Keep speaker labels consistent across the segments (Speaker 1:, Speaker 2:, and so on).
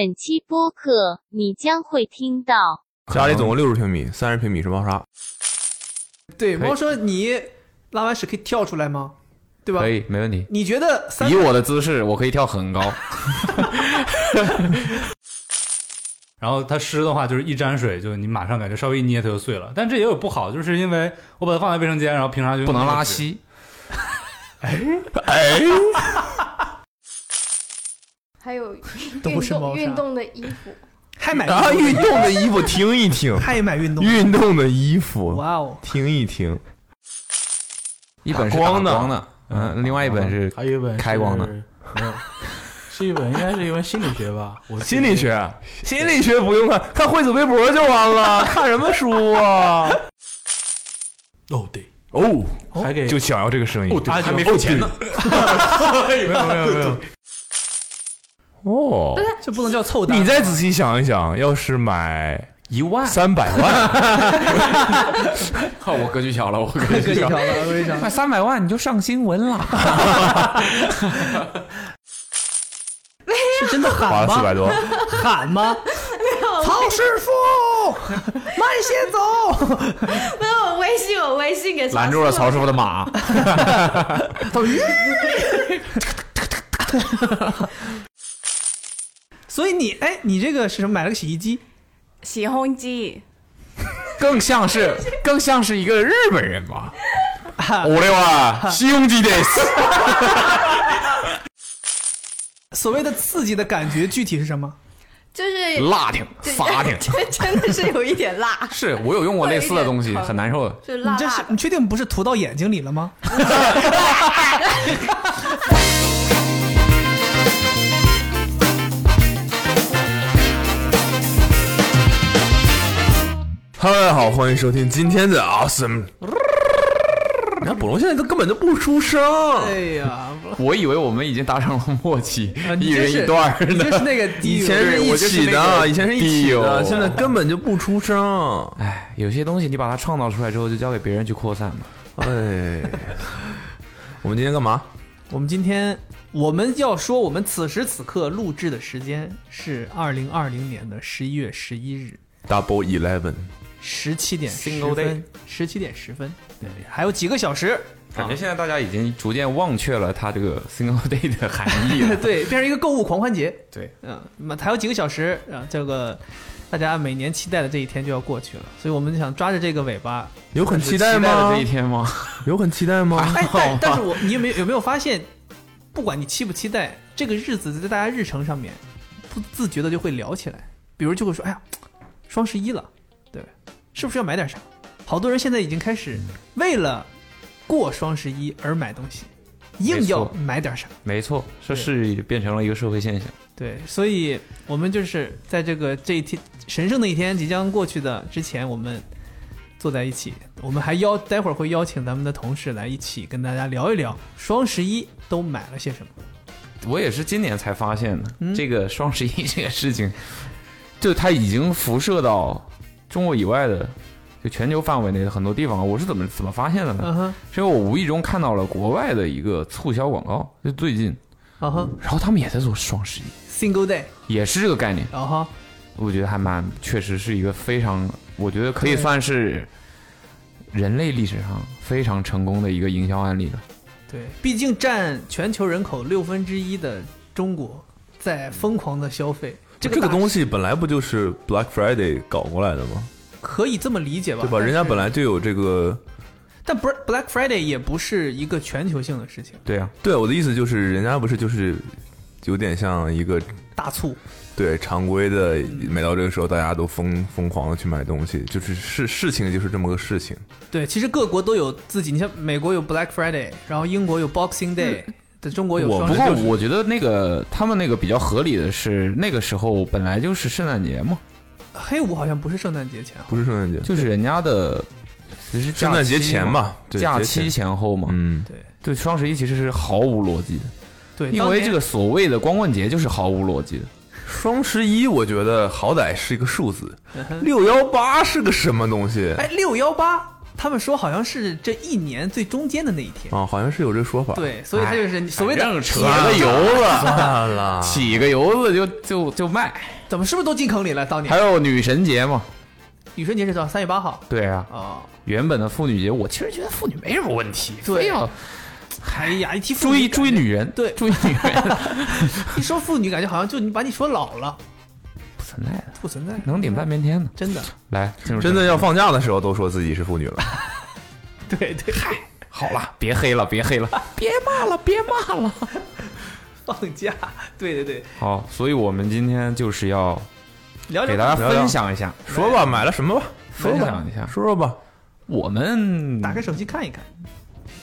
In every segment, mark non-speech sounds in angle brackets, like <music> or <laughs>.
Speaker 1: 本期播客你将会听到
Speaker 2: 家里总共六十平米，三十平米是猫砂，
Speaker 3: 对，
Speaker 4: 可以
Speaker 3: 猫说你拉完屎可以跳出来吗？对吧
Speaker 4: 可？以，没问题。
Speaker 3: 你觉得三
Speaker 4: 以我的姿势，我可以跳
Speaker 5: <laughs>
Speaker 4: 很高。
Speaker 6: 然后它湿的话，就是一沾水就你马上感觉稍微一捏它就碎了。但这也有不好，就是因为我把它放在卫生间，然后平常就
Speaker 4: 不能拉
Speaker 6: 稀。
Speaker 4: 稀。
Speaker 6: 哎 <laughs>
Speaker 5: 还有
Speaker 3: <laughs> 都
Speaker 5: 运
Speaker 3: 是猫
Speaker 5: 动
Speaker 3: 砂
Speaker 5: 运动的衣服，
Speaker 3: 还买
Speaker 2: 啊，
Speaker 3: 运，
Speaker 2: 运动的衣服听一
Speaker 3: <laughs>
Speaker 2: 听
Speaker 3: 还买运动？
Speaker 2: 运动的衣服
Speaker 3: 哇哦！
Speaker 2: 听一听，
Speaker 4: 一本是
Speaker 2: 打光
Speaker 4: 打
Speaker 2: 的
Speaker 4: 光的，嗯，另外一本是
Speaker 7: 还有一本是
Speaker 4: 开光的，
Speaker 7: 没有， <laughs> 是一本应该是一本心理学吧？我
Speaker 2: 心理学，心理学不用看，看惠子微博就完了，看什么
Speaker 7: <laughs>
Speaker 2: 书
Speaker 3: <laughs>
Speaker 2: 啊？
Speaker 7: 哦对，
Speaker 2: 哦，
Speaker 7: 还给
Speaker 2: 就想要这个声音，
Speaker 7: 对
Speaker 2: 还没
Speaker 7: 哦
Speaker 2: 付钱呢。
Speaker 7: 没有没有
Speaker 2: <laughs>
Speaker 7: 没有，
Speaker 2: 哦，
Speaker 3: 这不能叫凑单。
Speaker 2: 你再仔细想一想，要是买
Speaker 4: 一万。
Speaker 2: 三百 <laughs> 万，
Speaker 4: 靠，我格局
Speaker 2: <laughs>
Speaker 4: 小了，我格
Speaker 3: 再割一条。了，我跟
Speaker 5: <laughs>
Speaker 3: 你讲，
Speaker 4: 卖三百万你就上新闻了，
Speaker 3: <laughs> 是真的喊
Speaker 2: 花了四百
Speaker 3: 吗？
Speaker 5: <laughs>
Speaker 2: 多，
Speaker 3: 喊吗？ <laughs> 曹师傅，慢些走。
Speaker 5: <laughs> 没有我微信，我微信给
Speaker 4: 拦住了曹师
Speaker 5: 傅。
Speaker 4: 傅的马。
Speaker 5: <laughs>
Speaker 3: 所以你哎，你这个是什么？买了个洗衣机，
Speaker 5: 洗烘机，
Speaker 4: 更
Speaker 5: <laughs>
Speaker 4: 像是更像是一个日本人
Speaker 3: <laughs>
Speaker 4: 吧。啊
Speaker 2: 五六万，西用机的，
Speaker 3: 所谓的刺激的感觉具体是什么？
Speaker 2: <laughs>
Speaker 5: 就是
Speaker 4: 辣挺
Speaker 5: <laughs> 对 <laughs>
Speaker 4: 发挺，，
Speaker 8: <laughs>
Speaker 5: 真真的是有一点辣
Speaker 4: 是我有用过类似的东西，很难受的。
Speaker 5: 就是
Speaker 3: 你
Speaker 5: 辣
Speaker 3: 这
Speaker 5: 辣
Speaker 3: 是
Speaker 5: 的。
Speaker 3: 你确定不是涂到眼睛里了吗？ <laughs>
Speaker 2: 哈喽，大家好，欢迎收听今天的 Awesome。你看，捕龙现在都根本就不出声，
Speaker 3: 哎呀，
Speaker 4: <laughs> 我以为我们已经达成了默契
Speaker 3: 啊，你
Speaker 4: 一
Speaker 3: 这
Speaker 4: 人
Speaker 3: 是
Speaker 4: 一段儿
Speaker 3: 你
Speaker 4: 呢。
Speaker 3: 这是那个
Speaker 2: 以前是一起
Speaker 4: 对我就是那
Speaker 2: 的，
Speaker 4: 个
Speaker 2: 以前是一起
Speaker 4: 哎
Speaker 2: 的，
Speaker 4: 呦
Speaker 2: 现在根本就不出声。
Speaker 4: 哎，有些东西你把它创造出来之后，就交给别人去扩散吧。
Speaker 2: 哎，我们今天干嘛？
Speaker 3: 我们今天我们要说，我们此时此刻录制的时间是二零二零年的十一月十一日
Speaker 2: Double Eleven，
Speaker 3: 十七点十
Speaker 4: Single day
Speaker 3: 分，十七点十分， <laughs> 对，还有几个小时，
Speaker 4: 感觉现在大家已经逐渐忘却了它这个 single day 的含义了。
Speaker 3: 对，变成一个购物狂欢节，
Speaker 4: 对，
Speaker 3: 嗯，那么还有几个小时，啊，这个大家每年期待的这一天就要过去了，所以我们想抓着这个尾巴，
Speaker 2: 有很
Speaker 4: 期
Speaker 2: 期待
Speaker 4: 的
Speaker 2: 吗
Speaker 4: 这一？
Speaker 2: <laughs>
Speaker 4: 天吗？
Speaker 2: 有很期待吗？
Speaker 3: 哎，但但是我你有没有有没有发现，不管你期不期待，这个日子在大家日程上面不自觉的就会聊起来，比如就会说，哎呀，双十一了，对，是不是要买点啥？好多人现在已经开始为了过双十一而买东西，硬要
Speaker 4: 没错
Speaker 3: 买点啥。
Speaker 4: 没错，这是变成了一个社会现象。
Speaker 3: 对，所以我们就是在这个这一天神圣的一天即将过去的之前，我们坐在一起，我们还邀待会儿会邀请咱们的同事来一起跟大家聊一聊双十一都买了些什么。
Speaker 4: 我也是今年才发现的，
Speaker 3: 嗯
Speaker 4: 这个双十一 <laughs> 这个事情，就它已经辐射到中国以外的，就全球范围内的很多地方。我是怎么怎么发现的呢？
Speaker 3: 嗯哼，
Speaker 4: 是因为我无意中看到了国外的一个促销广告，就最近，
Speaker 3: 嗯哼
Speaker 4: 然后他们也在做双十一，
Speaker 3: ，Single Day，
Speaker 4: 也是这个概念。
Speaker 3: 然后
Speaker 4: 我觉得还蛮，确实是一个非常，我觉得可以
Speaker 3: 对
Speaker 4: 算是人类历史上非常成功的一个营销案例了。
Speaker 3: 对，毕竟占全球人口六分之一的中国在疯狂的消费，这
Speaker 2: 这个
Speaker 3: 个
Speaker 2: 这个
Speaker 3: 大
Speaker 2: 东西本来不就是 Black Friday 搞过来的吗？
Speaker 3: 可以这么理解吧？
Speaker 2: 对吧？人家本
Speaker 3: 来，
Speaker 2: 来就有这个。
Speaker 3: 但不是 Black Friday 也不是一个全球性的事情，
Speaker 4: 对啊，
Speaker 2: 对，我的意思就是，人家不是就是有点像一个
Speaker 3: 大促
Speaker 2: 对常规的，每到这个时候，大家都疯疯狂的去买东西，就是事事情就是这么个事情。
Speaker 3: 对，其实各国都有自己，你像美国有 Black Friday，然后英国有 Boxing Day，在、中国有
Speaker 2: 我
Speaker 3: 双
Speaker 4: 不
Speaker 3: 十
Speaker 4: 过
Speaker 3: 一。
Speaker 4: 嗯我觉得那个他们那个比较合理的是，那个时候本来就是圣诞节嘛，
Speaker 3: 黑五好像不是圣诞节前啊 <laughs> 后，
Speaker 2: 不是圣诞节，
Speaker 4: 就是人家的，其实
Speaker 2: 圣诞节
Speaker 4: 假期
Speaker 2: 前
Speaker 4: 嘛，
Speaker 2: 吧，对
Speaker 4: 假
Speaker 2: 节
Speaker 4: 期
Speaker 2: 前
Speaker 4: 前后嘛，
Speaker 2: 嗯，
Speaker 4: 对双十一其实是毫无逻辑的，
Speaker 3: 对，
Speaker 4: 因
Speaker 3: 当
Speaker 4: 为
Speaker 3: 年
Speaker 4: 这个所谓的光棍节就是毫无逻辑的。
Speaker 2: 双十一我觉得好歹是一个数字，
Speaker 3: 嗯哼
Speaker 2: 六幺八是个什么东西？
Speaker 3: 哎哎六幺八他们说好像是这一年最中间的那一天。
Speaker 2: 啊，好像是有这说法。
Speaker 3: 对，所以
Speaker 4: 哎
Speaker 3: 他就是所谓
Speaker 4: 反
Speaker 3: 的
Speaker 4: 正扯个油子，
Speaker 6: 算了，
Speaker 4: 起个 <laughs> 油子就就就卖。
Speaker 3: 怎么是不是都进坑里了？当
Speaker 4: 还
Speaker 3: 年
Speaker 4: 有女神节嘛？
Speaker 3: 女神节是到三月八号
Speaker 4: 对啊，
Speaker 3: 啊，
Speaker 4: 原本的妇女节，我其实觉得妇女没什么问题，
Speaker 3: 对
Speaker 4: 非要
Speaker 3: 哎呀，一提妇
Speaker 4: 追
Speaker 3: 女感
Speaker 4: 追
Speaker 3: 觉，
Speaker 4: 女人，
Speaker 3: 对
Speaker 4: 追女人
Speaker 3: <laughs> 一说妇女，感觉好像就你把你说老了，
Speaker 4: 不存在的，
Speaker 3: 不存在，
Speaker 4: 能顶半边天呢。
Speaker 3: 真的，
Speaker 4: 来，进入
Speaker 2: 真的
Speaker 4: 正题
Speaker 2: 要放假的时候都说自己是妇女了，
Speaker 3: 对对，嗨，
Speaker 4: 好了， <laughs> 别黑了，别黑了，别骂了，别骂 <laughs> 了。
Speaker 3: 放假，对对对，
Speaker 4: 好，所以我们今天就是要
Speaker 3: 聊
Speaker 4: 给
Speaker 3: 聊
Speaker 4: 大家
Speaker 2: 聊聊
Speaker 4: 分享一下，
Speaker 2: 说吧，买了什么吧，
Speaker 4: 分享一下
Speaker 2: 说说吧。
Speaker 4: 我们
Speaker 3: 打开手机看一看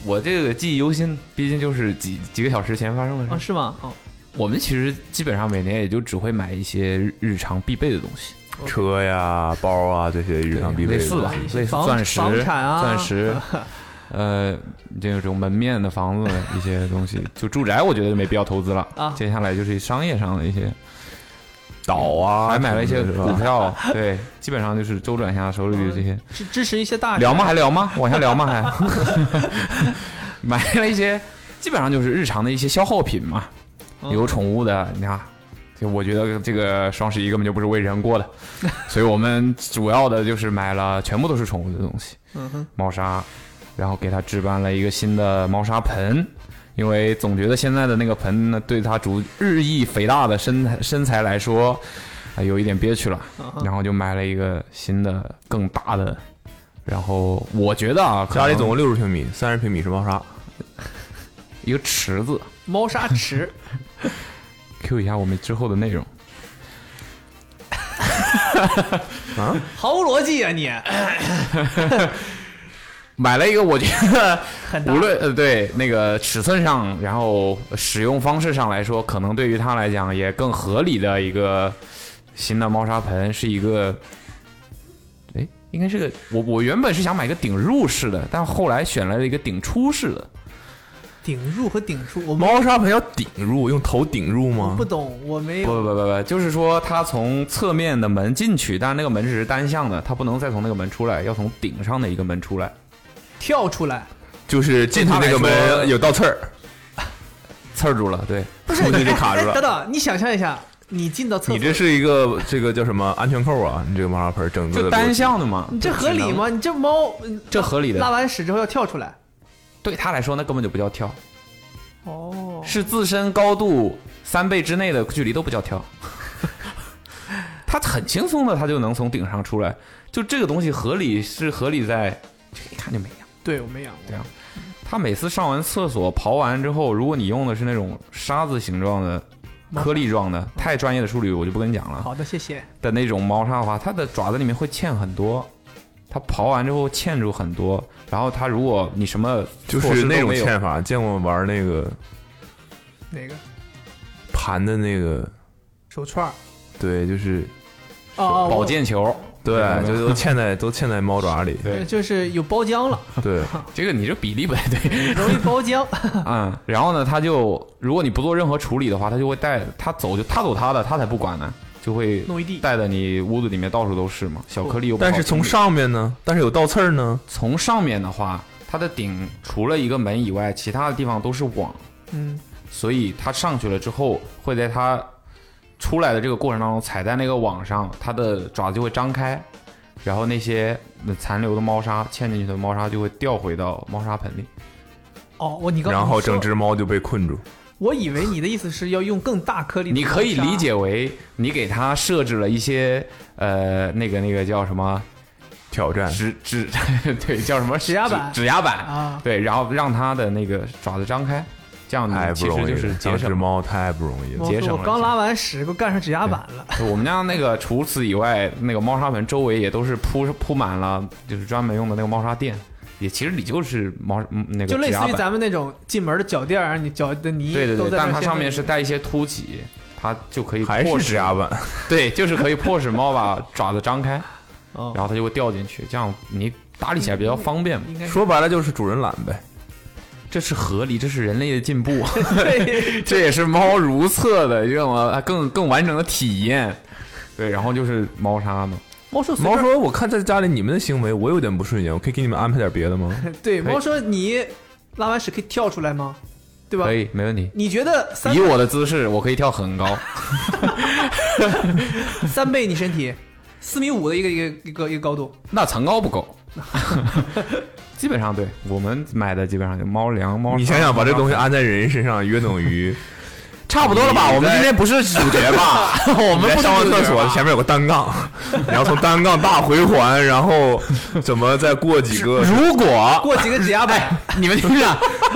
Speaker 4: 我这个记忆犹新，毕竟就是几几个小时前发生的事
Speaker 3: 啊，
Speaker 4: 儿。
Speaker 3: 是吗？哦，
Speaker 4: 我们其实基本上每年也就只会买一些日日常必备的东西，
Speaker 2: 车呀、包啊这些日常必备
Speaker 4: 类
Speaker 2: 的
Speaker 4: 似吧
Speaker 2: 东西，
Speaker 4: 类似
Speaker 3: 房
Speaker 4: 钻石、
Speaker 3: 房产啊
Speaker 4: 钻石，
Speaker 3: <laughs>
Speaker 4: 呃，这种门面的房子一些东西，就住宅我觉得没必要投资了。
Speaker 3: 啊
Speaker 4: 接下来就是商业上的一些，
Speaker 2: 岛啊，
Speaker 4: 还买了一些
Speaker 2: 什么
Speaker 4: 股
Speaker 2: 的是吧
Speaker 4: 票，对，基本上就是周转一下手里的这些。
Speaker 3: 支支持一些大啊
Speaker 4: 聊吗？还聊吗？往下聊吗？还 <laughs> 买了一些，基本上就是日常的一些消耗品嘛，
Speaker 3: 嗯
Speaker 4: 有宠物的，你看。就我觉得这个双十一根本就不是为人过的，所以我们主要的就是买了全部都是宠物的东西，
Speaker 3: 嗯哼，
Speaker 4: 猫砂，然后给它置办了一个新的猫砂盆，因为总觉得现在的那个盆呢，对它逐日益肥大的身材身材来说，啊、有一点憋屈了，
Speaker 3: 嗯哼
Speaker 4: 然后就买了一个新的更大的，然后我觉得啊，可能
Speaker 2: 家里总共六十平米，三十平米是猫砂，
Speaker 4: <laughs> 一个池子
Speaker 3: 猫砂
Speaker 2: <laughs>
Speaker 3: 池，
Speaker 4: ，Q 一下我们之后的内容。
Speaker 3: <laughs> 毫无逻辑啊
Speaker 2: <laughs>
Speaker 3: 你，
Speaker 4: <laughs> 买了一个，我觉得
Speaker 3: 很大
Speaker 4: 无论呃对那个尺寸上，然后使用方式上来说，可能对于它来讲也更合理的一个新的猫砂盆，是一个，哎，应该是个我我原本是想买一个顶入式的，但后来选了一个顶出式的，
Speaker 3: 顶入和顶出，我们
Speaker 2: 猫砂盆要顶入，用头顶入
Speaker 3: 我
Speaker 2: 吗
Speaker 3: 不？懂，我没
Speaker 4: 不
Speaker 3: 有
Speaker 4: 不不不不，就是说它从侧面的门进去，但是那个门只是单向的，它不能再从那个门出来，要从顶上的一个门出来。
Speaker 3: 跳出来，
Speaker 2: 就是进去那个
Speaker 4: 对它来说
Speaker 2: 门有倒刺
Speaker 4: <laughs>
Speaker 2: 儿，
Speaker 4: 刺儿住了，对，
Speaker 3: 不
Speaker 4: <laughs>
Speaker 3: 是
Speaker 2: 出去就
Speaker 3: 哎
Speaker 2: 卡住
Speaker 3: <laughs> 哎等
Speaker 2: 了。
Speaker 3: 等，你想象一下，你进到厕所，
Speaker 2: 你这是一个这个叫什么安全扣啊？你这个猫砂盆整个
Speaker 4: 就
Speaker 2: 的
Speaker 4: 单向的嘛，
Speaker 3: 你这合理吗？你这猫嗯
Speaker 4: 这合理的
Speaker 3: 拉完屎之后要跳出来，
Speaker 4: 对他来说，那根本就不叫跳，
Speaker 3: 哦，
Speaker 4: 是自身高度三倍之内的距离都不叫跳。他很轻松的，他就能从顶上出来。就这个东西合理是合理在，这一看就没养。
Speaker 3: 对我没养过，
Speaker 4: 他每次上完厕所刨完之后，如果你用的是那种沙子形状的、
Speaker 3: 猫砂
Speaker 4: 颗粒状的，太专业的术语我就不跟你讲了。
Speaker 3: 好的，谢谢，
Speaker 4: 的那种猫砂的话，它的爪子里面会嵌很多，它刨完之后嵌住很多。然后它如果你什么
Speaker 2: 就
Speaker 4: 措施
Speaker 2: 是
Speaker 4: 都
Speaker 2: 那种
Speaker 4: 没有
Speaker 2: 嵌法，见过玩那个
Speaker 3: 哪个
Speaker 2: 盘的那个，
Speaker 3: 手串儿？
Speaker 2: 对，就是
Speaker 3: 哦，哦
Speaker 4: 保，健球，
Speaker 2: 对
Speaker 4: 那，个
Speaker 2: 就都嵌在都嵌在猫爪里，
Speaker 3: 我就是有包浆
Speaker 2: <laughs>
Speaker 3: 了，
Speaker 2: 对，
Speaker 4: <laughs> 这个你这比例不太对
Speaker 3: 容易包浆， <laughs>
Speaker 4: 嗯。然后呢，它就如果你不做任何处理的话，它就会带它走就它走它的，它才不管呢，就会
Speaker 3: 弄一地
Speaker 4: 带的你屋子里面到处都是嘛，小颗粒又不好
Speaker 2: 但是从
Speaker 4: 处理
Speaker 2: 上面呢，但是有倒刺儿呢，
Speaker 4: 从上面的话，它的顶除了一个门以外，其他的地方都是网。
Speaker 3: 嗯，
Speaker 4: 所以它上去了之后，会在它出来的这个过程当中踩在那个网上，它的爪子就会张开，然后那些呃残留的猫砂嵌进去的猫砂就会掉回到猫砂盆里。
Speaker 3: 哦，我你刚
Speaker 2: 然后整
Speaker 3: 你说
Speaker 2: 只猫就被困住。
Speaker 3: 我以为哎你的意思是要用更大颗粒，
Speaker 4: 你可以理，解为你给它设置了一些呃那个那个叫什么
Speaker 2: 挑战
Speaker 4: 指指 <laughs> 对叫什么指
Speaker 3: 压板
Speaker 4: 指指压板
Speaker 3: 啊
Speaker 4: 对，然后让它的那个爪子张开，这样
Speaker 2: 太
Speaker 4: 你
Speaker 2: 不
Speaker 4: 其实
Speaker 2: 容易
Speaker 4: 就是
Speaker 2: 了，
Speaker 4: 节
Speaker 2: 当只
Speaker 4: 省
Speaker 2: 猫太不容易了
Speaker 3: 我。
Speaker 4: 节省
Speaker 3: 我
Speaker 4: 了
Speaker 3: 刚
Speaker 4: 一下
Speaker 3: 拉完屎，给我干上指压板了，
Speaker 4: 对我们家那个除此以外，那个猫砂盆周围也都是铺铺满了，就是专门用的那个猫砂垫，也其实你就是猫嗯那个
Speaker 3: 就类似
Speaker 4: 指
Speaker 3: 于
Speaker 4: 压板
Speaker 3: 咱们那种进门的脚垫儿，让你脚的泥
Speaker 4: 对对
Speaker 3: 都
Speaker 4: 对，
Speaker 3: 在
Speaker 4: 但
Speaker 3: 这
Speaker 4: 它
Speaker 3: 儿
Speaker 4: 上面
Speaker 3: 先
Speaker 4: 是带一些凸起，它就可以
Speaker 2: 还是
Speaker 4: 迫使
Speaker 2: 指压板，
Speaker 4: 对，就是可以迫使猫把爪子张开，
Speaker 3: 哦嗯
Speaker 4: 然后它就会掉进去，这样你打理起来比较方便嘛。
Speaker 3: 应该是
Speaker 2: 说白了就是主人懒呗。
Speaker 4: 这是合理，这是人类的
Speaker 3: <laughs>
Speaker 4: 进步，
Speaker 3: 对
Speaker 4: 这也是猫如厕的一个更更完整的体验。对，然后就是猫砂嘛，
Speaker 3: 猫叔随
Speaker 2: 毛
Speaker 3: 便
Speaker 2: 说：“我看在家里你们的行为，我有点不顺眼，我可以给你们安排点别的吗？
Speaker 3: 对，
Speaker 4: 可以
Speaker 3: 猫说你拉完屎可以跳出来吗？ <laughs> 对吧
Speaker 4: 可？以，没问题。
Speaker 3: 你觉得三
Speaker 4: 以我的姿势，我可以跳很高。
Speaker 3: 三倍你身体，四米五的一个一个一个一个高度，
Speaker 4: 那层高不够，基本上对我们买的基本上就猫粮、猫。
Speaker 2: 你想想，把这东西安在人身上，约等于
Speaker 4: <laughs> 差不多了吧？我们今天不是主角吧？
Speaker 2: <laughs>
Speaker 4: 我
Speaker 2: 我
Speaker 4: 们不
Speaker 2: 上完厕所，前面有个单杠， <laughs> 然后从单杠大回环，然后怎么再过几个
Speaker 4: 如果
Speaker 3: 过几个指压板。
Speaker 4: 哎
Speaker 3: <laughs>
Speaker 4: 你们听着，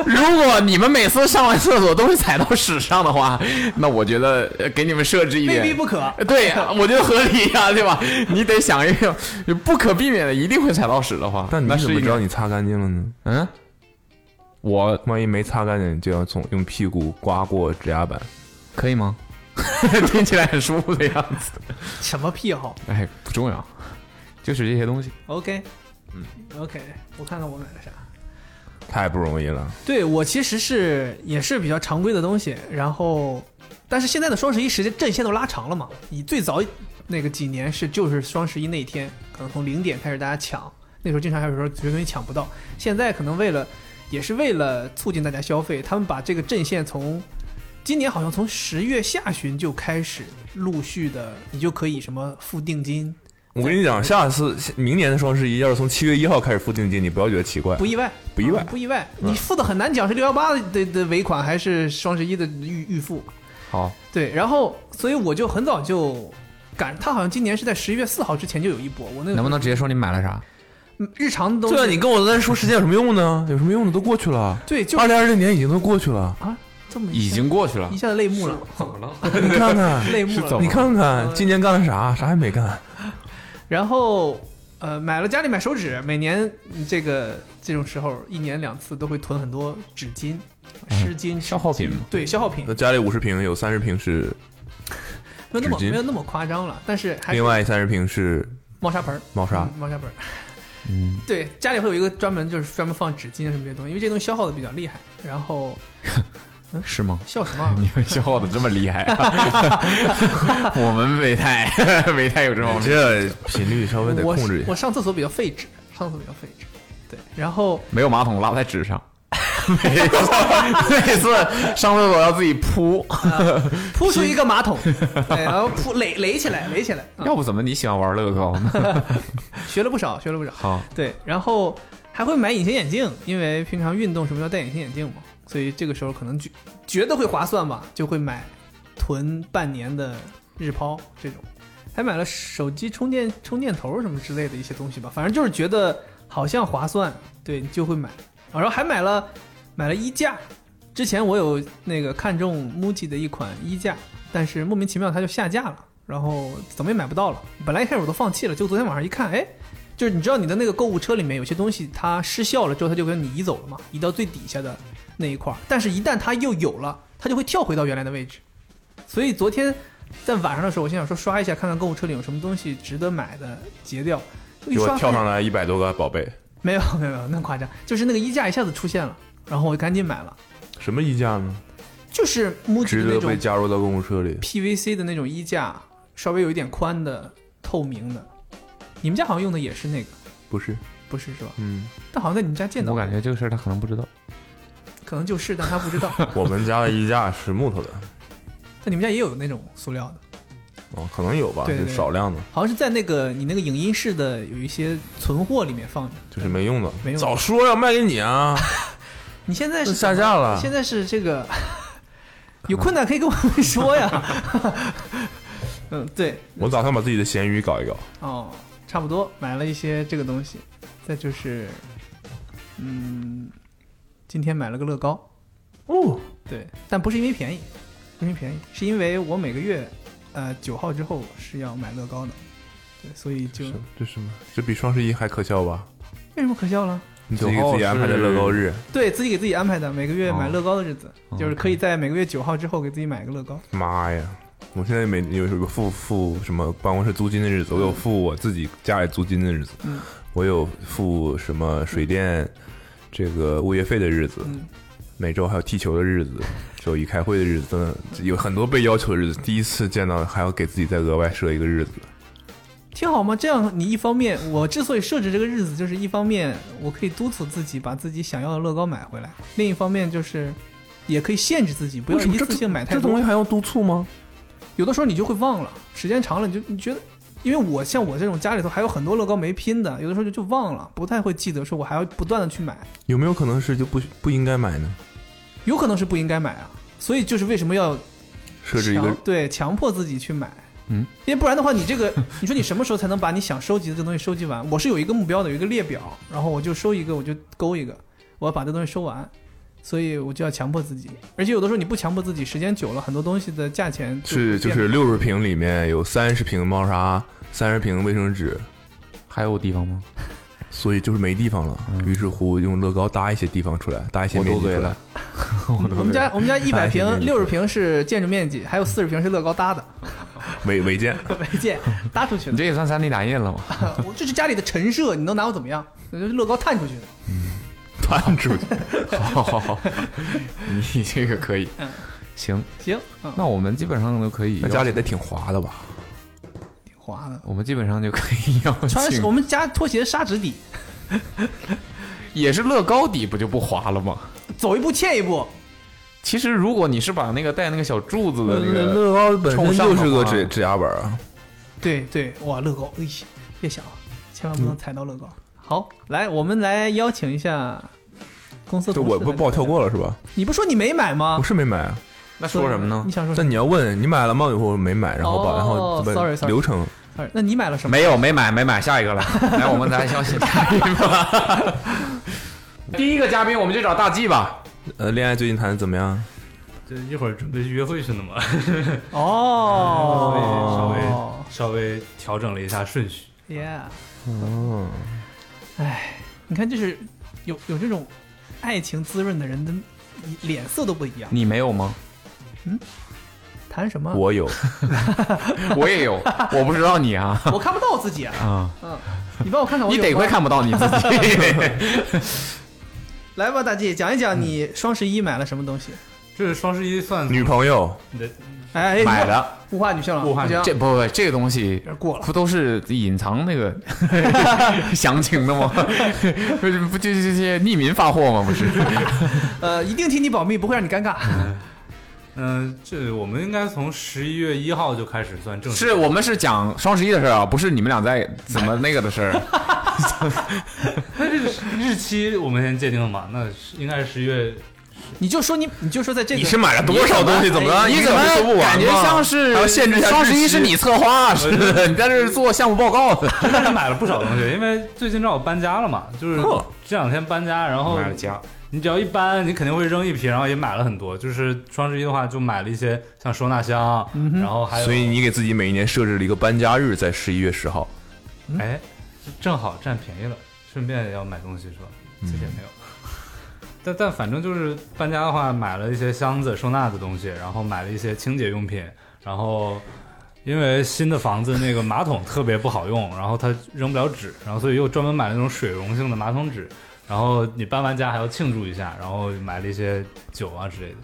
Speaker 4: 如果你们每次上完厕所都是踩到屎上的话，那我觉得呃给你们设置一
Speaker 3: 未
Speaker 4: 点呃
Speaker 3: 必不可。
Speaker 4: 对，我觉得合理 <laughs> 呀、对吧？你得想一个不可避免的，一定会踩到屎的话。
Speaker 2: 但你
Speaker 4: 那
Speaker 2: 怎么
Speaker 4: 是一
Speaker 2: 知道
Speaker 4: 个
Speaker 2: 你擦干净了呢？
Speaker 4: 嗯，我
Speaker 2: 万一没擦干净，就要从用屁股刮过指甲板。
Speaker 4: 可以吗？听起来很舒服的样子。
Speaker 3: 什么癖好
Speaker 4: 哎，不重要，就是这些东西。
Speaker 3: ？OK，嗯，OK，我看看我买了啥。
Speaker 2: 太不容易了，
Speaker 3: 对我其实是也是比较常规的东西，然后，但是现在的双十一时间阵线都拉长了嘛。以最早那个几年是就是双十一那一天，可能从零点开始大家抢，那时候经常还有时候觉得东西抢不到。现在可能为了也是为了促进大家消费，他们把这个阵线从今年好像从十月下旬就开始陆续的，你就可以什么付定金，
Speaker 2: 我跟你讲，下次明年的双十一要是从七月一号开始付定金，你不要觉得奇怪
Speaker 3: 不。意外，
Speaker 2: 不意外
Speaker 3: 嗯不意外。你付的很难讲是六幺八的的尾款还是双十一的预预付。
Speaker 4: 好，
Speaker 3: 对，然后所以我就很早就赶，他好像今年是在十一月四号之前就有一波，
Speaker 2: 嗯
Speaker 3: 我那个
Speaker 4: 能不能直接说你买了啥？
Speaker 3: 嗯日常的东西？
Speaker 2: 对啊，你跟我在说时间有什么用呢？有什么用呢？都过去
Speaker 4: 啊
Speaker 2: 了，
Speaker 3: 对就啊
Speaker 2: 二零二零年已经都过去了。
Speaker 3: 这么一
Speaker 4: 已
Speaker 3: 下
Speaker 4: 经过去了
Speaker 3: 一。下子泪目了， <laughs>
Speaker 2: <laughs> 你看看，
Speaker 3: 泪目
Speaker 4: 怎
Speaker 3: 了嗯
Speaker 4: 么。
Speaker 2: 你看看，今年干了啥？啥也没干。
Speaker 3: 然后呃，买了家里买手纸，每年嗯这个这种时候一年两次都会囤很多纸巾、湿巾、
Speaker 4: 消耗品嘛
Speaker 3: 对消耗品，
Speaker 2: 那呃家里五十平有三十平是，
Speaker 3: 没有那么
Speaker 2: 纸巾
Speaker 3: 没有那么夸张了，但是还是
Speaker 2: 另外三十平是
Speaker 3: 猫砂盆儿。
Speaker 2: 猫砂
Speaker 3: 嗯。猫砂盆儿。 <laughs>
Speaker 4: 嗯，
Speaker 3: 对，家里会有一个专门就是专门放纸巾啊什么这些东西，因为这东西消耗的比较厉害。然后嗯
Speaker 4: 是吗？
Speaker 3: 笑什么
Speaker 2: <laughs>
Speaker 3: 啊？
Speaker 4: 你们消耗的这么
Speaker 3: <laughs>
Speaker 4: 厉害、我们北泰 <laughs> 北泰有这方面。
Speaker 2: 这频率稍微得
Speaker 3: 我
Speaker 2: 控制一
Speaker 3: 我
Speaker 2: 下。
Speaker 3: 上厕所比较费纸，上厕所比较费纸。对，然后
Speaker 4: 没有马桶拉在
Speaker 3: <laughs>
Speaker 4: 纸上，每次每次 <laughs> 上厕所要自己铺，
Speaker 3: 啊铺出一个
Speaker 4: <laughs>
Speaker 3: 马桶，对，然后铺垒垒起来，垒起来、啊
Speaker 4: 要不怎么你喜欢玩乐高呢？
Speaker 3: 学了不少，学了不少。
Speaker 4: 好，
Speaker 3: 对，然后还会买隐形眼镜，因为平常运动什么要戴隐形眼镜嘛，所以这个时候可能觉觉得会划算吧，就会买囤半年的日抛这种，还买了手机充电充电头什么之类的一些东西吧，反正就是觉得好像划算，对，你就会买。啊然后还买了买了衣架，之前我有那个看中 MUJI 的一款衣架，但是莫名其妙它就下架了。然后怎么也买不到了，本来一开始我都放弃了，就昨天晚上一看，哎，就是你知道你的那个购物车里面有些东西它失效了之后，它就跟你移走了嘛，移到最底下的那一块儿。但是，一旦它又有了，它就会跳回到原来的位置。所以昨天在晚上的时候，我心想说刷一下，看看购物车里有什么东西值得买的，截掉。一
Speaker 2: 给我
Speaker 3: 刷
Speaker 2: 跳上来一百多个宝贝，
Speaker 3: 没有没有没有那么夸张，就是那个衣架一下子出现了，然后我赶紧买了，
Speaker 2: 什么衣架呢？
Speaker 3: 就是 MUJI
Speaker 2: 值
Speaker 3: 的那
Speaker 2: 得
Speaker 3: 种
Speaker 2: 被加入到购物车里。
Speaker 3: PVC 的那种衣架，稍微有一点宽的透明的。你们家好像用的也是那个，
Speaker 2: 不是，
Speaker 3: 不是是吧？
Speaker 2: 嗯，
Speaker 3: 但好像在你们家见到
Speaker 4: 我
Speaker 3: 过，
Speaker 4: 感觉这个事儿他可能不知道。
Speaker 3: 可能就是，但他不知
Speaker 2: <laughs>
Speaker 3: 道。
Speaker 2: 我们家的衣架是木头的，
Speaker 3: 但你们家也有那种塑料的，
Speaker 2: 哦，可能有吧，
Speaker 3: 对对
Speaker 2: 就
Speaker 3: 对
Speaker 2: 少量的，
Speaker 3: 好像是在那个你那个影音室的有一些存货里面放着。
Speaker 2: 就是没用的。
Speaker 3: 没用的
Speaker 2: 早说要卖给你啊！
Speaker 3: <laughs> 你现在是
Speaker 4: <laughs>
Speaker 2: 那下架了
Speaker 3: 现在是这个 <laughs> 有困难可以跟我们说呀。嗯，对，
Speaker 2: 我打算把自己的咸鱼搞一搞。
Speaker 3: 哦，差不多买了一些这个东西，再就是，嗯，今天买了个乐高，
Speaker 2: 哦，
Speaker 3: 对，但不是因为便宜，不是因为便宜，是因为我每个月，呃，九号之后是要买乐高的，对，所以就
Speaker 2: 这什么？这比双十一还可笑吧？
Speaker 3: 为什么可笑了？
Speaker 2: 你自己给
Speaker 4: 九号
Speaker 2: 自己安排的乐高日，
Speaker 3: 对自己给自己安排的，每个月买
Speaker 4: 哦
Speaker 3: 乐高的日子，就是可以在每个月九号之后给自己买个乐高。
Speaker 2: 妈呀！我现在每有有个付付什么办公室租金的日子，我有付我自己家里租金的日子，
Speaker 3: 嗯
Speaker 2: 我有付什么水电、这个物业费的日子，
Speaker 3: 嗯
Speaker 2: 每周还有踢球
Speaker 3: <laughs>
Speaker 2: 的日子，周一开会的日子，真的有很多被要求的日子。第一次见到还要给自己再额外设一个日子，
Speaker 3: 挺好吗？这样你一方面，我之所以设置这个日子，就是一方面我可以督促自己把自己想要的乐高买回来，另一方面就是也可以限制自己，不要
Speaker 2: 为什么
Speaker 3: 一
Speaker 2: 这
Speaker 3: 次性买太
Speaker 2: 这东
Speaker 3: 多
Speaker 2: 西。还要督促吗？
Speaker 3: 有的时候你就会忘了，时间长了你就你觉得，因为我像我这种家里头还有很多乐高没拼的，有的时候就就忘了，不太会记得，说我还要不断的去买，
Speaker 2: 有没有可能是就不不应该买呢？
Speaker 3: 有可能是不应该买啊。所以就是为什么要
Speaker 2: 设置一个
Speaker 3: 强对强迫自己去买，
Speaker 4: 嗯，
Speaker 3: 因为不然的话，你这个你说你什么时候才能把你想收集的这东西收集完？我是有一个目标的，有一个列表，然后我就收一个，我就勾一个，我要把这东西收完，所以我就要强迫自己。而且有的时候你不强迫自己，时间久了，很多东西的价钱
Speaker 2: 是就
Speaker 3: 变了
Speaker 2: 是六十瓶里面有三十瓶猫砂，三十瓶卫生纸，
Speaker 4: 还有地方吗？
Speaker 2: <laughs> 所以就是没地方了。
Speaker 3: 嗯
Speaker 2: 于是乎用乐高搭一些地方出来，搭一些
Speaker 4: 我
Speaker 2: 面
Speaker 4: 多
Speaker 2: 积
Speaker 4: 嘴
Speaker 2: 出来
Speaker 4: 了。，
Speaker 3: <laughs>
Speaker 4: 我
Speaker 3: 我
Speaker 4: 多
Speaker 3: 们
Speaker 4: 嘴 <laughs>
Speaker 3: 家
Speaker 4: 了
Speaker 3: 我们家一百
Speaker 2: 还
Speaker 3: 平
Speaker 2: 是
Speaker 3: 六十平是建筑面积，还有四十平是乐高搭的，
Speaker 2: 违违建，
Speaker 3: 违建搭出去的。
Speaker 4: 你这也算三 D 打印 <laughs> 了吗？
Speaker 3: 我这是家里的陈设，你能拿我怎么样？那就是乐高探出去的。
Speaker 2: 搬出去。
Speaker 4: 好好好，你这个可以
Speaker 3: 嗯，
Speaker 4: 行，
Speaker 3: 行，嗯，
Speaker 4: 那我们基本上都可以
Speaker 2: 那
Speaker 4: 邀，
Speaker 2: 家里得挺滑的吧？
Speaker 3: 挺滑的。
Speaker 4: 我们基本上就可以邀
Speaker 3: 穿
Speaker 4: 请
Speaker 3: 我，们家拖鞋砂纸底，
Speaker 4: 也是乐高底不就不滑了吗？
Speaker 3: 走一步欠一步。
Speaker 4: 其实如果你是把那个带那个小柱子的那个，
Speaker 2: 呃乐高本
Speaker 4: 冲
Speaker 2: 身
Speaker 4: 上的
Speaker 2: 就是个
Speaker 4: 话
Speaker 2: 指指压板啊。
Speaker 3: 对对，哇，乐高，哎呀，别想了，千万不能踩到乐高。好，来，我们来邀请一下公司
Speaker 2: 这
Speaker 3: 同事
Speaker 2: 我
Speaker 3: 来 <laughs>
Speaker 2: 不不好
Speaker 3: 聊
Speaker 2: 跳过了是吧？
Speaker 3: 你不说你没买吗
Speaker 2: 我？是没买啊，
Speaker 4: <laughs> 那说什么呢
Speaker 3: 你？想说什
Speaker 2: 但你要问你买了吗？我说没买，然后把
Speaker 3: 哦
Speaker 2: 然后怎
Speaker 3: sorry，
Speaker 2: 么
Speaker 3: sorry
Speaker 2: 流程
Speaker 3: 么？那你买了什么？
Speaker 4: 没有，没买，没买，下
Speaker 2: <laughs>
Speaker 4: 一个了。来，我们来邀请嘉宾吧。第一个嘉宾，我们就找大 G 吧。
Speaker 2: 呃，恋爱最近谈的怎么样？
Speaker 6: 这一会儿准备去约会去呢嘛， <laughs>
Speaker 4: 哦
Speaker 6: 稍微
Speaker 3: 哦，
Speaker 6: 稍微调整了一下顺序。
Speaker 3: ，Yeah，
Speaker 2: 哦，
Speaker 3: 哎你看，就是有有这种爱情滋润的人的脸色都不一样。
Speaker 4: 你没有吗？
Speaker 3: 谈什么？
Speaker 2: 我有，
Speaker 4: <laughs> 我也有，我不知道你啊。
Speaker 3: 我看不到我自己啊！
Speaker 4: <laughs> 啊，
Speaker 3: 你帮我看看我
Speaker 4: 你
Speaker 3: 有
Speaker 4: 得
Speaker 3: 吗
Speaker 4: 亏看不到你自己。
Speaker 3: <laughs> 来吧，大 G，讲一讲你双十一买了什么东西？
Speaker 6: 这个双十一算
Speaker 2: <laughs> 女朋友
Speaker 6: 你的
Speaker 3: 哎，哎
Speaker 4: 买的
Speaker 3: 物化女性了，
Speaker 6: 物化
Speaker 3: 啊不
Speaker 6: 女
Speaker 3: 行，
Speaker 4: 这不不这个东西
Speaker 3: 有点过了。
Speaker 4: 不都是隐藏那个 <laughs> 详情的吗？ <laughs> 不是不就这些匿名发货
Speaker 3: <laughs>
Speaker 4: 吗？不是，
Speaker 3: 呃，一定替你保密，不会让你尴尬。
Speaker 6: 嗯、这我们应该从十一月一号就开始算正式。
Speaker 4: 是我们是讲双十一的事儿啊，不是你们俩在怎么那个的
Speaker 3: <laughs>
Speaker 4: 事儿。
Speaker 6: 那这个日期我们先界定了嘛？那是应该是十一月
Speaker 3: 你就说你，你就说在这个，
Speaker 2: 你是买了多少东西？怎么
Speaker 3: 哎
Speaker 2: 了？
Speaker 4: 你
Speaker 2: 一
Speaker 4: 怎
Speaker 2: 个
Speaker 4: 么
Speaker 2: 小时都不玩
Speaker 4: 感觉
Speaker 2: 吗
Speaker 4: 像是
Speaker 2: 还要限制一下
Speaker 4: 双
Speaker 2: 日
Speaker 4: 十一
Speaker 2: 期嗯
Speaker 4: 是你策
Speaker 2: <laughs>
Speaker 3: 啊
Speaker 4: 划似的？你在这儿做项目报告呢？
Speaker 6: 真是买了不少东西，因为最近正好搬家了嘛，就是
Speaker 2: 呵
Speaker 6: 这两天搬家，然后
Speaker 4: 家，
Speaker 6: 你只要一搬，你肯定会扔一批，然后也买了很多。就是双十一的话，就买了一些像收纳箱，
Speaker 4: 嗯
Speaker 6: 然
Speaker 3: 哦
Speaker 6: 后还有，
Speaker 2: 所以你给自己每一年设置了一个搬家日，在十一月十号。
Speaker 3: 嗯
Speaker 6: 哎，这正好占便宜了，顺便也要买东西是吧？其实也
Speaker 3: 嗯
Speaker 6: 没有，但但反正就是搬家的话，买了一些箱子收纳的东西，然后买了一些清洁用品，然后。因为新的房子那个马桶特别不好用，然后它扔不了纸，然后所以又专门买了那种水溶性的马桶纸，然后你搬完家还要庆祝一下，然后买了一些酒啊之类的，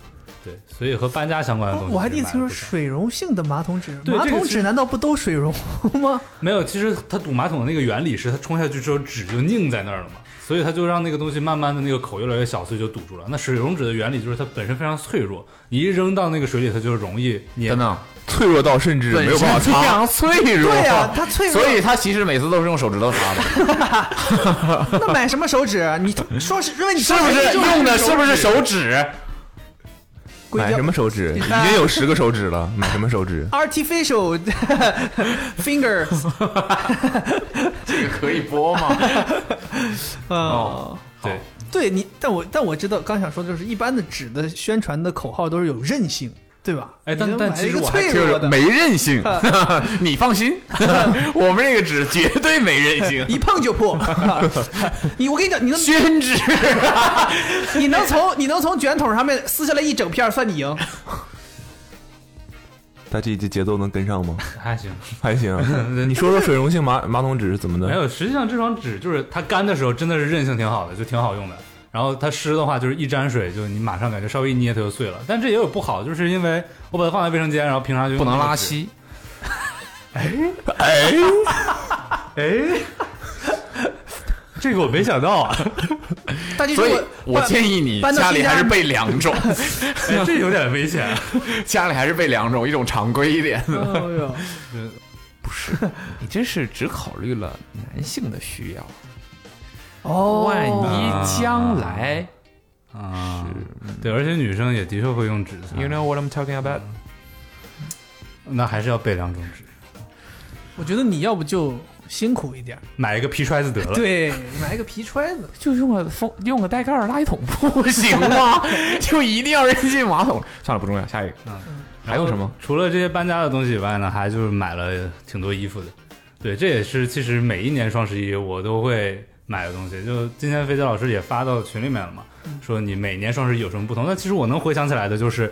Speaker 6: 对，所以和搬家相关的东西、
Speaker 3: 哦我还第一次听说水溶性的马桶纸，
Speaker 6: 对
Speaker 3: 马
Speaker 6: 这个
Speaker 3: 桶
Speaker 6: 其
Speaker 3: 纸
Speaker 6: 实
Speaker 3: 难道不都水溶吗？
Speaker 6: 没有，其实它堵马桶的那个原理是它冲下去之后纸就拧在那儿了嘛，所以它就让那个东西慢慢的那个口越来越小，所以就堵住了。那水溶纸的原理就是它本身非常脆弱，你一扔到那个水里，它就容易
Speaker 4: 真
Speaker 6: 粘。
Speaker 4: 的
Speaker 2: 脆弱到哦甚至没有办法
Speaker 4: 非
Speaker 2: 擦，啊
Speaker 4: 常脆弱。
Speaker 3: 对呀，它脆弱。
Speaker 4: 所以他其实每次都是用手指头擦的，
Speaker 3: <laughs> 那买什么手指？你
Speaker 4: <laughs>
Speaker 3: 说是因为你
Speaker 4: 是不是用的是不是手指？
Speaker 3: 硅
Speaker 2: 买
Speaker 3: 胶
Speaker 2: 什么手指？已经
Speaker 4: <laughs>
Speaker 2: 有十个手指了，买什么手指？
Speaker 3: artificial <laughs> fingers？
Speaker 4: 这个可以
Speaker 2: <laughs>
Speaker 4: 播吗？
Speaker 3: 呃
Speaker 4: 哦，
Speaker 6: 对，
Speaker 3: 对你，但我但我知道，刚想说的就是一般的纸的宣传的口号都是有韧性，对吧？
Speaker 6: 哎但
Speaker 3: 你就
Speaker 6: 但
Speaker 3: 买
Speaker 6: 其实
Speaker 3: 一个
Speaker 6: 我还
Speaker 3: 脆
Speaker 4: 就
Speaker 3: 弱
Speaker 4: 是
Speaker 3: 的，
Speaker 4: 没
Speaker 3: <laughs>
Speaker 4: 韧性， <laughs> 你放心，我们这个纸绝对没韧性，
Speaker 3: <laughs> 一碰就
Speaker 4: <laughs>
Speaker 3: 破。你我跟你讲，你能
Speaker 4: 宣纸。
Speaker 3: <laughs> 你能从你能从卷筒上面撕下来一整片儿，算你
Speaker 4: <laughs>
Speaker 3: 赢。
Speaker 2: 大家这节奏能跟上吗？
Speaker 6: <laughs> 还行。
Speaker 2: 还行。
Speaker 6: <laughs>
Speaker 2: 你说说水溶性马马桶纸是怎么的？
Speaker 6: 没有，实际上这双纸就是它干的时候真的是韧性挺好的，就挺好用的。然后它湿的话，就是一沾水就你马上感觉稍微一捏它就 <laughs> 碎了。但这也有不好，就是因为我把它放在卫生间，然后平常就
Speaker 4: 不能哎
Speaker 6: 用那个
Speaker 4: 拉
Speaker 6: 纸
Speaker 4: 稀，
Speaker 6: 哎， <laughs> 这个我没想到啊，
Speaker 4: <laughs>
Speaker 3: 大家如
Speaker 4: 所以
Speaker 3: 果
Speaker 4: 我建议你
Speaker 3: 搬到
Speaker 4: 家里
Speaker 3: 新
Speaker 4: 还
Speaker 3: 家
Speaker 4: 是备两 <laughs> 种，
Speaker 6: 哎这有点危
Speaker 4: 啊
Speaker 6: 险。
Speaker 4: <laughs> 家里还是备两种，一种常规一点的。
Speaker 3: 哎呦，
Speaker 4: <laughs> 你真是只考虑了男性的需要，
Speaker 3: 哦，
Speaker 4: 万一将来
Speaker 6: 啊，对，而且女生也的确会用纸擦
Speaker 4: ，you know what I'm talking about？
Speaker 6: 那还是要备两种纸，
Speaker 3: 我觉得你要不就辛苦一点，
Speaker 6: 买一个皮揣子得了。
Speaker 3: 对，买一个皮揣子，
Speaker 4: 就用个风，用个带盖儿垃圾桶
Speaker 3: <laughs>
Speaker 4: 不行 <laughs> 吗？就一定要扔进马桶？算了，不重要，下一个。还有什么？
Speaker 6: 嗯除了这些搬家的东西以外呢，还就是买了挺多衣服的。对，这也是其实每一年双十一我都会买的东西。就今天飞姐老师也发到群里面了嘛，
Speaker 4: 嗯
Speaker 6: 说你每年双十一有什么不同？但其实我能回想起来的就是，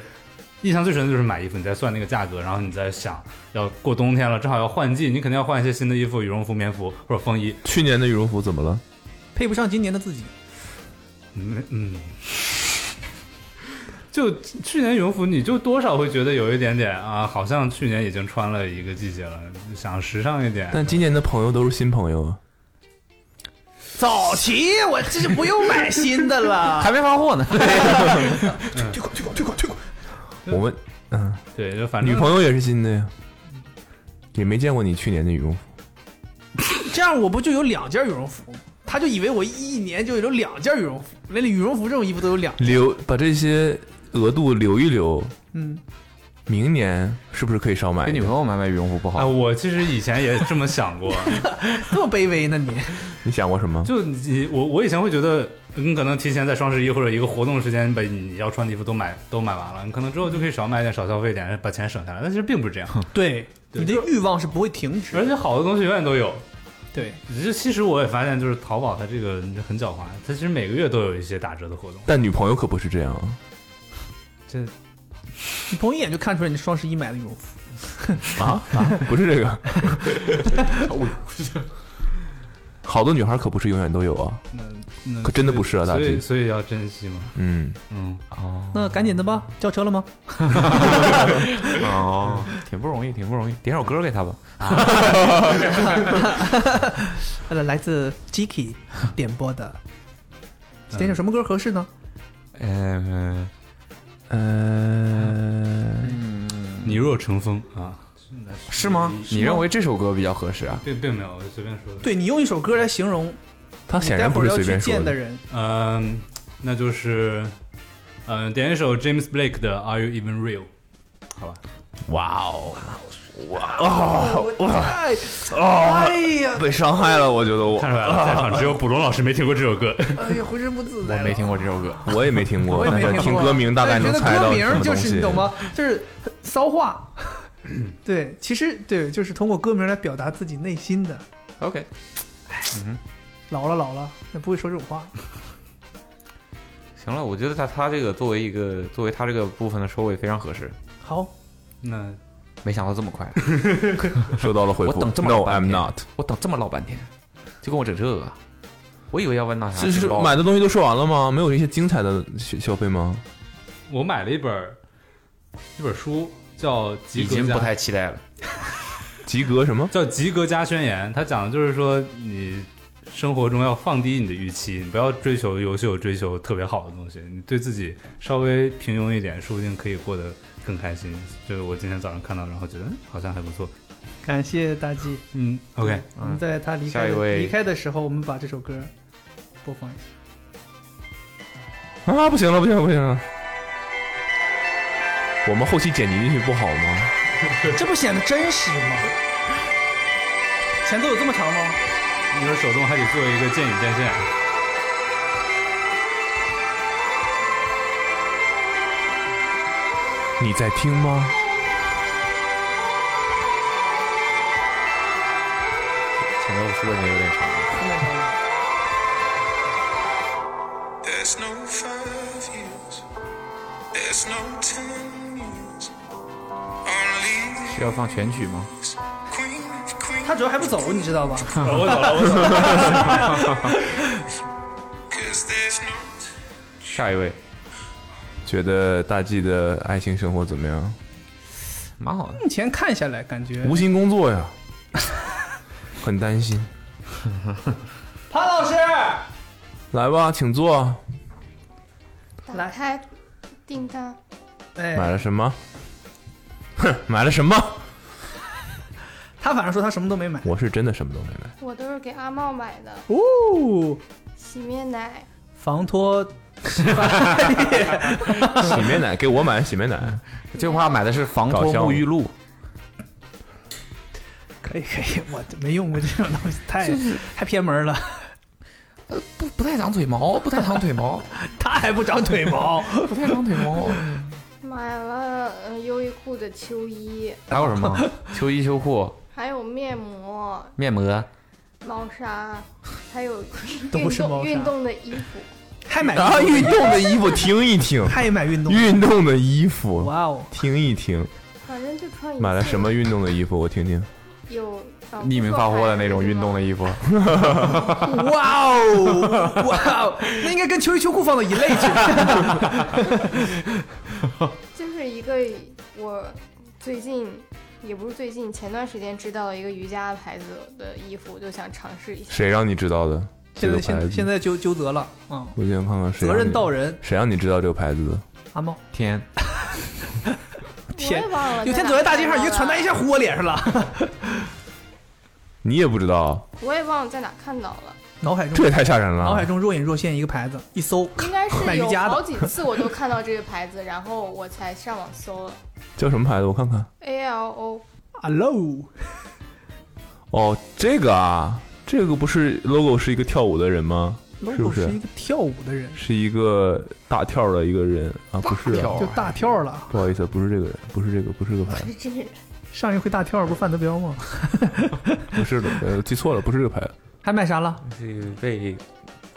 Speaker 6: 印象最深的就是买衣服，你在算那个价格，然后你在想要过冬天了，正好要换季，你肯定要换一些新的衣服，羽绒服、棉服或者风衣。
Speaker 2: 去年的羽绒服怎么了？
Speaker 3: 配不上今年的自己。
Speaker 6: 嗯嗯，就去年羽绒服，你就多少会觉得有一点点啊，好像去年已经穿了一个季节了，想时尚一点。
Speaker 2: 但今年的朋友都是新朋友啊。
Speaker 3: 早期我这就不用买新的了，
Speaker 2: 啊
Speaker 4: <laughs> 还没发货呢。
Speaker 2: <laughs>
Speaker 3: <laughs>
Speaker 2: 我们嗯，
Speaker 6: 对，就反正
Speaker 2: 女朋友也是新的呀，也没见过你去年的羽绒服。
Speaker 3: 这样我不就有两件羽绒服吗？他就以为我一年就有两件羽绒服，连羽绒服这种衣服都有两。
Speaker 2: 留把这些额度留一留，
Speaker 3: 嗯，
Speaker 2: 明年是不是可以少买
Speaker 4: 给
Speaker 2: 一
Speaker 4: 女
Speaker 2: 点？
Speaker 4: 朋友买买羽绒服不
Speaker 6: 啊，
Speaker 4: 好？
Speaker 6: 我其实以前也这么想过，
Speaker 3: 这么卑微呢你？ <laughs>
Speaker 2: 你想过什么？
Speaker 6: 就你我我以前会觉得，你可能提前在双十一或者一个活动时间把你要穿的衣服都买都买完了，你可能之后就可以少买点、少消费一点，把钱省下来。但其实并不是这样，
Speaker 3: 对，你的欲望是不会停止
Speaker 6: 而
Speaker 3: 的。
Speaker 6: 且好的东西永远都有。
Speaker 3: 对，
Speaker 6: 这其实我也发现，就是淘宝它这个很狡猾，它其实每个月都有一些打折的活动。
Speaker 2: 但女朋友可不是这样啊。
Speaker 6: 这
Speaker 3: 你朋友一眼就看出来你双十一买的羽绒服。
Speaker 2: 啊不是这个。 <laughs> 好多女孩可不是永远都有啊，
Speaker 6: 那那
Speaker 2: 可真的不是啊
Speaker 6: 所以
Speaker 2: 大
Speaker 6: 所
Speaker 2: 金
Speaker 6: 以所以要珍惜嘛。
Speaker 2: 嗯，
Speaker 6: 嗯，
Speaker 3: <laughs> 那赶紧的吧，叫车了
Speaker 2: <laughs>
Speaker 3: 吗？
Speaker 4: 哦， <laughs> 挺不容易，挺不容易。点首歌给 <laughs> 她吧。
Speaker 3: 呃， <laughs> 来自 Jiki 点播的，点首什么歌合适呢？
Speaker 4: 嗯
Speaker 6: 嗯你若乘风啊，
Speaker 4: 是吗？你认为这首歌比较合适啊？
Speaker 6: 并并没有，我就随便说的。
Speaker 3: 对你用一首歌来形容
Speaker 2: 她
Speaker 3: 你
Speaker 2: 显
Speaker 3: 待
Speaker 2: 然
Speaker 3: 会儿
Speaker 2: 不是
Speaker 3: 要
Speaker 2: 随
Speaker 3: 去
Speaker 2: 便说
Speaker 3: 见的。人，
Speaker 6: 嗯，那就是，嗯，点一首 James Blake 的《Are You Even Real》，好吧？
Speaker 2: 哇哦，
Speaker 4: 哦
Speaker 3: 哎，
Speaker 2: 哦
Speaker 3: 哎呀，
Speaker 2: 被伤害了，我觉得我
Speaker 6: 看出来了，在场只有捕龙老师没听过这首歌。
Speaker 3: 哎呀，浑身不自在
Speaker 4: 我
Speaker 3: 了。
Speaker 4: 没听过这首歌。
Speaker 2: 我也没听
Speaker 3: 我
Speaker 2: 过，
Speaker 3: 也
Speaker 2: 但
Speaker 3: 没
Speaker 2: 是
Speaker 3: 听
Speaker 2: 听
Speaker 3: 过
Speaker 2: 歌名大概
Speaker 3: 对
Speaker 2: 能
Speaker 3: 觉得
Speaker 2: 猜到
Speaker 3: 歌
Speaker 2: 什
Speaker 3: 名
Speaker 2: 么
Speaker 3: 就
Speaker 2: 东
Speaker 3: 是你
Speaker 2: 西。
Speaker 3: 懂吗？就是骚话。对，其实对，就是通过歌名来表达自己内心的。
Speaker 4: OK，嗯
Speaker 3: 老了老了，那不会说这种话。
Speaker 4: 行了，我觉得他他这个作为一个作为他这个部分的收尾非常合适。
Speaker 3: 好，
Speaker 6: 那
Speaker 4: 没想到这么快，
Speaker 2: <laughs> 收到了回
Speaker 4: 我
Speaker 2: 复
Speaker 4: 等这么
Speaker 2: ，No
Speaker 4: 老半
Speaker 2: I'm
Speaker 4: 天
Speaker 2: not，
Speaker 4: 我等这么老半天，就跟我整这个，啊我以为要问到啥
Speaker 2: 这是
Speaker 4: 情报
Speaker 2: 买的东西都说完了吗？没有一些精彩的消消费吗？
Speaker 6: 我买了一本一本书，叫《及
Speaker 4: 已
Speaker 6: 格
Speaker 4: 经
Speaker 6: 家
Speaker 4: 不太期待了。
Speaker 2: <laughs> 及格什么？
Speaker 6: 叫《及格家宣言》，它讲的就是说你生活中要放低你的预期，你不要追求优秀，追求特别好的东西，你对自己稍微平庸一点，说不定可以过得更开心。就是我今天早上看到，然后觉得嗯好像还不错。
Speaker 3: 感谢大 G。
Speaker 6: 嗯，OK，
Speaker 3: 我们在他离
Speaker 4: 下
Speaker 3: 开
Speaker 4: 一
Speaker 3: 的
Speaker 4: 位
Speaker 3: 离开的时候，我们把这首歌播放一下。
Speaker 2: 啊，不行了，不行了，不行了！我们后期剪辑进去不好吗？
Speaker 3: <laughs> 这不显得真实吗？前奏有这么长吗？
Speaker 6: 你说手动还得做一个渐影渐现。
Speaker 2: 你在听吗？
Speaker 4: 前奏是不是有点长？
Speaker 9: There's no five years. There's no ten years. Only
Speaker 4: 需要放全曲吗？
Speaker 9: queen of queens.
Speaker 3: 他主要还不走，你知道吧？
Speaker 6: <laughs> 我走了，我走了。
Speaker 9: Cause there's no
Speaker 4: 下一位，
Speaker 2: 觉得大 G 的爱情生活怎么样？
Speaker 4: 蛮好的。
Speaker 3: <laughs> 目前看下来感觉
Speaker 2: 无心工
Speaker 3: <laughs>
Speaker 2: 作呀，很担心。
Speaker 3: 潘老师，
Speaker 2: 来吧，请坐。
Speaker 10: 打开订单，
Speaker 2: 买
Speaker 3: 哎，
Speaker 2: 了什么？哼，买了什么？
Speaker 3: 他反正说他什么都没买
Speaker 2: 我是真的什么都没买。
Speaker 10: 我都是给阿茂买的
Speaker 3: 哦，
Speaker 10: 洗面奶，
Speaker 3: 防脱
Speaker 2: <laughs> 洗面奶给我买洗面
Speaker 4: <laughs>
Speaker 2: 奶，
Speaker 4: 就怕买的是防
Speaker 2: 搞
Speaker 4: 脱
Speaker 2: 笑
Speaker 4: 沐浴露，
Speaker 3: 可以可以，我没用过这种东西，太太偏门了，
Speaker 4: 呃不不太长腿毛，不太长腿毛，
Speaker 3: <laughs> 他还不长腿毛，
Speaker 4: <laughs> 不太长腿毛。
Speaker 10: 买了呃优衣库的秋衣，
Speaker 4: 还有什么？秋衣秋裤、
Speaker 10: 还有面膜、
Speaker 2: <laughs>
Speaker 4: 面膜，
Speaker 10: 猫砂，还有
Speaker 3: <laughs> 都
Speaker 10: 运
Speaker 3: 不是猫
Speaker 10: 动
Speaker 3: 砂
Speaker 10: 运动的衣服。
Speaker 3: 还买
Speaker 2: 啊，运动的
Speaker 3: <laughs>
Speaker 2: 衣服听一听，
Speaker 3: 他也买运动，
Speaker 2: 运动的衣服
Speaker 3: 哇哦，
Speaker 2: 听一听，
Speaker 10: 反正就穿一
Speaker 2: 买了
Speaker 10: 件
Speaker 2: 什么运动的衣服？我听听。
Speaker 10: 有呃
Speaker 4: 匿名发货的那种运动
Speaker 10: 服。
Speaker 4: 的衣服，
Speaker 3: 哇哦，哇哦，那应该跟秋衣秋裤放到一类去。
Speaker 2: <laughs>
Speaker 10: 就是一个我最近也不是最近，前段时间知道了一个瑜伽牌子的衣服，就想尝试一下。
Speaker 2: <laughs> 谁让你知道的？这
Speaker 3: 现
Speaker 2: 个
Speaker 3: 在现
Speaker 2: 牌子
Speaker 3: 在现在纠纠责了，嗯，
Speaker 2: 我先看看谁
Speaker 3: 责
Speaker 2: 让
Speaker 3: 任
Speaker 2: 你
Speaker 3: 到人，
Speaker 2: 谁让你知道这个牌子的？
Speaker 3: 阿茂。
Speaker 4: 天，
Speaker 10: 我也忘了。
Speaker 3: 有天走在大街上，一个传单一，下糊我脸上
Speaker 2: <laughs>
Speaker 3: 了，
Speaker 2: 你也不知道，啊
Speaker 10: 我也忘了在哪看到了，
Speaker 3: 脑海中
Speaker 2: 这也太吓人
Speaker 3: 脑海
Speaker 2: 了。
Speaker 3: 中若隐若现一个牌子，一搜
Speaker 10: 应该
Speaker 3: 买
Speaker 10: 是
Speaker 3: 瑜
Speaker 10: 有
Speaker 3: 伽的
Speaker 10: 好几次我都看到这个牌子，然后我才上网搜了。
Speaker 2: 叫什么牌子？我看看。
Speaker 10: A L O，
Speaker 3: ，hello，
Speaker 2: 哦，这个啊，这个不是 logo 是一个跳舞的人吗？是不
Speaker 3: logo
Speaker 2: 是
Speaker 3: 是一个跳舞的人，
Speaker 2: 是一个大跳的一个人啊？不是啊，
Speaker 3: 就大跳了。
Speaker 2: 不好意思，不是这个人，不是这个，不是这个牌子，
Speaker 3: 上一回大跳不是范德彪吗？ <laughs>
Speaker 2: 不是的，呃，记错了，不是这个牌子。
Speaker 3: 还买啥了？
Speaker 4: 这个被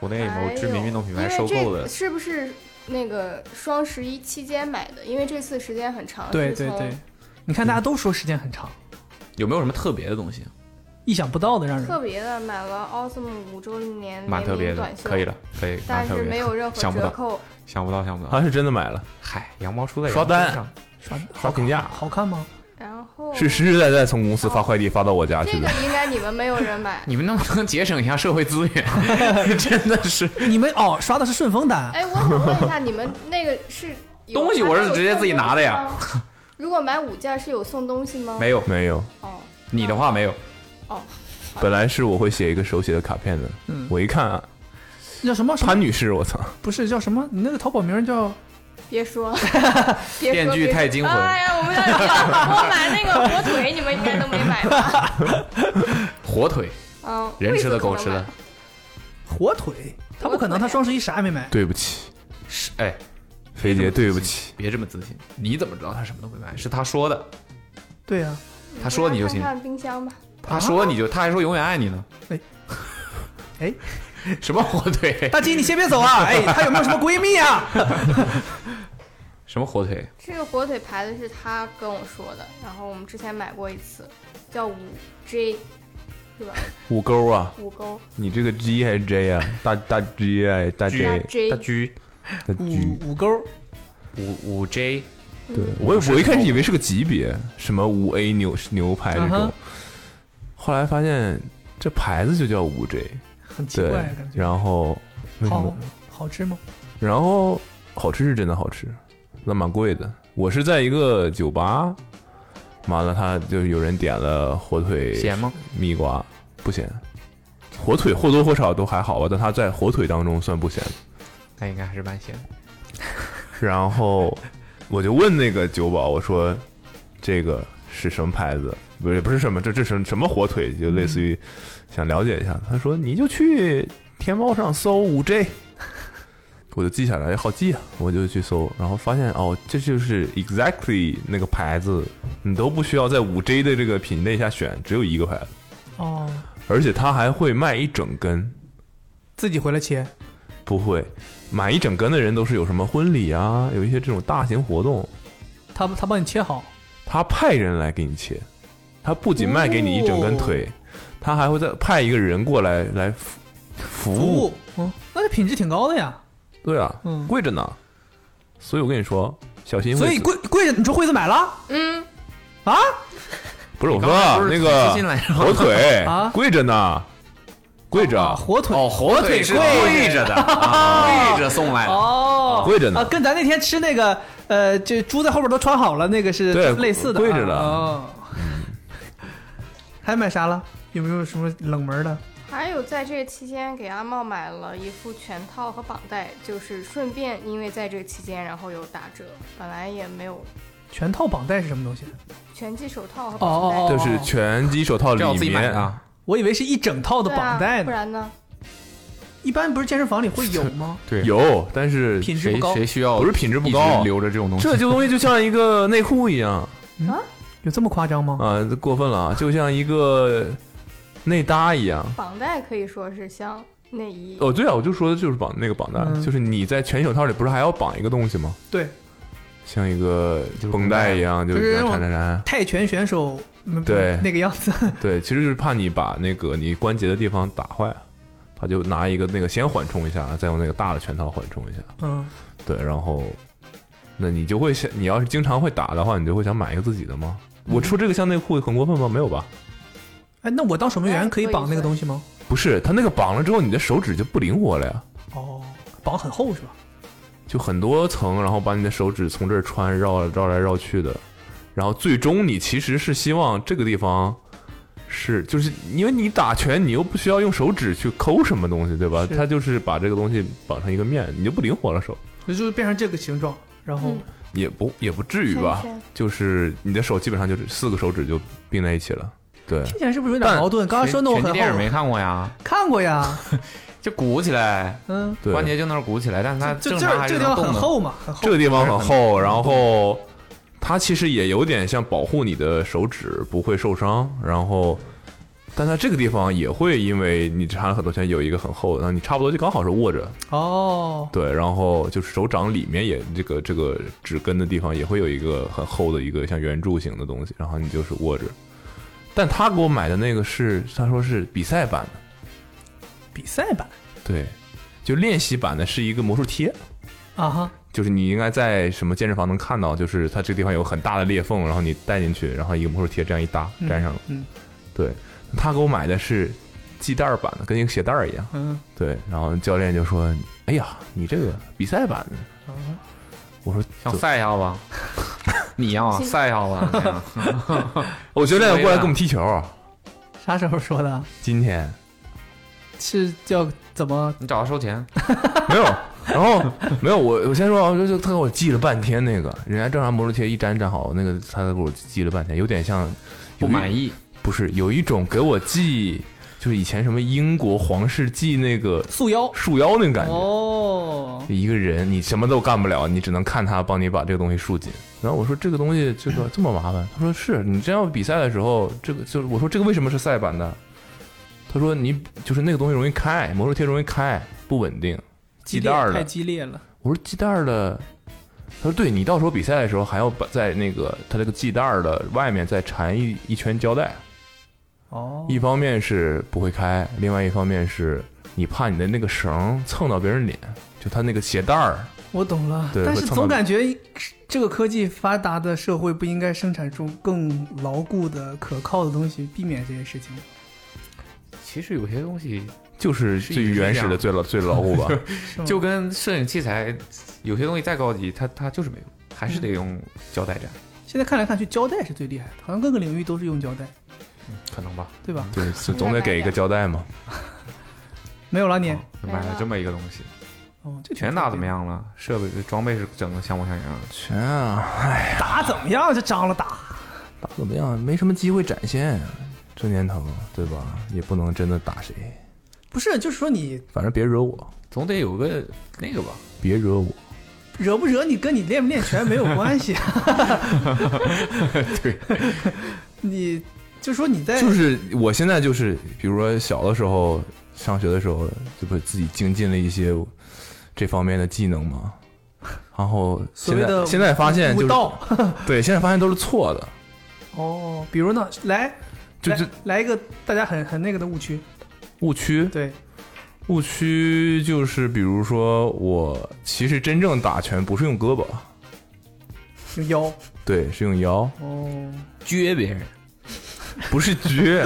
Speaker 4: 国内
Speaker 10: 还
Speaker 4: 某知名运动品牌
Speaker 10: 哎因为
Speaker 4: 收购
Speaker 10: 这
Speaker 4: 的，
Speaker 10: 是不是那个双十一期间买的？因为这次时间很长，
Speaker 3: 对
Speaker 10: 是
Speaker 3: 对
Speaker 10: 从
Speaker 3: 对，你看大家都说时间很长，
Speaker 4: <laughs> 有没有什么特别的东西？
Speaker 3: 意想不到的让
Speaker 10: 特
Speaker 3: 人。
Speaker 10: 别的买了 Awesome 五周年
Speaker 4: 蛮特
Speaker 10: 联
Speaker 4: 别
Speaker 10: 名
Speaker 4: 的
Speaker 10: 短，袖，
Speaker 4: 可以了，，可以，
Speaker 10: 但
Speaker 4: 蛮特
Speaker 10: 是
Speaker 4: 别的
Speaker 10: 没有任何
Speaker 4: 想不
Speaker 10: 折
Speaker 4: 到，
Speaker 10: 扣。
Speaker 4: 想不到，想不到。
Speaker 2: 他是真的买了，
Speaker 4: 嗨，羊毛出在
Speaker 2: 刷
Speaker 4: 羊身
Speaker 2: 单
Speaker 4: 上
Speaker 3: 刷
Speaker 2: 刷评价
Speaker 3: 好看吗？
Speaker 10: 然后
Speaker 2: 是实实在在从公司发快递发到我家
Speaker 10: 这
Speaker 2: 去
Speaker 10: 个
Speaker 2: 的。
Speaker 10: 应该你们没有人
Speaker 3: <laughs>
Speaker 10: 买。
Speaker 4: 你们能不能节省一下社会资源？ <laughs> 真的是
Speaker 3: 你们哦刷的是顺丰单，
Speaker 10: 哎，我想问
Speaker 4: <laughs>
Speaker 10: 一下，你们那个是有
Speaker 4: 东西我是直接自己拿的
Speaker 10: 它
Speaker 4: 呀。
Speaker 10: 有送东西吗如果买五件是有送东西吗？
Speaker 4: <laughs> 没有，
Speaker 2: 没有，
Speaker 10: 哦，
Speaker 4: 你的话没有，
Speaker 2: 本来是我会写一个手写的卡片的，
Speaker 3: 嗯
Speaker 2: 我一看啊
Speaker 3: 那叫什么？什么
Speaker 2: 潘女士，我操，
Speaker 3: 不是叫什么？你那个淘宝名叫
Speaker 10: 别说，
Speaker 4: <laughs>
Speaker 10: 别说
Speaker 4: 电
Speaker 10: 别
Speaker 4: 锯
Speaker 10: 说
Speaker 4: 太惊魂
Speaker 10: 哎呀，我们要聊，我买那个火腿，你们应该都没买吧？
Speaker 4: <laughs> 火腿，
Speaker 10: 嗯，
Speaker 4: 人吃
Speaker 10: 惠子可能
Speaker 4: 的狗吃的
Speaker 10: 买，
Speaker 3: 火腿，他不可能，他双十一啥也没买。
Speaker 2: 对不起，
Speaker 4: 是哎，
Speaker 2: 肥姐，对不起，
Speaker 4: 别这么自信，你怎么知道他什么都没买？是他说的，
Speaker 3: 对啊呀，
Speaker 4: 他说你就信
Speaker 10: 看看冰箱吧。
Speaker 4: 他说你就，他还说永远爱你呢。
Speaker 3: 啊哎，哎，
Speaker 4: <laughs> 什么火腿？
Speaker 3: 大金你先别走啊！哎，她有没有什
Speaker 4: <laughs>
Speaker 3: 么闺蜜 <laughs> 啊？
Speaker 4: 什么火腿？
Speaker 10: 这个火腿牌子是他跟我说的，然后我们之前买过一次，叫五 J，是吧？
Speaker 2: 五勾啊，
Speaker 10: 五勾
Speaker 2: 你这个 G 还是 J 啊？大大 G 哎，大 J，
Speaker 10: J，
Speaker 4: 大狙
Speaker 2: 大 G。
Speaker 3: 五五勾，
Speaker 4: 五五 J，嗯
Speaker 2: 对我
Speaker 4: 不是
Speaker 2: 我一开始以为是个级别，什么五 A 牛牛排这
Speaker 3: 嗯
Speaker 2: 种
Speaker 3: 哼，
Speaker 2: 后来发现这牌子就叫五 J，
Speaker 3: 很奇
Speaker 2: 对
Speaker 3: 怪感，觉。
Speaker 2: 然后为什么
Speaker 3: 好？好吃吗？
Speaker 2: 然后好吃是真的好吃，那蛮贵的。我是在一个酒吧，完了他就有人点了火腿
Speaker 4: 咸吗？
Speaker 2: 蜜瓜，不咸。火腿或多或少都还好吧，但它在火腿当中算不咸。
Speaker 4: 那应该还是蛮咸的。
Speaker 2: <laughs> 然后我就问那个酒保，我说这个是什么牌子？不是不是什么，这这什什么火腿？就类似于想了解一下。他说你就去天猫上搜五 J，我就记下来，也好记啊，我就去搜，然后发现哦，这就是 exactly 那个牌子，你都不需要在五 J 的这个品类下选，只有一个牌子，
Speaker 3: 哦，
Speaker 2: 而且它还会卖一整根。
Speaker 3: 自己回来切。
Speaker 2: 不会，买一整根的人都是有什么婚礼啊，有一些这种大型活动，
Speaker 3: 他他帮你切好，
Speaker 2: 他派人来给你切，他不仅卖给你一整根
Speaker 3: 哦
Speaker 2: 腿，他还会再派一个人过来来服服务。
Speaker 3: 服务，嗯，那这品质挺高的呀。
Speaker 2: 对啊，
Speaker 3: 嗯
Speaker 2: 贵着呢。所以我跟你说，小心惠子。
Speaker 3: 所以贵贵着，你说惠子买了？
Speaker 10: 嗯，
Speaker 3: 啊？
Speaker 2: 不是我
Speaker 4: 你刚才
Speaker 2: 说啊
Speaker 4: 不
Speaker 2: 那
Speaker 4: 是
Speaker 2: 个
Speaker 4: 提进来然后
Speaker 2: 火
Speaker 3: <laughs>
Speaker 2: 腿
Speaker 3: 啊
Speaker 2: 跪着呢，跪着，
Speaker 3: 火腿
Speaker 4: 哦，火腿是跪
Speaker 3: <laughs>
Speaker 4: 着的，啊跪着送来的。
Speaker 3: 哦，
Speaker 2: 跪着呢
Speaker 3: 啊，跟咱那天吃那个呃，这猪在后边都穿好了，那个是
Speaker 2: 对
Speaker 3: 类似的，
Speaker 2: 跪着的
Speaker 3: 啊哦，还买啥了？有没有什么冷门的？
Speaker 10: 还有在这期间给阿茂买了一副全套和绑带，就是顺便因为在这期间然后有打折，本来也没有
Speaker 3: 全套绑带是什么东西？
Speaker 10: 拳击手套和绑带。
Speaker 3: 哦哦哦
Speaker 2: 就是拳击手套
Speaker 4: 这我
Speaker 2: 里
Speaker 4: 自己买
Speaker 2: 面
Speaker 4: 的啊，
Speaker 3: 我以为是一整套的
Speaker 10: 对
Speaker 3: 哦绑
Speaker 10: 啊，
Speaker 3: 带
Speaker 10: 不
Speaker 3: 呢。
Speaker 10: 然呢？
Speaker 3: 一般不是健身房里会有吗？
Speaker 4: 对，
Speaker 2: 有，但是
Speaker 3: 品质不
Speaker 4: 谁
Speaker 3: 高，
Speaker 4: 谁需要
Speaker 2: 不是品质不高
Speaker 4: 一直留着这种东西
Speaker 2: 这，就东西就像一个内裤一样
Speaker 3: 有这么夸张吗？
Speaker 2: 啊，过分了啊，就像一个内搭一样。
Speaker 10: 绑带可以说是像内衣，
Speaker 2: 哦，对啊，我就说的就是绑那个绑带，
Speaker 3: 嗯
Speaker 2: 就是你在拳手套里不是还要绑一个东西吗？
Speaker 3: 对，
Speaker 2: 像一个绷带一样，就
Speaker 3: 就是
Speaker 2: 是
Speaker 3: 那种
Speaker 2: 缠缠缠。
Speaker 3: 泰拳选手嗯
Speaker 2: 对
Speaker 3: 那个样子， <laughs>
Speaker 2: 对，其实就是怕你把那个你关节的地方打坏，他就拿一个那个先缓冲一下，再用那个大的拳套缓冲一下。
Speaker 3: 嗯，
Speaker 2: 对，然后，那你就会想，你要是经常会打的话，你就会想买一个自己的吗？
Speaker 3: 嗯
Speaker 2: 我出这个像内裤很过分吗？没有吧？
Speaker 3: 哎，那我当守门员可以绑那个东西吗？
Speaker 2: 不是，他那个绑了之后，你的手指就不灵活了呀，
Speaker 3: 哦，绑很厚是吧？
Speaker 2: 就很多层，然后把你的手指从这儿穿绕绕来绕去的，然后最终你其实是希望这个地方。是，就是因为你打拳，你又不需要用手指去抠什么东西，对吧？
Speaker 3: 是
Speaker 2: 他就是把这个东西绑成一个面，你就不灵活了手。
Speaker 3: 也就是变成这个形状，然后
Speaker 10: 嗯
Speaker 2: 也不也不至于吧
Speaker 10: 圈圈，
Speaker 2: 就是你的手基本上就是四个手指就并在一起了。对，
Speaker 3: 听起来是不是有点
Speaker 2: 但
Speaker 3: 矛盾？刚刚说弄
Speaker 4: 拳击
Speaker 3: 很
Speaker 4: 电影没
Speaker 3: 厚，
Speaker 4: 看过呀，
Speaker 3: 看过呀，
Speaker 4: 就鼓起来，
Speaker 3: 嗯，
Speaker 4: <laughs>
Speaker 2: 对
Speaker 4: 关节就那儿鼓起来，但是它
Speaker 3: 就
Speaker 4: 正
Speaker 3: 这
Speaker 4: 常
Speaker 3: 儿
Speaker 4: 还
Speaker 3: 这
Speaker 4: 是
Speaker 3: 地
Speaker 4: 能
Speaker 3: 方
Speaker 4: 动
Speaker 3: 很
Speaker 4: 的。
Speaker 3: 厚嘛，很厚。
Speaker 2: 这个地方很厚，然后它其实也有点像保护你的手指不会受伤，然后但它这个地方也会因为你插了很多拳，有一个很厚的，然后你差不多就刚好是握着，
Speaker 3: 哦，
Speaker 2: 对，然后就是手掌里面也这个这个指根的地方也会有一个很厚的一个像圆柱形的东西，然后你就是握着。但他给我买的那个是，他说是比赛版的。
Speaker 3: 比赛版
Speaker 2: 对，就练习版的是一个魔术贴，
Speaker 3: 啊哈，
Speaker 2: 就是你应该在什么健身房能看到，就是它这个地方有很大的裂缝，然后你带进去，然后一个魔术贴这样一搭
Speaker 3: 嗯
Speaker 2: 粘上了。
Speaker 3: 嗯
Speaker 2: 对，他给我买的是系带儿版的，跟一个鞋带儿一样。
Speaker 3: 嗯，
Speaker 2: 对，然后教练就说：“哎呀，你这个比赛版的。”
Speaker 3: 啊
Speaker 2: 我说
Speaker 4: 想
Speaker 2: 怎
Speaker 4: 赛一下吧，你要啊 <laughs> 赛一下
Speaker 3: <laughs>
Speaker 4: 吧这样，：“
Speaker 2: 我教练过来跟我们踢球啊，
Speaker 3: 啥时候说的？
Speaker 2: 今天
Speaker 3: 是叫怎么？
Speaker 4: 你找他收钱。
Speaker 2: 没有。”然后没有我，我先说啊，就就他给我系了半天那个，人家正常魔术贴一粘粘好，那个他给我系了半天，有点像
Speaker 4: 不满意，
Speaker 2: 不是，有一种给我寄，就是以前什么英国皇室寄那个
Speaker 3: 束腰？
Speaker 2: 束腰那个感觉。
Speaker 3: 哦，
Speaker 2: 一个人你什么都干不了，你只能看他帮你把这个东西束紧。然后我说这个东西这个这么麻烦，他说是你真要比赛的时候，这个就是我说这个为什么是赛版的？他说你就是那个东西容易开，魔术贴容易开，不稳定，
Speaker 3: 激
Speaker 2: 系带儿
Speaker 3: 烈，
Speaker 2: 的
Speaker 3: 太。激烈了。
Speaker 2: 我说系带儿的，他说对你到时候比赛的时候还要把在那个他这个系带儿的外面再缠一一圈胶带。
Speaker 3: 哦，
Speaker 2: 一方面是不会开，另外一方面是你怕你的那个绳蹭到别人脸，就他那个鞋带儿。
Speaker 3: 我懂了，
Speaker 2: 对
Speaker 3: 但是
Speaker 2: 会蹭到
Speaker 3: 总
Speaker 2: 你
Speaker 3: 感觉这个科技发达的社会不应该生产出更牢固的、可靠的东西，避免这些事情。
Speaker 4: 其实有些东西
Speaker 2: 就是最原始的、最 <laughs> 老、最牢固吧。
Speaker 4: <laughs>
Speaker 3: 是吗
Speaker 4: 就跟摄影器材，有些东西再高级，它它就是没用，还是得用胶带粘，
Speaker 3: 现在看来看去，胶带是最厉害的，好像各个领域都是用胶带，
Speaker 4: 可能吧。
Speaker 3: 嗯对吧？ <laughs>
Speaker 2: 对，总总得给一个交代嘛。
Speaker 3: 没有了你，
Speaker 4: 买了这么一个东西，
Speaker 3: 哦，这
Speaker 4: 拳打怎么？样了？设备装备是整的像模像样的。
Speaker 2: 拳啊，
Speaker 3: 打怎么样？就张了打。
Speaker 2: 打怎么样？没什么机会展现，啊这年头，对吧？也不能真的打谁，
Speaker 3: 不是，就是说你
Speaker 2: 反正别惹我，
Speaker 4: 总得有个那个吧，
Speaker 2: 别惹我。
Speaker 3: 惹不惹你，跟你练不练拳没有关系。
Speaker 4: <laughs> 对，
Speaker 3: 你就说你在
Speaker 2: 就是我现在就是，比如说小的时候上学的时候，就不自己精进了一些这方面的技能嘛。然后
Speaker 3: 所
Speaker 2: 现
Speaker 3: 谓
Speaker 2: 在
Speaker 3: 的
Speaker 2: 现在发现就
Speaker 3: 武
Speaker 2: 是
Speaker 3: 道
Speaker 2: 对，现在发现都是错的，
Speaker 3: 哦，比如呢，来，
Speaker 2: 就
Speaker 3: 来
Speaker 2: 就
Speaker 3: 来一个大家很很那个的误区，
Speaker 2: 误区。
Speaker 3: 对，
Speaker 2: 误区就是，比如说我其实真正打拳不是用胳膊，
Speaker 3: 用腰
Speaker 2: 对，是用腰，
Speaker 3: 哦，
Speaker 4: 撅别人。
Speaker 2: 不是撅。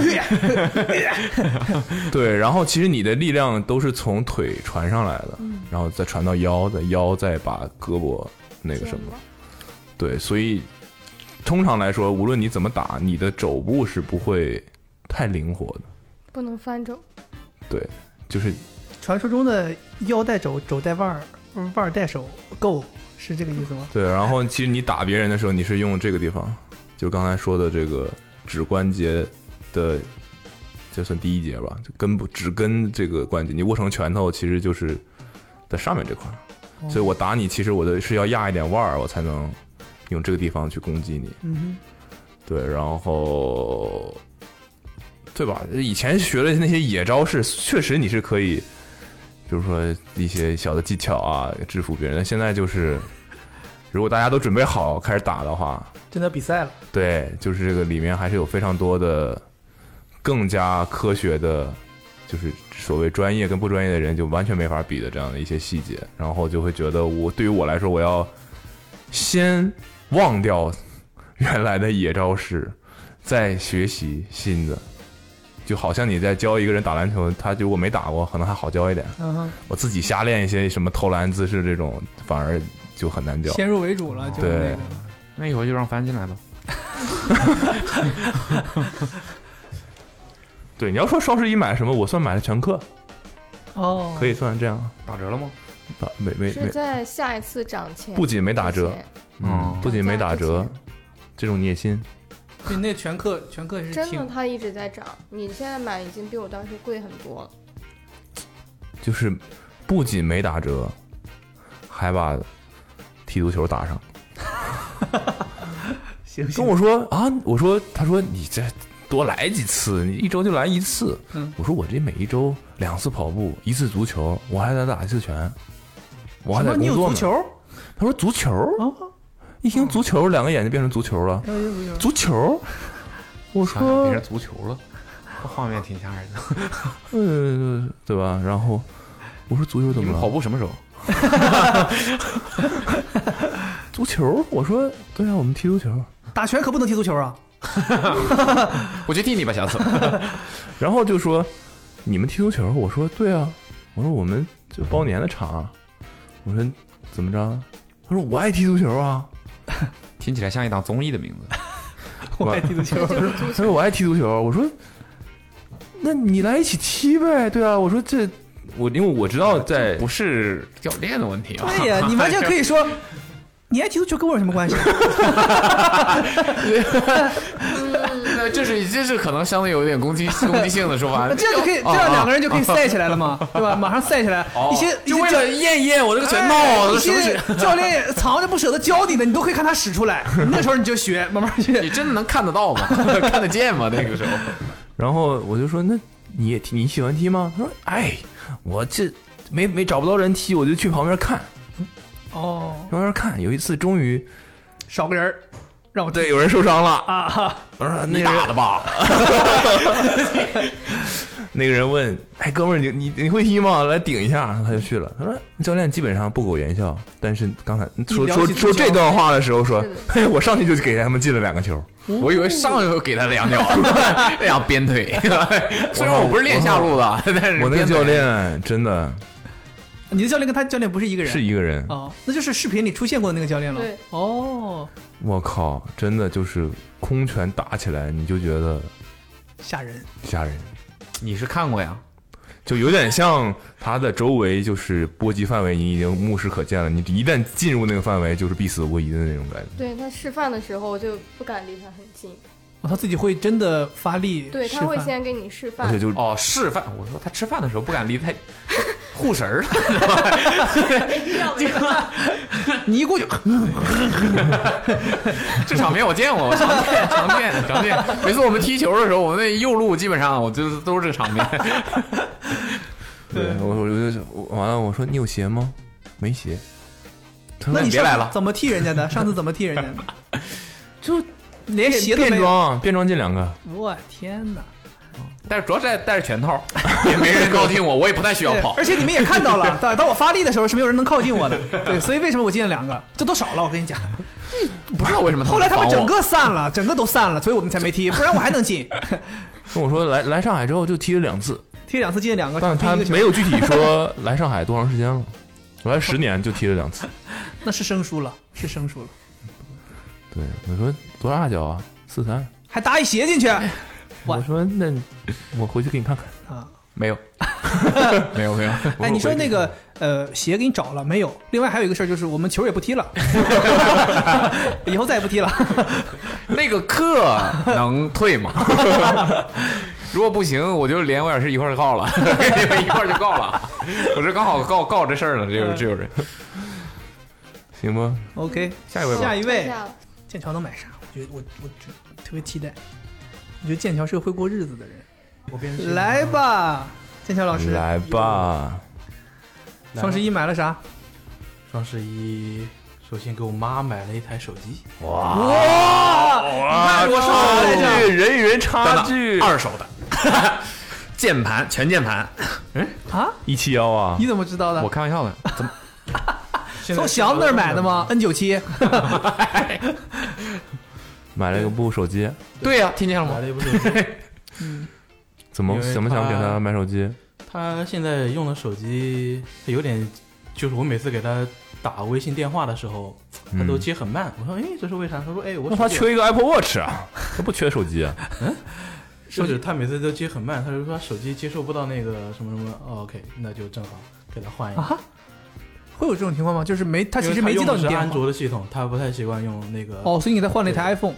Speaker 2: <laughs> 对，然后其实你的力量都是从腿传上来的，然后再传到腰，再腰再把胳膊那个什么。对，所以通常来说，无论你怎么打，你的肘部是不会太灵活的。
Speaker 10: 不能翻肘，
Speaker 2: 对，就是
Speaker 3: 传说中的腰带肘，肘带腕儿，腕儿带手，够是这个意思吗？
Speaker 2: 对。然后其实你打别人的时候，你是用这个地方，就刚才说的这个指关节的，这算第一节吧，就根部指根这个关节，你握成拳头其实就是在上面这块儿。所以我打你，其实我的是要压一点腕儿，我才能用这个地方去攻击你。
Speaker 3: 嗯
Speaker 2: 对，然后对吧？以前学的那些野招式，确实你是可以，比如说一些小的技巧啊，制服别人。但现在就是，如果大家都准备好开始打的话，
Speaker 3: 哼，真的比赛了，
Speaker 2: 对，就是这个里面还是有非常多的更加科学的，就是所谓专业跟不专业的人就完全没法比的这样的一些细节，然后就会觉得我对于我来说，我要先忘掉原来的野招式，再学习新的。就好像你在教一个人打篮球，他如果没打过，可能还好教一点。
Speaker 3: 嗯哼，
Speaker 2: 我自己瞎练一些什么投篮姿势这种，反而就很难教。
Speaker 3: 先入为主了，就是那
Speaker 2: 对
Speaker 3: 个。
Speaker 4: 那一会儿就让翻进
Speaker 2: <laughs>
Speaker 4: 来吧。
Speaker 2: 对，你要说双十一买什么，我算买了全课，
Speaker 3: 哦，
Speaker 2: 可以算这样。
Speaker 4: 嗯打折了吗？
Speaker 2: 啊，没没
Speaker 10: 是
Speaker 2: 没，
Speaker 10: 在下一次涨前
Speaker 2: 不仅没打折
Speaker 10: 之前，
Speaker 2: 嗯，不仅没打折，这种你也信？
Speaker 3: 对，那全课全课是
Speaker 10: 真的
Speaker 3: 挺
Speaker 10: 它一直在涨。你现在买已经比我当时贵很多了，
Speaker 2: 就是不仅没打折，还把踢足球打上。
Speaker 3: <laughs> 行
Speaker 2: 跟我说啊，我说，他说你这多来几次，你一周就来一次。
Speaker 3: 嗯
Speaker 2: 我说我这每一周两次跑步，一次足球，我还得打一次拳，我还
Speaker 3: 什
Speaker 2: 得
Speaker 3: 么？你有
Speaker 2: 工作
Speaker 3: 足
Speaker 2: 呢。
Speaker 3: 球？
Speaker 2: 他说足球，
Speaker 3: 哦，哎
Speaker 2: 一听足球，两个眼睛变成足球了。
Speaker 7: 哎
Speaker 3: 有有有。
Speaker 2: 足球，我
Speaker 4: 好像
Speaker 2: 说
Speaker 4: 变成足球了，画面挺吓人的。
Speaker 2: 呃，对吧？然后我说足球怎
Speaker 4: 你
Speaker 2: 么
Speaker 4: 们
Speaker 2: 了？
Speaker 4: 跑步什么时候？
Speaker 2: <laughs> 足球？我说对啊，我们踢足球。
Speaker 3: 打拳可不能踢足球啊！
Speaker 4: <laughs> 我去替你吧，下次。
Speaker 2: 然后就说你们踢足球？我说对啊，我说我们就包年的场，啊我说怎么着？他说我爱踢足球啊，
Speaker 4: 听起来像一档综艺的名
Speaker 3: <laughs>
Speaker 4: 字。
Speaker 3: 我爱踢足球
Speaker 10: 这，
Speaker 4: <laughs>
Speaker 10: 就是足
Speaker 2: 他
Speaker 10: 球。
Speaker 2: 说我爱踢足球，我说那你来一起踢呗，对啊，我说这我因为我知道在
Speaker 4: 不是教练的问题啊。
Speaker 3: <laughs> 对呀，你完全可以说，你爱踢足球跟我有什么关系？
Speaker 4: <laughs> 那这是这是可能相对有一点攻击攻击性的说法哦
Speaker 3: 那。这样就可以，这样两个人就可以赛起来了嘛，对吧？马上赛起来，一些一
Speaker 4: 就
Speaker 3: 些
Speaker 4: 为
Speaker 3: 教
Speaker 4: 了验一验我这个
Speaker 3: 哎
Speaker 4: 拳头，
Speaker 3: 一
Speaker 4: 这什么
Speaker 3: 些
Speaker 4: 是？ <laughs>
Speaker 3: 教练藏着不舍得教你的，你都可以看他使出来。 <laughs> 那时候你就学， <laughs> 慢慢
Speaker 4: 你
Speaker 3: 学。
Speaker 4: 真的能看得到吗？ <laughs> 看得见吗？那个时候，
Speaker 2: <laughs> 然后我就说：“那你也踢，你喜欢踢吗？”他说：“哎，我这没没找不到人踢，我就去旁边看，
Speaker 3: 哦，
Speaker 2: 旁边看。有一次终于
Speaker 3: <laughs> 少个人儿，让我
Speaker 2: 对有人受伤了，
Speaker 3: <laughs> 啊
Speaker 4: <laughs>
Speaker 3: 哈，
Speaker 2: 我
Speaker 4: 呃
Speaker 2: 说那打的吧。 <laughs> 那个人问：“哎，哥们儿，你你你会踢吗？来顶一下。”他就去了。他说：“教练基本上不苟言笑，但是刚才说
Speaker 3: 聊
Speaker 2: 说
Speaker 3: 起足
Speaker 2: 说这
Speaker 3: 球
Speaker 2: 段话的时候说
Speaker 10: 是的，
Speaker 2: 嘿，我上去就给他们进了两个
Speaker 4: <laughs>
Speaker 2: 球。”
Speaker 4: 我以为上一回给他两脚， <laughs> 两鞭腿。虽然我不是练下路的，但是
Speaker 2: 我那个
Speaker 4: 鞭腿
Speaker 2: 教练真的
Speaker 3: 你的教练跟他教练不是一个人，
Speaker 2: 是一个人，
Speaker 3: 哦，那就是视频里出现过的那个教练了
Speaker 10: 对。
Speaker 3: 哦，
Speaker 2: 我靠，真的就是空拳打起来，你就觉得
Speaker 3: 吓人。
Speaker 2: 吓人，
Speaker 4: 你是看过呀？
Speaker 2: 就有点像他的周围就是波及范围，你已经目视可见了。你一旦进入那个范围，就是必死无疑的那种感觉。
Speaker 10: 对他示范的时候，我就不敢离他很近。
Speaker 3: 哦他自己会真的发力，
Speaker 10: 对，
Speaker 3: 示
Speaker 10: 他会
Speaker 3: 范
Speaker 10: 先给你示
Speaker 2: 而
Speaker 10: 范
Speaker 2: 且，啊就
Speaker 4: 哦，示范。我说他吃饭的时候不敢
Speaker 3: <laughs>
Speaker 4: 离太护神 <laughs> 儿了。
Speaker 10: <laughs>
Speaker 3: 你一过去，
Speaker 4: <laughs> 这场面我见过，我常见常见常见。每次我们踢球的时候，我们那右路基本上我就是都是这个场面。 <laughs>
Speaker 2: 对我，我就我完了，我说你有鞋吗？没鞋。他
Speaker 3: 那
Speaker 2: 说
Speaker 3: 你
Speaker 4: 别来了
Speaker 3: 上次怎么踢人家的？上次怎么踢人家的？ <laughs>
Speaker 2: 就
Speaker 3: 连鞋都 <laughs>
Speaker 2: 变
Speaker 3: 没有。
Speaker 2: 哎装，变装进两个。
Speaker 3: 我天哪！
Speaker 4: 但是主要是戴着拳套， <laughs> 也没人高兴我，我也不太需要
Speaker 3: 对
Speaker 4: 跑
Speaker 3: 而。且你们也看到了，当当我发力的时候是没有人能靠近我的。对，所以为什么我进了两个？这都少了，我跟你讲。
Speaker 10: 这
Speaker 4: 不知道为什
Speaker 3: <laughs>
Speaker 4: 么
Speaker 3: 后来他
Speaker 4: 他
Speaker 3: 们整
Speaker 4: 个
Speaker 3: 个散了，整个都散了，所以我们才没踢，不然我还能进，
Speaker 2: 跟我说来来上海之后就踢了两次，
Speaker 3: 踢两次进两个，
Speaker 2: 但
Speaker 3: 第一
Speaker 2: <laughs> 他
Speaker 3: 个球
Speaker 2: 没有具体说来上海多长时间了， <laughs> 我来十年就踢了两次。
Speaker 3: <laughs> 那是生疏了，是生疏了，
Speaker 2: 对，我说多大脚啊？四三。
Speaker 3: 还打一鞋进去
Speaker 2: 我说那我回去给你看看。
Speaker 3: 啊。
Speaker 4: 没
Speaker 2: <laughs>
Speaker 4: 有， <laughs> 没有没有。
Speaker 3: 哎，你说那个呃鞋给你找了没有？另外还有一个事儿就是我们球也不踢
Speaker 4: <laughs>
Speaker 3: 了，以后再也不踢了。
Speaker 4: 那个课能退吗？ <laughs> 如果不行，我就连威尔士一块儿告了， <laughs> 跟你们一块儿就告了。我这刚好告告这事儿了，这个这个人。
Speaker 2: 行吧，
Speaker 3: OK，
Speaker 4: 下一位吧
Speaker 3: 下一位，
Speaker 10: 下了
Speaker 3: 剑桥能买啥？我觉得我我就特别期待。我觉得剑桥是个会过日子的人。
Speaker 7: 我变成
Speaker 3: 来吧，剑桥老师，
Speaker 2: 来吧，
Speaker 3: 双十一买了啥？
Speaker 7: 双十一，首先给我妈买了一台手机，
Speaker 4: 哇，我
Speaker 2: 这个人与人差距
Speaker 4: 二手的键盘，全键盘。
Speaker 3: 啊？
Speaker 2: 一七幺啊
Speaker 3: 你，怎么知道的
Speaker 4: 我？开玩笑的，怎么
Speaker 3: 从祥子那儿买的吗？N 九七，
Speaker 2: 买了一部手机，
Speaker 4: 对呀、听见了
Speaker 7: 买
Speaker 4: 吗？
Speaker 7: 了一部手机。
Speaker 2: 怎么
Speaker 7: 因为
Speaker 2: 怎么想给
Speaker 7: 他
Speaker 2: 他买手机？
Speaker 7: 她现在用的手机有点，就是我每次给她打微信电话的时候，她都
Speaker 2: 嗯
Speaker 7: 接很慢。我说，哎，这是为啥？她说，哎，我
Speaker 2: 那
Speaker 7: 手
Speaker 2: 他
Speaker 7: 机
Speaker 2: 缺一个 Apple Watch
Speaker 4: <laughs>
Speaker 2: 啊，他不缺手机啊。
Speaker 4: 嗯
Speaker 7: 不止他每次都接很慢，他就说他手机接受不到那个什么什么。哦、OK，那就正好给他换一个。
Speaker 3: 啊会有这种情况吗？就是没，他
Speaker 7: 他
Speaker 3: 其实没接到
Speaker 7: 用的
Speaker 3: 你
Speaker 7: 是
Speaker 3: 电
Speaker 7: 安
Speaker 3: 话。
Speaker 7: 卓的系统，他不太习惯用那个。，
Speaker 3: 哦，所以你给他换了一台 iPhone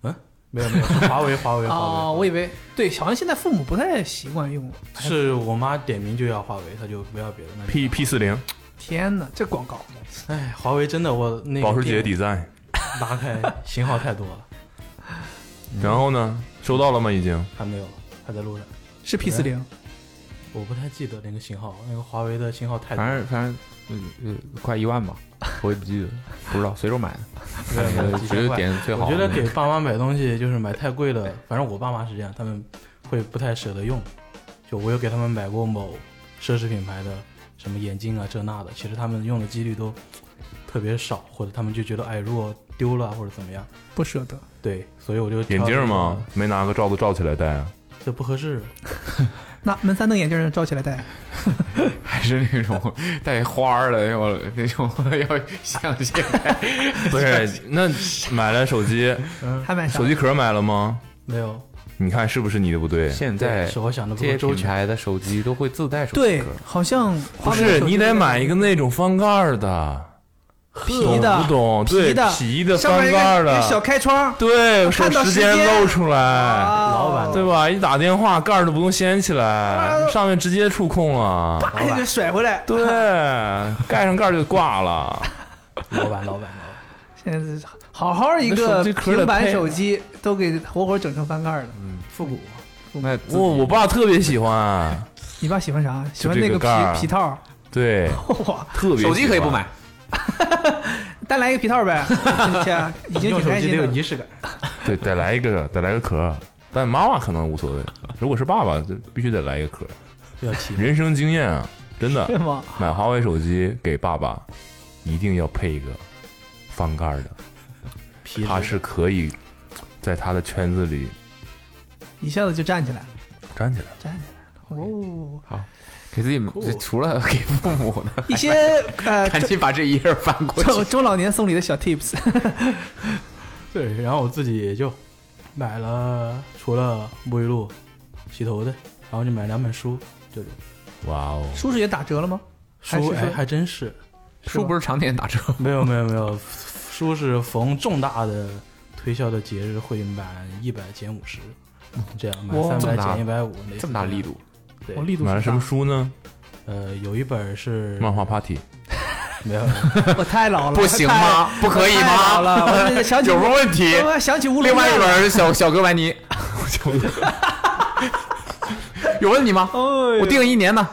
Speaker 7: 没有
Speaker 3: <laughs>
Speaker 7: 没有，是华为华为
Speaker 3: 啊？
Speaker 7: 华
Speaker 3: 我
Speaker 7: 为。
Speaker 3: 以为对，好像现在父母不太习惯用了。
Speaker 7: 是我妈点名就要华为，她就不要别的。那就
Speaker 2: P P 四零，
Speaker 3: 天哪，这广告！
Speaker 7: 哎，华为真的我那个
Speaker 2: 保时捷
Speaker 7: 店
Speaker 2: design。
Speaker 7: 拿开型号太多了，
Speaker 2: 然后呢，收到了吗？已经
Speaker 7: 还没有，还在路上。
Speaker 3: 是 P 四零，
Speaker 7: 哎我不太记得那个型号，那个华为的型号太多
Speaker 4: 反
Speaker 7: 了。
Speaker 4: 正反正，嗯呃，快一万吧，我也不记得，不知道随手买的，
Speaker 7: 对
Speaker 4: 呃
Speaker 7: 几
Speaker 4: 觉
Speaker 7: 千
Speaker 4: 得
Speaker 7: 块
Speaker 4: 点最好
Speaker 7: 我
Speaker 4: 的
Speaker 7: 觉
Speaker 4: 那个。
Speaker 7: 得给爸妈买东西就是买太贵了，反正我爸妈是这样，他们会不太舍得用。就我有给他们买过某奢侈品牌的什么眼镜啊这那的，其实他们用的几率都特别少，或者他们就觉得哎如果丢了或者怎么样，
Speaker 3: 不舍得。
Speaker 7: 对，所以我就
Speaker 2: 眼镜吗？？没拿个罩子罩起来戴啊？
Speaker 7: 这不合适，
Speaker 3: 那门三瞪眼镜人招起来戴，
Speaker 4: 还是那种带花儿的，要那种要像现在
Speaker 2: <laughs> 不是，那买了手机，
Speaker 3: 还买啥？
Speaker 2: 手机壳买了吗？
Speaker 7: 没有，
Speaker 2: 你看是不是你的不对？
Speaker 4: 现
Speaker 7: 对
Speaker 4: 在
Speaker 7: 是我想的不
Speaker 4: 这些
Speaker 7: 够周
Speaker 4: 品
Speaker 7: 全。
Speaker 4: 牌的手机都会自带手机
Speaker 3: 对
Speaker 4: 壳，，
Speaker 3: 好像
Speaker 2: 不
Speaker 3: 华为的
Speaker 2: 是，
Speaker 3: 手机
Speaker 2: 你得买一个那种翻盖儿的，
Speaker 3: 皮的，
Speaker 2: 懂不懂？对
Speaker 3: 皮的，
Speaker 2: 皮的
Speaker 3: 上面一
Speaker 2: 翻
Speaker 3: 个
Speaker 2: 盖儿
Speaker 3: 一
Speaker 2: 的
Speaker 3: 个，小开窗。
Speaker 2: 对，手
Speaker 3: 看到
Speaker 2: 时
Speaker 3: 时间啊
Speaker 2: 露出来，
Speaker 3: 老
Speaker 7: 板
Speaker 2: 对吧？一打电话盖儿都不用掀起
Speaker 3: 啊
Speaker 2: 来，上面直接触控了，
Speaker 3: 把那个甩回来。
Speaker 2: 对，盖上盖儿就挂了。
Speaker 7: 老板，老板，老板，
Speaker 3: 现在是好好一
Speaker 2: 那
Speaker 3: 个
Speaker 2: 手机壳儿
Speaker 3: 平
Speaker 2: 得
Speaker 3: 板
Speaker 2: 配
Speaker 3: 手机都给活活整成翻盖儿了。
Speaker 7: 复古。
Speaker 4: <laughs> 那自己
Speaker 2: 我我爸特别喜欢，
Speaker 3: 你爸喜欢啥？喜欢
Speaker 2: 就
Speaker 3: 那
Speaker 2: 这个盖儿
Speaker 3: 皮皮套儿。
Speaker 2: 对，
Speaker 3: <laughs> 哇，
Speaker 2: 特别
Speaker 4: 手机可以不
Speaker 2: 喜欢
Speaker 4: 买，，
Speaker 3: 单来一个皮套儿呗，天啊已经
Speaker 7: 用
Speaker 3: 挺
Speaker 7: 手
Speaker 3: 开
Speaker 7: 机得
Speaker 3: 心
Speaker 7: 有
Speaker 3: 的了。
Speaker 7: 仪式感。
Speaker 2: 对，得来一个，得来个壳。但妈妈可能无所谓，如果是爸爸，就必须得来一个壳。
Speaker 7: 要提
Speaker 2: 人生经验啊，真的
Speaker 3: 对，吗？
Speaker 2: 买华为手机给爸爸，一定要配一个翻盖儿的，
Speaker 7: 皮质
Speaker 2: 他是可以在他的圈子里
Speaker 3: 一下子就站起来了，
Speaker 2: 站起来。
Speaker 3: 站起来了。哦，
Speaker 4: 给自己这除了给父母呢，
Speaker 3: 一些呃
Speaker 4: 赶紧把这一页翻过
Speaker 3: 中
Speaker 4: 去。
Speaker 3: 中老年送礼的小 tips，
Speaker 7: 对，然后我自己也就买了，除了沐浴露、洗头的，然后就买两本书，就
Speaker 2: 哇哦，
Speaker 3: 叔叔也打折了吗？还是
Speaker 7: 书
Speaker 3: 说
Speaker 7: 哎还真是
Speaker 4: 书不是常年
Speaker 3: <laughs>
Speaker 4: 打折吗，
Speaker 7: 没有没有没有，书是逢重大的推销的节日会满一百减五十，这样满
Speaker 4: 哇
Speaker 7: 三
Speaker 4: 这么
Speaker 7: 百
Speaker 4: 大
Speaker 7: 减一百五，
Speaker 4: 这么大力。度，
Speaker 7: 对
Speaker 3: 哦我，力度
Speaker 2: 买了
Speaker 3: 是
Speaker 2: 什
Speaker 3: 大
Speaker 2: 么书呢？
Speaker 7: 呃，有一本是
Speaker 2: 漫
Speaker 3: <laughs>
Speaker 2: 画 Party，
Speaker 7: 没有，
Speaker 3: 我太老了，
Speaker 4: 不行吗？不可以
Speaker 3: 太老
Speaker 4: 吗？
Speaker 3: 了，我想起
Speaker 4: <laughs> 有什么问题？
Speaker 3: 我想起乌龙
Speaker 4: 另
Speaker 3: 院
Speaker 4: 外一
Speaker 3: 了
Speaker 4: 本是小小哥白尼， <laughs> 有问题吗？
Speaker 3: 哎呦
Speaker 4: 我定一年呢，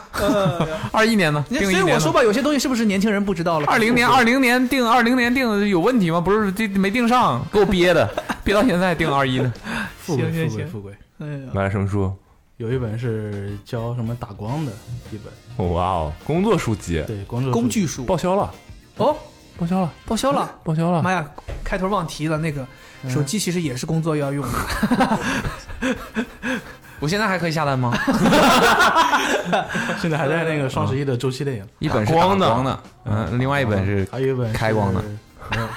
Speaker 4: 二一年呢，
Speaker 3: 你
Speaker 4: 定
Speaker 3: 看
Speaker 4: 一
Speaker 3: 所以
Speaker 4: 年
Speaker 3: 我
Speaker 4: 呢。
Speaker 3: 说吧，有些东西是不是年轻人不知
Speaker 7: <laughs>
Speaker 3: 道了？
Speaker 4: 二零年，二零年定，二零年定有问题吗？不是，这没定上，给我憋的，
Speaker 7: <laughs>
Speaker 4: 憋到现在定二一呢。
Speaker 7: 富贵
Speaker 3: 行
Speaker 7: 富贵
Speaker 3: 行
Speaker 7: 富贵，
Speaker 3: 哎呀，
Speaker 2: 买了什么书？
Speaker 7: 有一本是教什么打光的一本，
Speaker 2: 哇哦，工作书籍
Speaker 7: 对，工作
Speaker 3: 工具书
Speaker 2: 报销了，
Speaker 3: 哦，
Speaker 2: 报销了，
Speaker 3: 报销了。
Speaker 2: 报销了。
Speaker 3: 妈呀，开头忘提了，那个
Speaker 4: 嗯
Speaker 3: 手机其实也是工作要用的。 <laughs>
Speaker 4: 我现在还可以下单吗？
Speaker 7: <laughs> 现在还在那个双十一的周期内啊。
Speaker 4: 一本是打
Speaker 2: 光的
Speaker 4: 光的，嗯，另外一本是
Speaker 7: 哦还有一本是
Speaker 4: 开光的，
Speaker 7: 没有，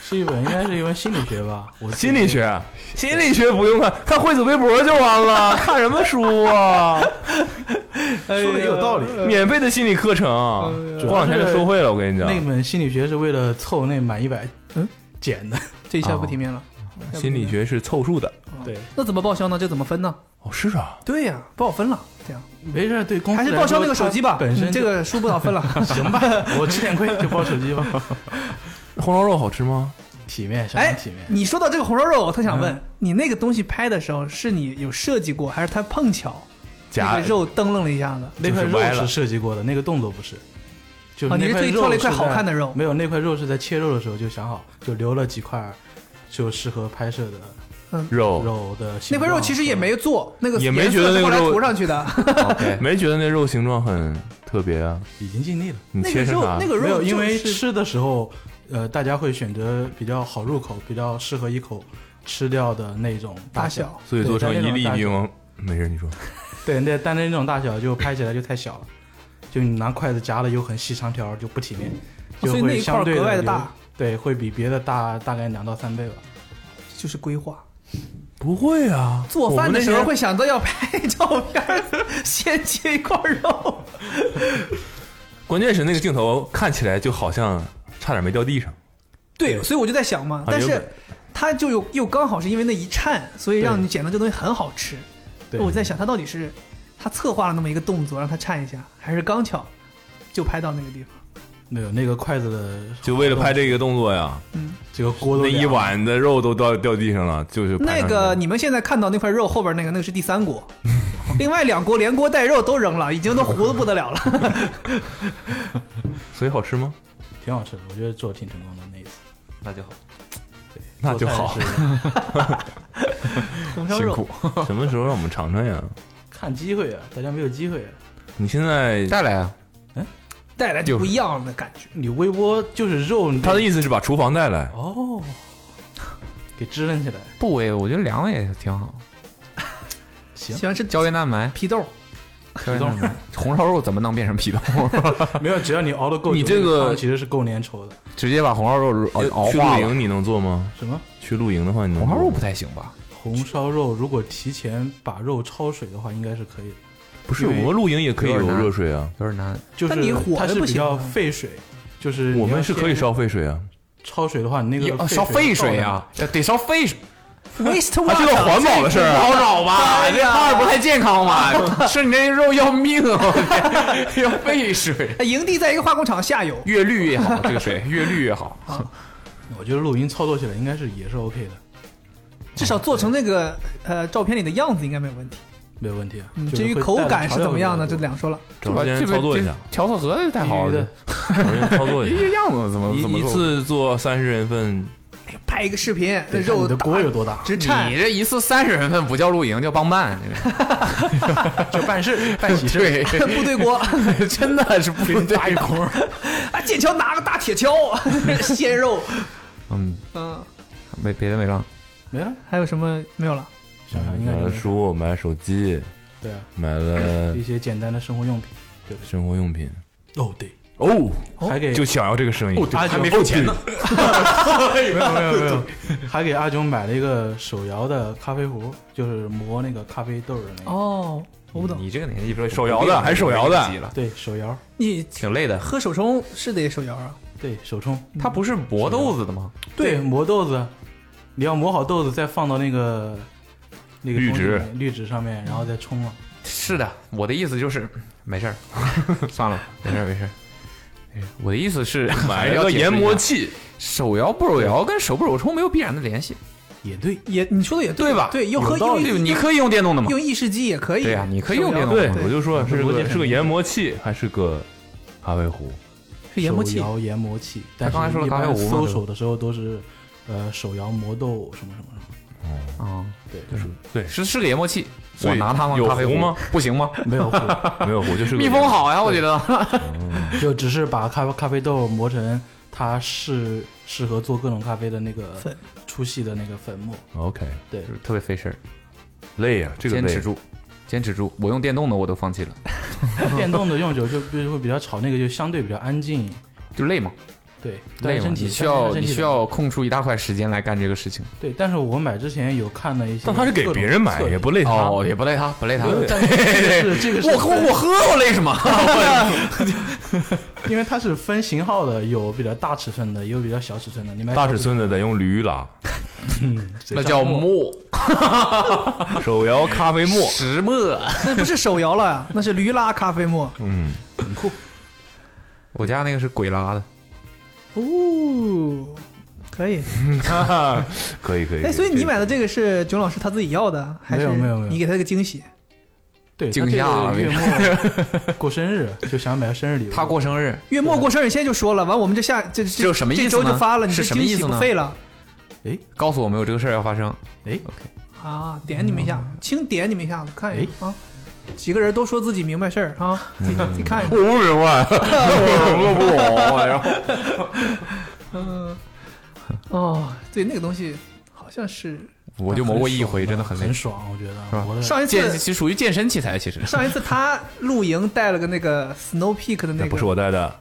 Speaker 7: 是一本应该是一本心理学吧？我记
Speaker 2: 心
Speaker 7: 得
Speaker 2: 理学，啊心理学不用看，看惠子微博就
Speaker 7: <laughs>
Speaker 2: 完了，看什么书啊？
Speaker 7: 哎说的也有道理。
Speaker 2: <laughs> 免费的心理课程，过两天就收费了。我跟你讲，
Speaker 7: 那本心理学是为了凑那满一百
Speaker 3: 嗯
Speaker 7: 减的，
Speaker 3: 这一下不体面了。
Speaker 2: 哦心理学是凑数的。
Speaker 7: 对，
Speaker 3: 那怎么报销呢？这怎么分呢？
Speaker 2: 哦，是啊，
Speaker 3: 对呀、不好分了。这样
Speaker 7: 没事，对公司
Speaker 3: 还是
Speaker 7: 来
Speaker 3: 报销那
Speaker 7: 说
Speaker 3: 个手机吧
Speaker 7: 它。本身
Speaker 3: 嗯这
Speaker 7: 就
Speaker 3: 个书不好分了。
Speaker 7: <laughs> 行吧，我吃点亏就包手
Speaker 3: <laughs>
Speaker 7: 机吧，
Speaker 2: 红烧肉好吃吗？
Speaker 7: 体面，相
Speaker 3: 哎
Speaker 7: 当体嗯面，。
Speaker 3: 你说到这个红烧肉，我特想问、你，那个东西拍的时候是你有设计过，还是它碰巧那
Speaker 2: 假
Speaker 3: 个肉噔楞了一下子？
Speaker 7: 那块
Speaker 2: 就是歪
Speaker 7: 肉
Speaker 2: 了
Speaker 7: 是设计过的，那个动作不是。就
Speaker 3: 哦你是
Speaker 7: 那块
Speaker 3: 特意
Speaker 7: 肉
Speaker 3: 做了一块
Speaker 7: 是
Speaker 3: 好
Speaker 7: 在
Speaker 3: 看的肉
Speaker 7: 没有那块肉是在切肉的时候就想好，就留了几块，就适合拍摄的
Speaker 2: 肉
Speaker 7: 肉的形状。
Speaker 3: 那块肉其实也没做，那个
Speaker 2: 也没
Speaker 3: 颜色
Speaker 2: 觉得那
Speaker 3: 是
Speaker 2: 个
Speaker 3: 后来
Speaker 2: 肉
Speaker 3: 涂上
Speaker 7: <laughs>
Speaker 3: 去的。
Speaker 4: OK，
Speaker 2: <laughs> 没觉得那肉形状很特别啊？
Speaker 7: 已经尽力了，
Speaker 2: 你
Speaker 3: 那个
Speaker 2: 切成
Speaker 3: 肉
Speaker 2: 啥？
Speaker 3: 那个肉
Speaker 7: 没有，因为
Speaker 3: 就是
Speaker 7: 吃的时候，呃，大家会选择比较好入口、比较适合一口吃掉的那种
Speaker 3: 大
Speaker 7: 大小。
Speaker 3: 小，
Speaker 2: 所以做成一
Speaker 7: 对
Speaker 2: 粒
Speaker 7: 但那
Speaker 2: 柠
Speaker 7: 种
Speaker 2: 檬，没事，你说
Speaker 7: 对，那但那种大小就拍起来就太小了，就你拿筷子夹了又很细长条，就不体面，就
Speaker 3: 所以那
Speaker 7: 会
Speaker 3: 一块
Speaker 7: 相
Speaker 3: 儿
Speaker 7: 对
Speaker 3: 格外
Speaker 7: 的
Speaker 3: 的大，
Speaker 7: 对，会比别的大大概两到三倍吧。
Speaker 3: 就是规划。
Speaker 2: 不会啊？
Speaker 3: 做饭的时
Speaker 2: 我
Speaker 3: 候
Speaker 2: 们那
Speaker 3: 会想到要拍照片儿，先切一块肉。
Speaker 2: 天，关键是那个镜头看起来就好像差点没掉地上。
Speaker 3: 对，所以我就在想嘛，但
Speaker 2: 啊有
Speaker 3: 是
Speaker 2: 可
Speaker 3: 它就有又刚好是因为那一颤，所以让你捡到这东西很好吃。
Speaker 7: 对，
Speaker 3: 我在想，他到底是他策划了那么一个动作让他颤一下，还是刚巧就拍到那个地方？
Speaker 7: 没有那个筷子的，
Speaker 2: <laughs> 就为了拍这个动作呀，
Speaker 3: 嗯
Speaker 7: 这个锅都
Speaker 2: 那一
Speaker 7: 凉了
Speaker 2: 碗的肉都掉掉地上了，就是拍上去
Speaker 3: 那个你们现在看到那块肉后边那个，那个是第三
Speaker 2: <laughs>
Speaker 3: 锅，另外两锅连锅带肉都扔了，已经都糊的不得了了。 <laughs>
Speaker 2: 所以好吃吗？
Speaker 7: 挺好吃的，我觉得做的挺成功的
Speaker 2: <laughs>
Speaker 7: 那一次。
Speaker 6: 那就好。
Speaker 2: 那就好
Speaker 7: 做，菜是
Speaker 3: <laughs> 红烧
Speaker 2: <laughs>
Speaker 3: 肉，
Speaker 2: 什么时候让我们尝尝呀？
Speaker 7: 看机会啊，大家没有机会啊。
Speaker 2: 你现在
Speaker 4: 带来啊，
Speaker 3: 带来就不一样的感觉。
Speaker 7: 你微波就是肉，你
Speaker 2: 他的
Speaker 7: 得
Speaker 2: 意思是把厨房带来，
Speaker 7: 哦，给支棱起来，
Speaker 4: 部位我觉得凉了也挺好，
Speaker 7: 行
Speaker 3: 喜欢吃
Speaker 4: 胶原蛋白，
Speaker 3: 皮冻，
Speaker 4: 胶原蛋白，红烧肉怎么能变成
Speaker 7: <laughs>
Speaker 4: 皮冻？
Speaker 7: 没有，只要你熬的够久，
Speaker 2: 你这
Speaker 7: 那
Speaker 2: 个
Speaker 7: 汤其实是够粘稠的。
Speaker 4: 直接把红烧肉熬熬
Speaker 2: 呃去
Speaker 4: 化
Speaker 2: 露
Speaker 4: 了。
Speaker 2: 营你能做吗？
Speaker 7: 什么
Speaker 2: 去露营的话，你能
Speaker 4: 红烧
Speaker 2: 做
Speaker 4: 肉
Speaker 2: 吗
Speaker 4: 不太行吧？
Speaker 7: 红烧肉？如果提前把肉焯水的话，应该是可以的。
Speaker 2: 不是
Speaker 7: 因为
Speaker 2: 我们露营也可以有
Speaker 4: 有点难
Speaker 2: 热水啊，
Speaker 4: 有点难。
Speaker 7: 就
Speaker 3: 但你
Speaker 7: 是
Speaker 3: 火
Speaker 7: 它
Speaker 3: 的
Speaker 7: 是
Speaker 3: 不
Speaker 7: 比
Speaker 3: 行
Speaker 7: 较
Speaker 3: 啊
Speaker 7: 费水，就是
Speaker 2: 我们是可以
Speaker 7: 烧
Speaker 2: 烧沸水啊。
Speaker 7: 焯水的话，你那
Speaker 4: 要
Speaker 7: 个
Speaker 4: 烧
Speaker 7: 沸
Speaker 4: 沸水啊，得烧沸水，
Speaker 3: waste
Speaker 4: <laughs> 啊
Speaker 2: 还
Speaker 3: water，
Speaker 2: 知道环保的事儿啊？
Speaker 4: 好找吧？这那儿不太健康嘛，啊吃你那肉要命，啊我天要沸水，
Speaker 3: <laughs> 哎营地在一个化工厂下游，
Speaker 4: 越绿越好，这个水越绿越好。
Speaker 7: <laughs> 我觉得露营操作起来应该是也是 OK 的，
Speaker 3: <laughs> 至少做成那个呃照片里的样子应该没有问题。
Speaker 7: 没有问题啊。
Speaker 3: 嗯，
Speaker 7: 就是
Speaker 3: 至于
Speaker 7: 会
Speaker 3: 口
Speaker 7: 带的
Speaker 3: 感
Speaker 7: 调
Speaker 3: 是
Speaker 7: 料
Speaker 3: 怎么样呢？
Speaker 7: 比
Speaker 3: 这
Speaker 7: 较多
Speaker 3: 两说了。
Speaker 2: 找时间操作一下，，
Speaker 4: 调色盒太
Speaker 7: 其
Speaker 4: 好
Speaker 7: 余
Speaker 4: 了
Speaker 7: 的，
Speaker 4: 哎
Speaker 2: 找人
Speaker 4: <laughs>
Speaker 2: 操作一
Speaker 4: 这
Speaker 2: 下。
Speaker 4: 个样子怎么怎么
Speaker 2: 一一
Speaker 4: 做
Speaker 2: 次做三十人份，
Speaker 3: 拍一个视频，那
Speaker 7: 得看
Speaker 3: 肉
Speaker 7: 你的
Speaker 3: 大
Speaker 7: 锅有多大？
Speaker 3: 直颤
Speaker 4: 你，这一次三十人份不叫露营，叫帮办，
Speaker 7: 就办
Speaker 3: <laughs>
Speaker 7: 事办喜事，
Speaker 4: 对，
Speaker 3: 部队 <laughs> 锅
Speaker 4: 真的是不对。
Speaker 7: 大一锅。
Speaker 3: <laughs> 啊，剑桥拿个大铁锹， <laughs> 鲜肉。
Speaker 4: 嗯，
Speaker 3: 嗯，
Speaker 4: 没别的没了，
Speaker 7: 没了，
Speaker 3: 还有什么没有了？
Speaker 7: 想想应
Speaker 2: 嗯买
Speaker 7: 该
Speaker 2: 了
Speaker 7: 就是
Speaker 2: 书，买了手机，
Speaker 7: 对啊，
Speaker 2: 买了
Speaker 7: 一些简单的生活用品。
Speaker 2: 生活用品。
Speaker 7: 哦，对，
Speaker 2: 哦，
Speaker 7: 还给
Speaker 2: 就想要这个声音，
Speaker 7: 阿九
Speaker 2: 付钱呢。
Speaker 7: <laughs> 没有没有没有，
Speaker 2: <laughs>
Speaker 7: 还给阿炯买了一个手摇的咖啡壶，就是磨那个咖啡豆的那个。
Speaker 3: 哦，我不懂。
Speaker 4: 你这个年纪不啊是
Speaker 2: 手摇的还是手摇的
Speaker 7: 对手摇，
Speaker 3: 你
Speaker 4: 挺累的。
Speaker 3: 喝手冲是得手摇啊？
Speaker 7: 对手冲，
Speaker 4: 它不是磨豆子的吗？
Speaker 7: 嗯对磨豆子，你要磨好豆子，再放到那个那个
Speaker 2: 滤
Speaker 7: 东西
Speaker 2: 纸
Speaker 7: 里面滤纸上面，然后再冲了。
Speaker 4: 是的，我的意思就是没
Speaker 2: <laughs>
Speaker 4: 事儿，算了，没事儿没事儿。没事儿我的意思是， <laughs>
Speaker 2: 买了个研磨器，
Speaker 4: 手摇不手摇跟手不手冲没有必然的联系，
Speaker 7: 也对，
Speaker 3: 也你说的也
Speaker 4: 对吧
Speaker 3: 对，用喝
Speaker 4: 道理。
Speaker 3: 用
Speaker 4: 你可以用电动的嘛？
Speaker 3: 用意式机也啊可以。
Speaker 4: 对啊呀你可以用
Speaker 3: 手摇
Speaker 4: 电动
Speaker 2: 对
Speaker 4: 的
Speaker 2: 我就说是
Speaker 7: 逻辑
Speaker 2: 个
Speaker 7: 很
Speaker 2: 是个研磨器还是个咖啡壶？
Speaker 3: 是研磨器
Speaker 7: 手。摇研磨器，但是
Speaker 4: 刚才说了
Speaker 7: 一
Speaker 4: 咖啡
Speaker 7: 般
Speaker 4: 壶嘛
Speaker 7: 搜
Speaker 4: 对吧
Speaker 7: 手的时候都是呃手摇磨豆什么什么什么。嗯
Speaker 4: 啊，
Speaker 7: 对，
Speaker 2: 对，
Speaker 4: 是是个研磨器，
Speaker 2: 所以
Speaker 4: 我拿它吗？
Speaker 2: 有
Speaker 4: 咖啡
Speaker 2: 壶吗？
Speaker 4: 不行吗？
Speaker 7: 没有壶，
Speaker 2: <laughs> 没有壶就是
Speaker 7: <laughs>
Speaker 2: 个
Speaker 4: 密封好呀，我觉得。
Speaker 7: 就只是把咖咖啡豆磨成它是适合做各种咖啡的那个
Speaker 3: 粉
Speaker 7: 粗细的那个粉末。
Speaker 2: OK，
Speaker 7: 对
Speaker 4: 就是特别费事儿，
Speaker 2: 累呀、这个
Speaker 4: 坚
Speaker 2: 累
Speaker 4: 持。住，坚持住。我用电动的我都放弃了，
Speaker 7: 电动的用久就就会比较吵，那个就相对比较安静。
Speaker 4: 就累嘛，
Speaker 7: 对，但
Speaker 4: 累
Speaker 7: 是
Speaker 4: 嘛，
Speaker 7: 身体
Speaker 4: 你需
Speaker 7: 但是
Speaker 4: 要
Speaker 7: 身
Speaker 4: 你
Speaker 7: 体
Speaker 4: 需要空出一大块时间来干这个事情。
Speaker 7: 对，但是我买之前有看了一些，
Speaker 2: 但他是给别人买，也不累他。
Speaker 4: 哦，也不累他，不累他。
Speaker 7: 但是这
Speaker 4: <laughs>
Speaker 7: 个是这个是
Speaker 4: 我喝我喝我累
Speaker 7: <laughs>
Speaker 4: 什么？
Speaker 7: 因为它是分型号的，有比较大尺寸的，也有比较小尺寸的。你买
Speaker 2: 大尺寸的得用驴拉，
Speaker 4: <laughs> 那 <laughs> 叫墨
Speaker 2: 手摇咖啡沫。
Speaker 4: 石墨。
Speaker 3: <laughs> 那不是手摇了，那是驴拉咖啡沫。
Speaker 2: 嗯，
Speaker 4: 我家那个是鬼 <laughs> 拉的，
Speaker 3: 哦，可以。
Speaker 2: 可以可以。可
Speaker 3: 哎，所以你
Speaker 2: 可
Speaker 3: 买的这个是囧老师他自己要的，还是
Speaker 7: 没有没有没有
Speaker 3: 你给他一个惊喜？
Speaker 7: 对，
Speaker 4: 惊啊吓
Speaker 7: 它
Speaker 4: 了
Speaker 7: 这个月
Speaker 4: <laughs>
Speaker 7: 末过生日就想买个生日礼物。
Speaker 4: 他过生日，
Speaker 3: 月末过生日，现在就说了，完我们这下这这
Speaker 4: 这有什么意思呢
Speaker 3: 这周就发了，你这
Speaker 4: 是什么意
Speaker 3: 惊
Speaker 4: 思
Speaker 3: 喜
Speaker 4: 呢哎
Speaker 3: 不废了
Speaker 4: 告诉我们有这个事儿要发生。
Speaker 7: 哎，
Speaker 3: 啊！点你们一下，
Speaker 4: 嗯
Speaker 3: 轻点你们一下，看一
Speaker 7: 哎
Speaker 3: 下啊！几个人都说自己明白事儿啊，自己自己看一下
Speaker 2: 我。不明白，我不懂。然后
Speaker 3: <laughs> 嗯，哦，对，那个东西好像是
Speaker 4: 我就磨过一回，真的很累
Speaker 7: 很。爽，我觉
Speaker 4: 是吧
Speaker 7: 得我的
Speaker 3: 上一
Speaker 4: 健
Speaker 3: 次
Speaker 4: 其实属于健身器材，其实
Speaker 3: 上一次他露营带了个那个 Snow Peak 的那
Speaker 2: 那
Speaker 3: 个，
Speaker 2: 不是我带的，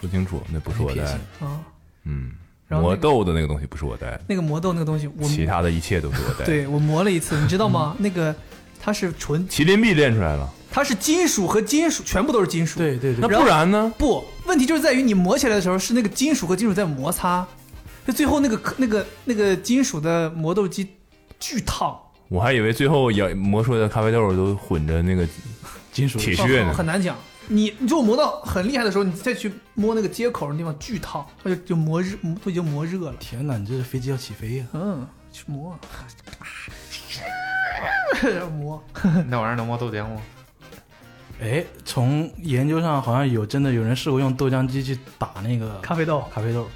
Speaker 2: 说清楚，那不是我带的。
Speaker 3: 啊，
Speaker 2: 嗯，
Speaker 3: 然后那
Speaker 2: 魔
Speaker 3: 个
Speaker 2: 豆的那个东西不是我带的，
Speaker 3: 那个魔豆那个东西，我
Speaker 2: 其他的一切都是我带的。，
Speaker 3: 对我磨了一次，你知道吗？
Speaker 2: 嗯
Speaker 3: 那个它是纯，
Speaker 2: 麒麟臂练出来了，
Speaker 3: 它是金属和金属全部都是金属。
Speaker 7: 对对对
Speaker 2: 那，不然呢？
Speaker 3: 不，问题就是在于你磨起来的时候是那个金属和金属在摩擦，那最后那个那个那个金属的磨豆机巨烫，
Speaker 2: 我还以为最后也磨出来的咖啡豆都混着那个
Speaker 7: 金属
Speaker 2: 铁屑
Speaker 3: 很
Speaker 2: 呢。
Speaker 3: 哦很难讲。你你就磨到很厉害的时候，你再去摸那个接口的地方巨烫，它就就磨热，都已经磨热了。
Speaker 7: 天哪，你这是飞机要起飞呀、
Speaker 3: 嗯，去磨，磨。
Speaker 4: <laughs> 那玩意儿能冒豆浆吗？
Speaker 7: 哎，从研究上好像有真的有人试过用豆浆机去打那个
Speaker 3: 咖啡豆
Speaker 7: 咖啡豆，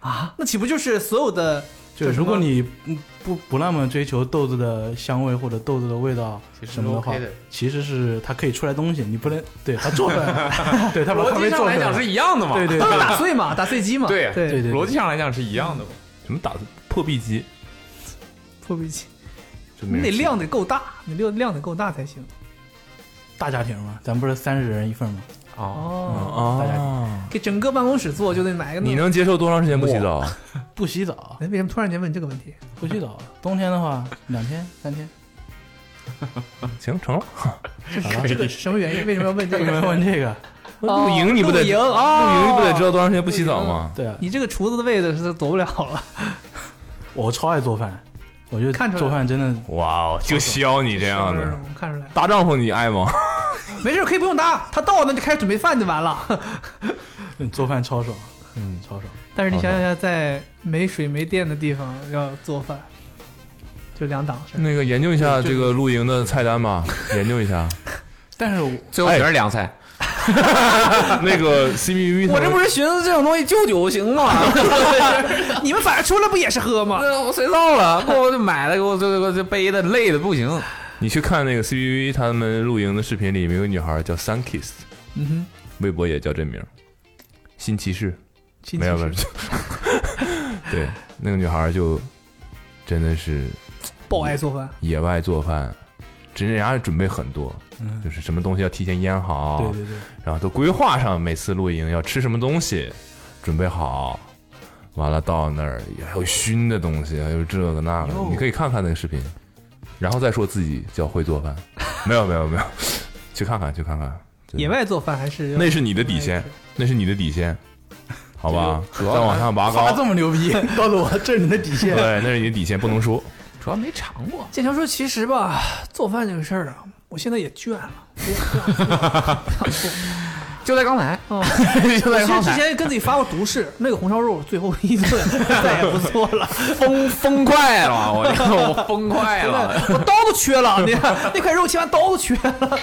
Speaker 3: 啊，那岂不就是所有的？
Speaker 7: 就
Speaker 3: 叫什
Speaker 7: 如果
Speaker 3: 么
Speaker 7: 你嗯不不那么追求豆子的香味或者豆子的味道
Speaker 4: 其实
Speaker 7: 什么的话
Speaker 4: OK 的，
Speaker 7: 其实是它可以出来东西，你不能对它做出来
Speaker 3: <laughs>
Speaker 7: 了，对它把
Speaker 4: 逻
Speaker 7: 咖
Speaker 4: 辑
Speaker 7: 啡
Speaker 4: 上
Speaker 7: 做
Speaker 4: 来
Speaker 7: 出来
Speaker 4: 讲
Speaker 7: 了
Speaker 4: 是，一样的嘛？
Speaker 7: 对对
Speaker 3: 他们打碎嘛，打碎机嘛。
Speaker 4: 对
Speaker 3: 对
Speaker 7: 对对，
Speaker 4: 逻辑上来讲是一样的嘛？
Speaker 2: 什么打破壁机？
Speaker 3: 破壁机，
Speaker 2: 就没
Speaker 3: 你
Speaker 2: 人
Speaker 3: 得
Speaker 2: 吃
Speaker 3: 量得够大，你量量得够大才行。
Speaker 7: 大家庭嘛，咱不是三十人一份吗？嗯
Speaker 4: 哦，
Speaker 3: 哦，
Speaker 7: 大家
Speaker 2: 啊！
Speaker 3: 给整个办公室做就得买个那。
Speaker 2: 你能接受多长时间不洗澡？
Speaker 7: 不洗澡，
Speaker 3: 哎？为什么突然间问这个问题？
Speaker 7: 不洗澡，冬天的话两天三天。
Speaker 2: 行，成了。
Speaker 3: 这是这个是什么原因？为什么要问这
Speaker 7: 为什么
Speaker 3: 个
Speaker 7: 要？问这个？
Speaker 3: 哦
Speaker 2: 露营你不得
Speaker 3: 露营
Speaker 2: 露营你不得
Speaker 3: 哦
Speaker 2: 知道多长时间不洗澡吗？
Speaker 7: 对啊，
Speaker 3: 你这个厨子的位置是躲不了
Speaker 2: <laughs>
Speaker 3: 了。
Speaker 7: 我超爱做饭，我觉
Speaker 3: 看出
Speaker 7: 得
Speaker 3: 来
Speaker 7: 做饭真的
Speaker 2: 哇哦，就削你这样
Speaker 3: 是不
Speaker 2: 的
Speaker 3: 是我看出来了，
Speaker 2: 大丈夫，你爱吗？ <laughs>
Speaker 3: 没事可以不用搭，他到了就开始准备饭就完了。 <laughs>
Speaker 7: 嗯做饭超爽，嗯，超爽。
Speaker 3: 但是你想想一下，在没水没电的地方要做饭，就两档事儿。
Speaker 2: 那个研究一下这个露营的菜单吧，研究一下。
Speaker 7: 但是我
Speaker 4: 最后全是凉菜。
Speaker 2: 哎 <laughs> 那个 C B
Speaker 4: <laughs>
Speaker 3: 哎
Speaker 2: V，
Speaker 4: 是寻思这
Speaker 2: <laughs>
Speaker 4: 种东西救酒行吗？
Speaker 3: 你们反正出来不也是喝吗？
Speaker 4: 啊那我随到了，给我就买了，给我这个这背的累的不行。
Speaker 2: 你去看那个 C B V 他们露营的视频，里面有个女孩叫 Sun Kiss，
Speaker 3: 嗯哼，
Speaker 2: 微博也叫这名儿，新骑士。
Speaker 3: 亲戚
Speaker 2: 没有没有 <laughs>
Speaker 3: 是，
Speaker 2: 对，那个女孩就真的是
Speaker 3: 爆爱做饭，
Speaker 2: 野外做饭，真人家准备很多，
Speaker 7: 嗯
Speaker 2: 就是什么东西要提前腌好，
Speaker 7: 对对对，
Speaker 2: 然后都规划上每次露营要吃什么东西，准备好，完了到那儿也还有熏的东西，还有这个那个，
Speaker 7: 哟
Speaker 2: 你可以看看那个视频，然后再说自己叫会做饭， <laughs> 没有没有没有，去看看去看看，真的
Speaker 3: 野外做饭还是要
Speaker 2: 那是你的底线，那是你的底线，好吧，再往上拔
Speaker 7: 他
Speaker 2: 高
Speaker 7: 这，么牛
Speaker 4: <laughs>
Speaker 7: 逼，告诉我这是
Speaker 3: <laughs>
Speaker 7: 你的底线。
Speaker 2: 对，那是你的底线，不能输。
Speaker 4: 主要没尝过，
Speaker 3: 剑桥说，其实吧，做饭这个事儿啊，我现在也倦了。
Speaker 4: <laughs> 就在刚才，
Speaker 3: 哦
Speaker 4: <laughs> 就
Speaker 3: 我
Speaker 4: 在
Speaker 3: 其实
Speaker 4: 刚
Speaker 3: 之
Speaker 4: 才，
Speaker 3: 前跟自己发过毒誓，那个红烧肉最后一
Speaker 4: <laughs>
Speaker 3: 顿再也不做了，
Speaker 4: 疯疯快了，我这
Speaker 3: <laughs>
Speaker 4: 个我疯快了。
Speaker 3: 我刀都缺了，你看那块肉切完刀都缺了。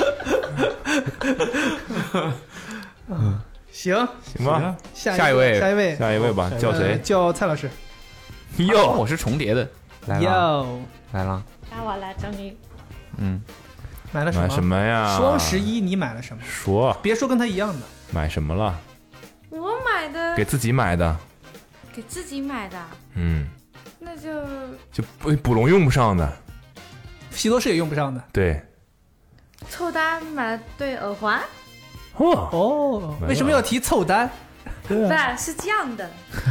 Speaker 4: <laughs> 嗯
Speaker 3: 行，
Speaker 2: 行吧，
Speaker 3: 下
Speaker 4: 下一位
Speaker 3: 下一位，
Speaker 2: 下一位吧，叫
Speaker 3: 呃
Speaker 2: 谁？
Speaker 3: 叫蔡老师。
Speaker 4: 哟，我是重叠的，来了
Speaker 3: 哟，
Speaker 4: 来了，
Speaker 5: 该我了，终于。
Speaker 4: 嗯，
Speaker 3: 买了什
Speaker 2: 买
Speaker 3: 么？
Speaker 2: 什么呀？
Speaker 3: 双十一你买了什么？
Speaker 2: 说
Speaker 3: 别说跟他一样的，
Speaker 2: 买什么了？
Speaker 5: 我买的
Speaker 2: 给自己买的，
Speaker 5: 给自己买的，
Speaker 2: 嗯，
Speaker 5: 那就
Speaker 2: 就捕捕龙用不上的，
Speaker 3: 洗头水也用不上的。
Speaker 2: 对，
Speaker 5: 凑单买了对耳环。
Speaker 2: 哦，
Speaker 3: 哦，为什么要提凑单？
Speaker 5: 不
Speaker 3: 啊
Speaker 5: 是是这样的，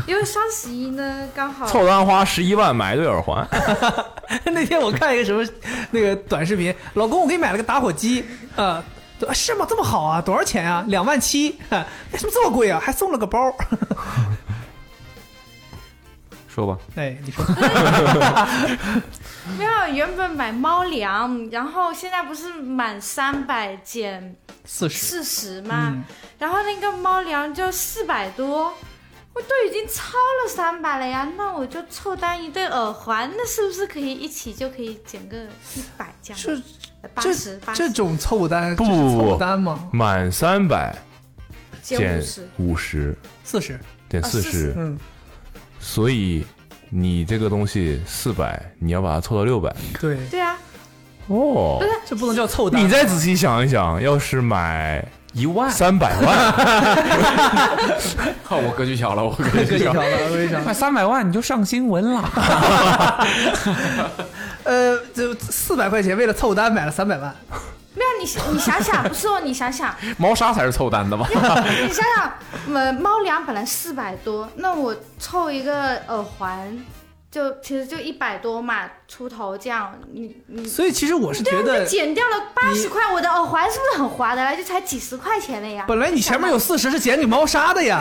Speaker 5: 因为双十一呢刚好
Speaker 2: 凑单花十一万买一对耳环，
Speaker 3: <laughs> 那天我看一个什么那个短视频，老公，我给你买了个打火机，啊、对啊是吗？这么好啊？多少钱啊？两万七，啊为什么这么贵啊？还送了个包。
Speaker 4: 说吧，
Speaker 3: 哎，你说，
Speaker 5: 啊没有原本买猫粮，然后现在不是满三百减
Speaker 3: 四十，嗯
Speaker 5: 四十吗？
Speaker 11: 嗯
Speaker 5: 然后那个猫粮就四百多，我都已经超了三百了呀，那我就凑单一对耳环，那是不是可以一起就可以减个一百这样？
Speaker 3: 这
Speaker 5: 八十
Speaker 3: <laughs> 这
Speaker 5: 八
Speaker 3: 这
Speaker 5: 十
Speaker 3: 种凑单，
Speaker 2: 不
Speaker 3: 这是
Speaker 2: 不不
Speaker 3: 凑单吗？
Speaker 2: 满三百
Speaker 5: 减
Speaker 2: 减
Speaker 5: 五十，
Speaker 2: 五十
Speaker 3: 四十，
Speaker 2: 减
Speaker 5: 啊
Speaker 2: 四十
Speaker 5: 40，
Speaker 3: 嗯，
Speaker 2: 所以你这个东西四百，你要把它凑到六百，
Speaker 3: 对，
Speaker 5: 对啊，
Speaker 2: 哦
Speaker 5: 不是
Speaker 3: 这不能叫凑单。
Speaker 2: 你再仔细想一想，要是买
Speaker 4: 一万，
Speaker 2: 三百万，
Speaker 4: 靠，我格局小了，我格
Speaker 3: 跟
Speaker 4: 局
Speaker 3: 你
Speaker 4: 小
Speaker 3: 讲
Speaker 4: 了。
Speaker 3: 了，我跟你讲，
Speaker 4: 卖三百万你就上新闻了，
Speaker 3: <laughs> 呃，就四百块钱为了凑单买了三百万，
Speaker 5: 没有你你想想，不是哦，你想
Speaker 3: <laughs>
Speaker 5: 想，
Speaker 4: 猫砂才是凑单的 <laughs> 吧？
Speaker 5: 你想想，呃，猫粮本来四百多，那我凑一个耳环，就其实就一百多嘛出头这样，你你
Speaker 3: 所以其实我是觉
Speaker 5: 就
Speaker 3: 得，
Speaker 5: 减掉了八十块，我的耳环是不是很划得来？就才几十块钱了呀。
Speaker 3: 本来你前面有四十是减给猫砂
Speaker 5: <laughs>
Speaker 3: 的呀，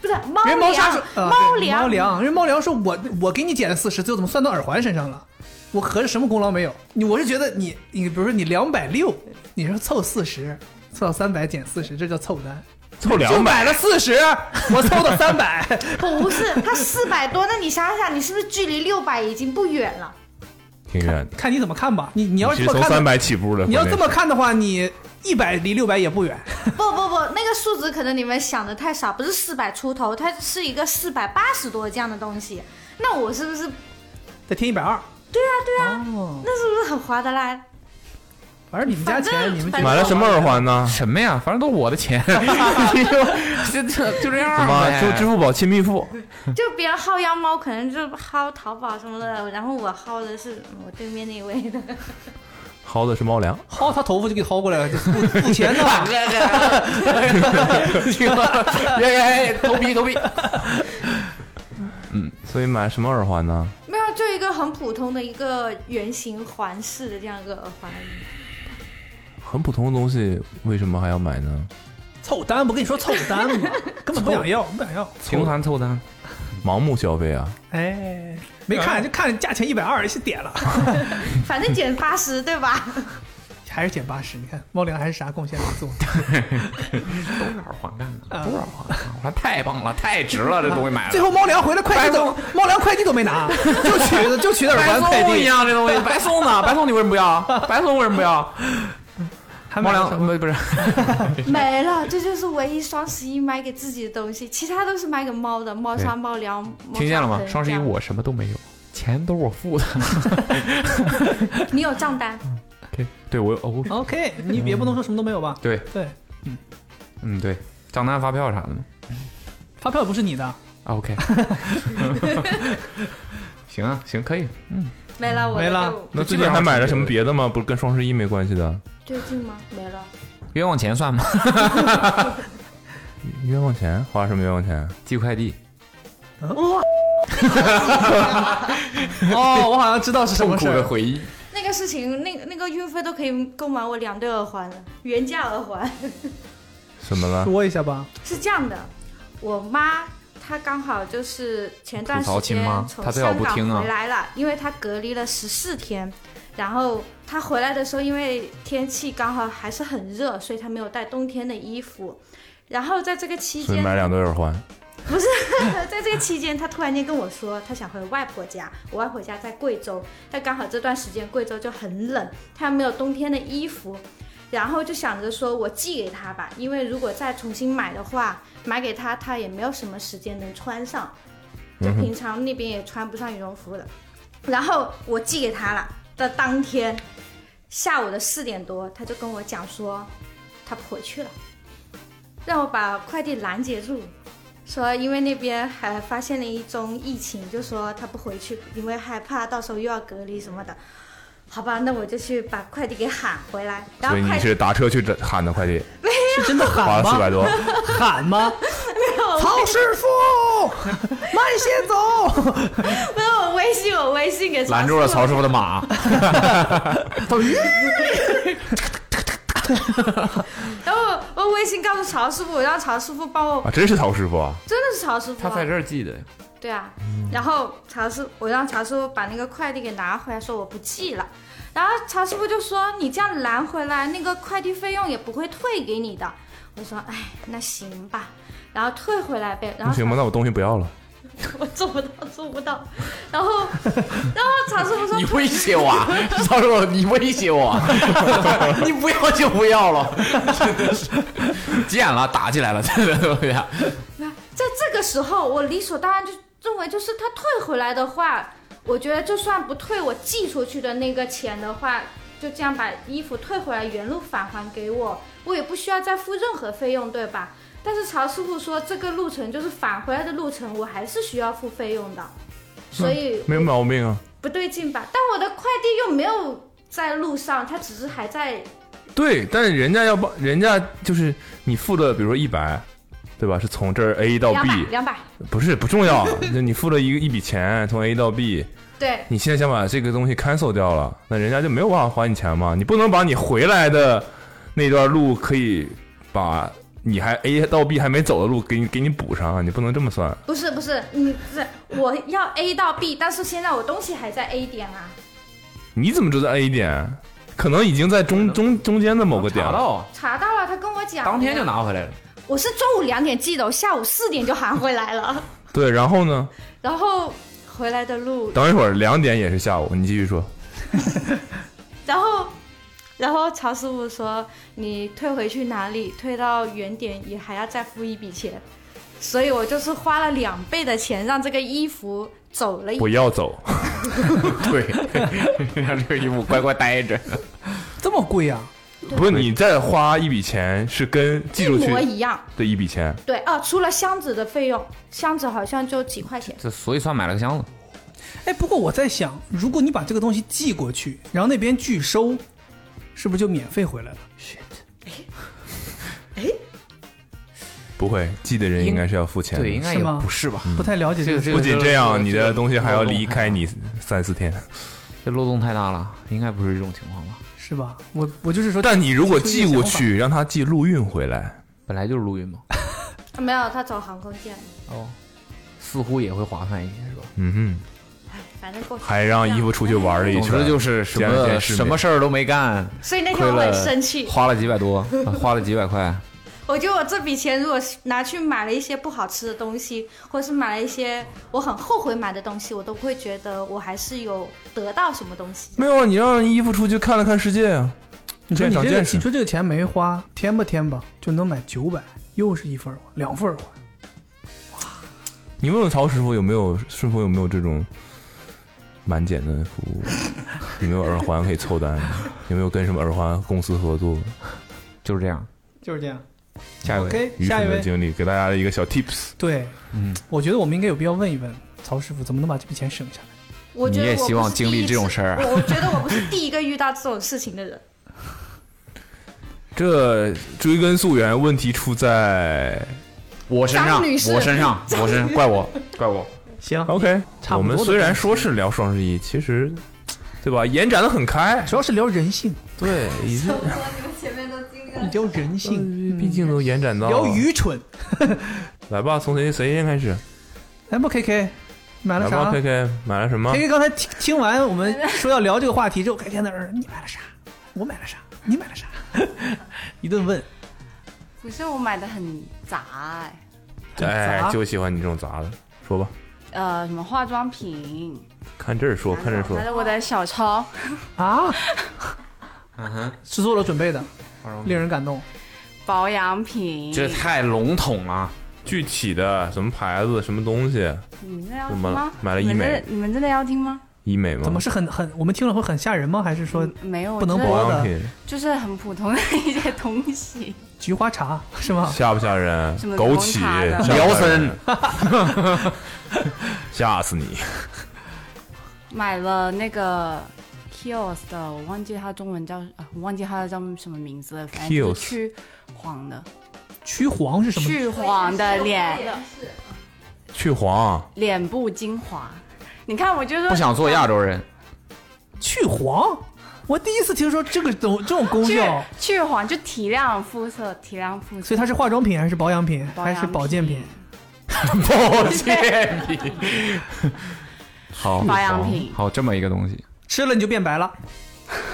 Speaker 5: 不是猫
Speaker 3: 人
Speaker 5: 粮，
Speaker 3: 家猫砂说呃
Speaker 5: 猫
Speaker 3: 对猫
Speaker 5: 粮，
Speaker 3: 粮，人家猫粮说我我给你减了四十，最后怎么算到耳环身上了？我合着什么功劳没有？你我是觉得你你比如说你两百六，你说凑四十，凑到三百减四十，这叫凑单。
Speaker 2: 凑
Speaker 3: 就
Speaker 2: 两百
Speaker 3: 买了四十，我凑到三百，
Speaker 5: <laughs> 不是它四百多，那你想想，你是不是距离六百已经不远了？
Speaker 2: 挺远的。
Speaker 3: 看你怎么看吧。你你要
Speaker 2: 其
Speaker 3: 这
Speaker 2: 实
Speaker 3: 么
Speaker 2: 从
Speaker 3: 看
Speaker 2: 三
Speaker 3: 的，
Speaker 2: 百起步的，
Speaker 3: 你要这么
Speaker 2: 关键是
Speaker 3: 看的话，你一百离六百也不远。
Speaker 5: 不不不，那个数值可能你们想的太少，不是四百出头，它是一个四百八十多这样的东西。那我是不是
Speaker 3: 再添一百二，
Speaker 5: 啊那是不是很划得来？
Speaker 3: 哦反正你们家
Speaker 5: 反
Speaker 3: 钱
Speaker 5: 正
Speaker 3: 你们
Speaker 5: 反正
Speaker 2: 买了
Speaker 3: <laughs>
Speaker 2: 什么耳环呢？
Speaker 4: 什么呀？反正都我的钱，哎你说这这就这样
Speaker 2: 什么？
Speaker 4: 呗
Speaker 2: 就支付宝亲密付，
Speaker 5: <laughs> 就别人薅羊毛，可能就薅淘宝什么的，然后我薅的是嗯我对面那位的。
Speaker 2: 薅的是猫粮。
Speaker 3: 薅他头发就给薅过来了，就付付钱呢。
Speaker 4: <laughs> 哎哎，头皮头皮，
Speaker 2: 所以买什么耳环呢？
Speaker 5: 没有，就一个很普通的一个圆形环式的这样一个耳环，
Speaker 2: 很普通的东西，为什么还要买呢？
Speaker 3: <laughs> 凑单
Speaker 4: <laughs>
Speaker 3: 不跟你说凑单吗？根本不想要，不想要。
Speaker 4: 频繁凑单，
Speaker 2: <laughs> 盲目消费啊！
Speaker 3: 哎，没
Speaker 4: <laughs>
Speaker 3: 看就看价钱一百二，是点了，
Speaker 5: 反正减八十对吧？
Speaker 3: 还是减八十。你看猫粮还是啥贡献没做？
Speaker 4: <laughs> 都是耳环干的，嗯都是耳环干的。我说太棒了，太值了，这东西买了。
Speaker 3: 最后猫粮回来快递都猫粮快递都没
Speaker 4: <laughs>
Speaker 3: 拿，就取就取的耳
Speaker 4: 白
Speaker 3: 环快
Speaker 4: 送一
Speaker 3: 递。
Speaker 4: 样，这东西
Speaker 3: <laughs>
Speaker 4: 白送呢，白送你为什么不要？白送为什么不要？
Speaker 3: 还买了
Speaker 4: 猫粮
Speaker 3: 什么
Speaker 4: 不不是
Speaker 5: 没了，这就是唯一双十一买给自己的东西，其他都是买给猫的，猫砂、
Speaker 4: 对
Speaker 5: 猫粮。猫砂
Speaker 4: 听见了吗
Speaker 5: 盆？
Speaker 4: 双十一我什么都没有，钱都是我
Speaker 2: <laughs>
Speaker 4: 付的。
Speaker 5: 这样你有账单，
Speaker 4: OK，对我有哦，
Speaker 3: ？OK，你也不能说什么都没有吧？
Speaker 4: 对，
Speaker 3: 对，
Speaker 4: 嗯对，账单发票啥的呢
Speaker 3: 发票不是你的，
Speaker 4: 啊
Speaker 3: <laughs>
Speaker 4: OK，行啊行可以，
Speaker 5: 没了我的
Speaker 3: 没了
Speaker 5: 就。
Speaker 2: 那最近还买了什么别的吗？不是跟双十一没关系的？
Speaker 5: 最近吗？没了，
Speaker 4: 冤枉
Speaker 3: <laughs>
Speaker 4: 钱算吗？
Speaker 2: 冤枉钱花什么冤枉钱？
Speaker 4: 寄快递，
Speaker 3: <laughs> 哦，我好像知道是什
Speaker 4: 痛
Speaker 3: 么
Speaker 4: 苦
Speaker 3: 事
Speaker 4: 的
Speaker 3: 儿。
Speaker 4: 回忆。
Speaker 5: 那个事情，那个那个运费都可以购买我两对耳环了，原价耳环。
Speaker 2: 怎么了？
Speaker 3: 说一下吧，
Speaker 5: 是这样的，我妈她刚好就是前段时
Speaker 4: 吐槽亲
Speaker 5: 间
Speaker 4: 妈她
Speaker 5: 从
Speaker 4: 最好
Speaker 5: 香
Speaker 4: 不听啊
Speaker 5: 港回来了，因为她隔离了十四天，然后她回来的时候，因为天气刚好还是很热，所以她没有带冬天的衣服。然后在这个期
Speaker 2: 所以
Speaker 5: 间，
Speaker 2: 买两对耳环。
Speaker 5: <laughs> 在这个期间，她突然间跟我说，她想回外婆家，我外婆家在贵州，但刚好这段时间贵州就很冷，她没有冬天的衣服。然后就想着说，我寄给她吧，因为如果再重新买的话，买给她她也没有什么时间能穿上，
Speaker 2: 嗯
Speaker 4: 嗯
Speaker 5: 就平常那边也穿不上羽绒服的。然后我寄给她了的当天下午的四点多，她就跟我讲说，她婆去了，让我把快递拦截住，说因为那边还发现了一宗疫情，就说他不回去，因为害怕到时候又要隔离什么的。好吧，那我就去把快递给喊回来。然
Speaker 2: 所
Speaker 5: 后
Speaker 2: 以
Speaker 5: 快
Speaker 2: 你
Speaker 5: 递
Speaker 2: 是打车去喊的快递，
Speaker 3: <laughs> 是真的
Speaker 2: 花
Speaker 3: 喊
Speaker 2: 了四百
Speaker 3: 吗？
Speaker 2: 多。
Speaker 3: 喊吗？曹师傅，慢些走。
Speaker 5: <laughs> 没有我微信，我微信给曹
Speaker 4: 拦住
Speaker 5: 师
Speaker 4: 了
Speaker 5: 傅
Speaker 4: 曹师傅
Speaker 3: <laughs>
Speaker 4: 的马，
Speaker 5: <laughs> 然后我微信告诉曹师傅，让曹师傅帮我，
Speaker 2: 啊，真是曹师傅啊！
Speaker 5: 真的是曹师傅、
Speaker 4: 他
Speaker 5: 啊。
Speaker 4: 在这儿记的。
Speaker 5: 对啊，然后曹师，我让曹师傅把那个快递给拿回来，说我不寄了。然后曹师傅就说：“你这样拦回来，那个快递费用也不会退给你的。”我说：“哎，那行吧。”然后退回来呗。然
Speaker 2: 不
Speaker 5: 后
Speaker 2: 行吧，那我东西不要了。
Speaker 5: <laughs> 我做不到，做不到。然后，然后曹师傅说
Speaker 4: <laughs> 你威胁我啊，曹师傅，你威胁我啊， <laughs>
Speaker 2: <laughs>
Speaker 4: 你不要就不要了， <laughs> 见了打起来了，真的对不对？
Speaker 2: <laughs>
Speaker 5: 那在这个时候，我理所当然就认为，就是他退回来的话，我觉得就算不退我寄出去的那个钱的话，就这样把衣服退回来，原路返还给我，我也不需要再付任何费用，对吧？但是曹师傅说，这个路程就是返回来的路程，我还是需要付费用的，所以
Speaker 2: 没有毛病啊。
Speaker 5: 不对劲吧？但我的快递又没有在路上，它只是还在
Speaker 2: 对，但是人家要帮，人家就是你付的，比如说一百，对吧？是从这儿 A 到
Speaker 5: 两百
Speaker 2: B，
Speaker 5: 两百，
Speaker 2: 不是不重要，就你付了一个一笔钱，从 A 到 B，
Speaker 5: 对
Speaker 2: 你现在想把这个东西 cancel 掉了，那人家就没有办法还你钱嘛。你不能把你回来的那段路可以把你还 A 到 B 还没走的路给你给你补上啊，你不能这么算。
Speaker 5: 不是不是，嗯，不是，我要 A 到 B，但是现在我东西还在 A 点啊，
Speaker 2: 你怎么知道 A 点？可能已经在中中中间的某个点
Speaker 4: 查
Speaker 2: 了。
Speaker 4: 到，
Speaker 5: 查到了，他跟我讲，
Speaker 4: 当天就，拿回来了。
Speaker 5: 我是中午两点寄的，我下午四点就喊回来了， <laughs>
Speaker 2: 对，然后呢？
Speaker 5: 然后回来的路，
Speaker 2: 等一会儿两点也是下午，你继续说。
Speaker 5: 然后，然后曹师傅说你退回去哪里，退到原点也还要再付一笔钱，所以我就是花了两倍的钱让这个衣服走了一
Speaker 2: 不要走，
Speaker 4: <laughs> 对，让这个衣服乖乖待着。
Speaker 3: 这么贵啊？
Speaker 2: 不是你再花一笔钱是跟寄出去
Speaker 5: 模一样，
Speaker 2: 的一笔钱，
Speaker 5: 对，哦、除了箱子的费用，箱子好像就几块钱。
Speaker 4: 这所以算买了个箱子，
Speaker 3: 哎，不过我在想，如果你把这个东西寄过去，然后那边拒收，是不是就免费回来了？
Speaker 2: 不会寄的人应该是要付钱的。
Speaker 4: 对，应该
Speaker 3: 是
Speaker 4: 也
Speaker 3: 吗
Speaker 4: 不是吧？
Speaker 3: 不太了解这
Speaker 4: 这
Speaker 3: 个
Speaker 4: 个这个
Speaker 2: 不仅这样，
Speaker 4: 个
Speaker 2: 你
Speaker 4: 这
Speaker 2: 的
Speaker 4: 个
Speaker 2: 东西还要
Speaker 4: 漏洞
Speaker 2: 离
Speaker 4: 太
Speaker 2: 开
Speaker 4: 大
Speaker 2: 你三四天。
Speaker 4: 这漏洞太大了，应该不是这种情况吧？
Speaker 3: 是吧？我我就是说，
Speaker 2: 但你如果
Speaker 3: 提
Speaker 2: 寄
Speaker 3: 出一个
Speaker 2: 过
Speaker 3: 想法，
Speaker 2: 去，让他寄陆运回来，
Speaker 4: 本来就是陆运嘛，
Speaker 5: 啊没有，他走航空件，
Speaker 4: 哦，似乎也会划算一些，是吧？
Speaker 2: 嗯
Speaker 5: 哎反正过去
Speaker 2: 哼，还让衣服出去玩了一
Speaker 4: 总
Speaker 2: 圈。
Speaker 4: 之就是什
Speaker 2: 见了见
Speaker 4: 么
Speaker 2: 世面
Speaker 4: 什么事儿都没干，
Speaker 5: 所以那
Speaker 4: 亏
Speaker 5: 天我
Speaker 4: 了
Speaker 5: 很生气，
Speaker 4: 花了几百
Speaker 5: <laughs>
Speaker 4: 多，呃花了几百块，
Speaker 5: 我觉得我这笔钱如果是拿去买了一些不好吃的东西，或者是买了一些我很后悔买的东西，我都不会觉得我还是有得到什么东西。
Speaker 2: 没有啊，你让衣服出去看了看世界啊。
Speaker 3: 你说你这
Speaker 2: 见长
Speaker 3: 个
Speaker 2: 见识
Speaker 3: 你说这个钱没花，添吧添吧，就能买九百，又是一份耳环，两份耳环。
Speaker 2: 你问问曹师傅有没有，师傅有没有这种满减的服务？有没有耳环可以凑
Speaker 4: <laughs>
Speaker 2: 单？有没有跟什么耳环公司合作？
Speaker 4: 就是这样。
Speaker 3: 就是这样。
Speaker 4: 下一位，
Speaker 3: OK，
Speaker 2: 愚
Speaker 3: 下一
Speaker 2: 蠢的
Speaker 3: 位。
Speaker 2: 经历，给大家一个小 tips。
Speaker 3: 对，
Speaker 4: 嗯，
Speaker 3: 我觉得我们应该有必要问一问曹师傅，怎么能把这笔钱省下来？
Speaker 5: 我觉得
Speaker 4: 你也
Speaker 5: 我不是
Speaker 4: 希望经历这种事儿啊
Speaker 5: 第一次我我觉得我不是第一个遇到这种事情的人。
Speaker 2: 这追根溯源，问题出在
Speaker 4: 我身上，
Speaker 5: 张女士
Speaker 4: 我
Speaker 5: <laughs>
Speaker 4: 身上，我身上，怪我，怪我。
Speaker 3: 行，
Speaker 2: OK。
Speaker 3: 差
Speaker 2: 我
Speaker 3: 不多的
Speaker 2: 们虽然说是聊双十一，其实对吧，延展的很开。
Speaker 3: 主要是聊人性，
Speaker 2: 对，已经呃
Speaker 10: 你们前面都经历
Speaker 3: 聊人性，嗯
Speaker 2: 毕竟都延展到
Speaker 3: 聊愚蠢。
Speaker 2: 来吧，从谁谁先开始？
Speaker 3: 来吧，K K，买
Speaker 2: 来
Speaker 3: 了
Speaker 2: 吧
Speaker 3: 啥
Speaker 2: ，K K 买了什么
Speaker 3: ？K？K 刚才听听完我们说要聊这个话题之后，K K 那儿你买了啥？我买了啥？你买了啥？ <laughs> 一顿问。
Speaker 11: 不是我买的很杂哎，
Speaker 3: 很
Speaker 2: 哎
Speaker 3: 杂，
Speaker 2: 就喜欢你这种杂的。说吧，
Speaker 11: 呃，什么化妆品，
Speaker 2: 看这儿说，看这儿说
Speaker 11: 还。有我的小抄，
Speaker 3: 啊，
Speaker 4: 嗯哼，
Speaker 3: 是做了准备的，令人感动。
Speaker 11: 保养品。
Speaker 4: 这太笼统了。
Speaker 2: 具体的什么牌子、什么东西，
Speaker 11: 你们这要
Speaker 2: 怎
Speaker 11: 听
Speaker 2: 么了
Speaker 11: 吗？
Speaker 2: 买了
Speaker 11: 你
Speaker 2: 医
Speaker 11: 们
Speaker 2: 美
Speaker 11: 这你们真的要听吗？
Speaker 2: 医美
Speaker 4: 嗯
Speaker 2: 吗？
Speaker 3: 怎么是很很我们听了会很吓人吗？还是说
Speaker 11: 没有
Speaker 3: 不能
Speaker 11: 这
Speaker 3: 播
Speaker 2: 保养
Speaker 3: 的
Speaker 2: 品
Speaker 11: 就是很普通的一些东西，
Speaker 3: 菊花茶 <laughs> 是
Speaker 11: 啊
Speaker 3: 吗？
Speaker 2: 吓不吓人
Speaker 11: 什？么
Speaker 2: 枸
Speaker 11: 浓
Speaker 2: 杞
Speaker 11: 茶的、
Speaker 2: 辽参
Speaker 4: 人，
Speaker 2: <laughs> 吓死你！
Speaker 11: 买了那个 Kiehl's 的，我忘记它中文叫啊，我忘记它叫什么名字了，反正就是
Speaker 2: Kiehl's
Speaker 11: 去黄的，
Speaker 3: 曲黄是什么？
Speaker 11: 去黄的脸
Speaker 2: 去黄，
Speaker 11: 脸部精华。 <laughs> 你看，我就说
Speaker 4: <laughs> 不想做亚
Speaker 5: <laughs>
Speaker 4: 洲人，
Speaker 3: 去黄？我第一次听说这个东这种功
Speaker 11: 去
Speaker 3: 效，
Speaker 11: 去黄就提亮肤色，提亮肤色。
Speaker 3: 所以它是化妆品还是保养品
Speaker 11: 保
Speaker 3: 还
Speaker 11: 养
Speaker 3: 是保健品？
Speaker 11: <laughs>
Speaker 4: 抱歉你。好，
Speaker 11: 保养品
Speaker 4: 好，好这么一个东西，
Speaker 3: 吃了你就变白了，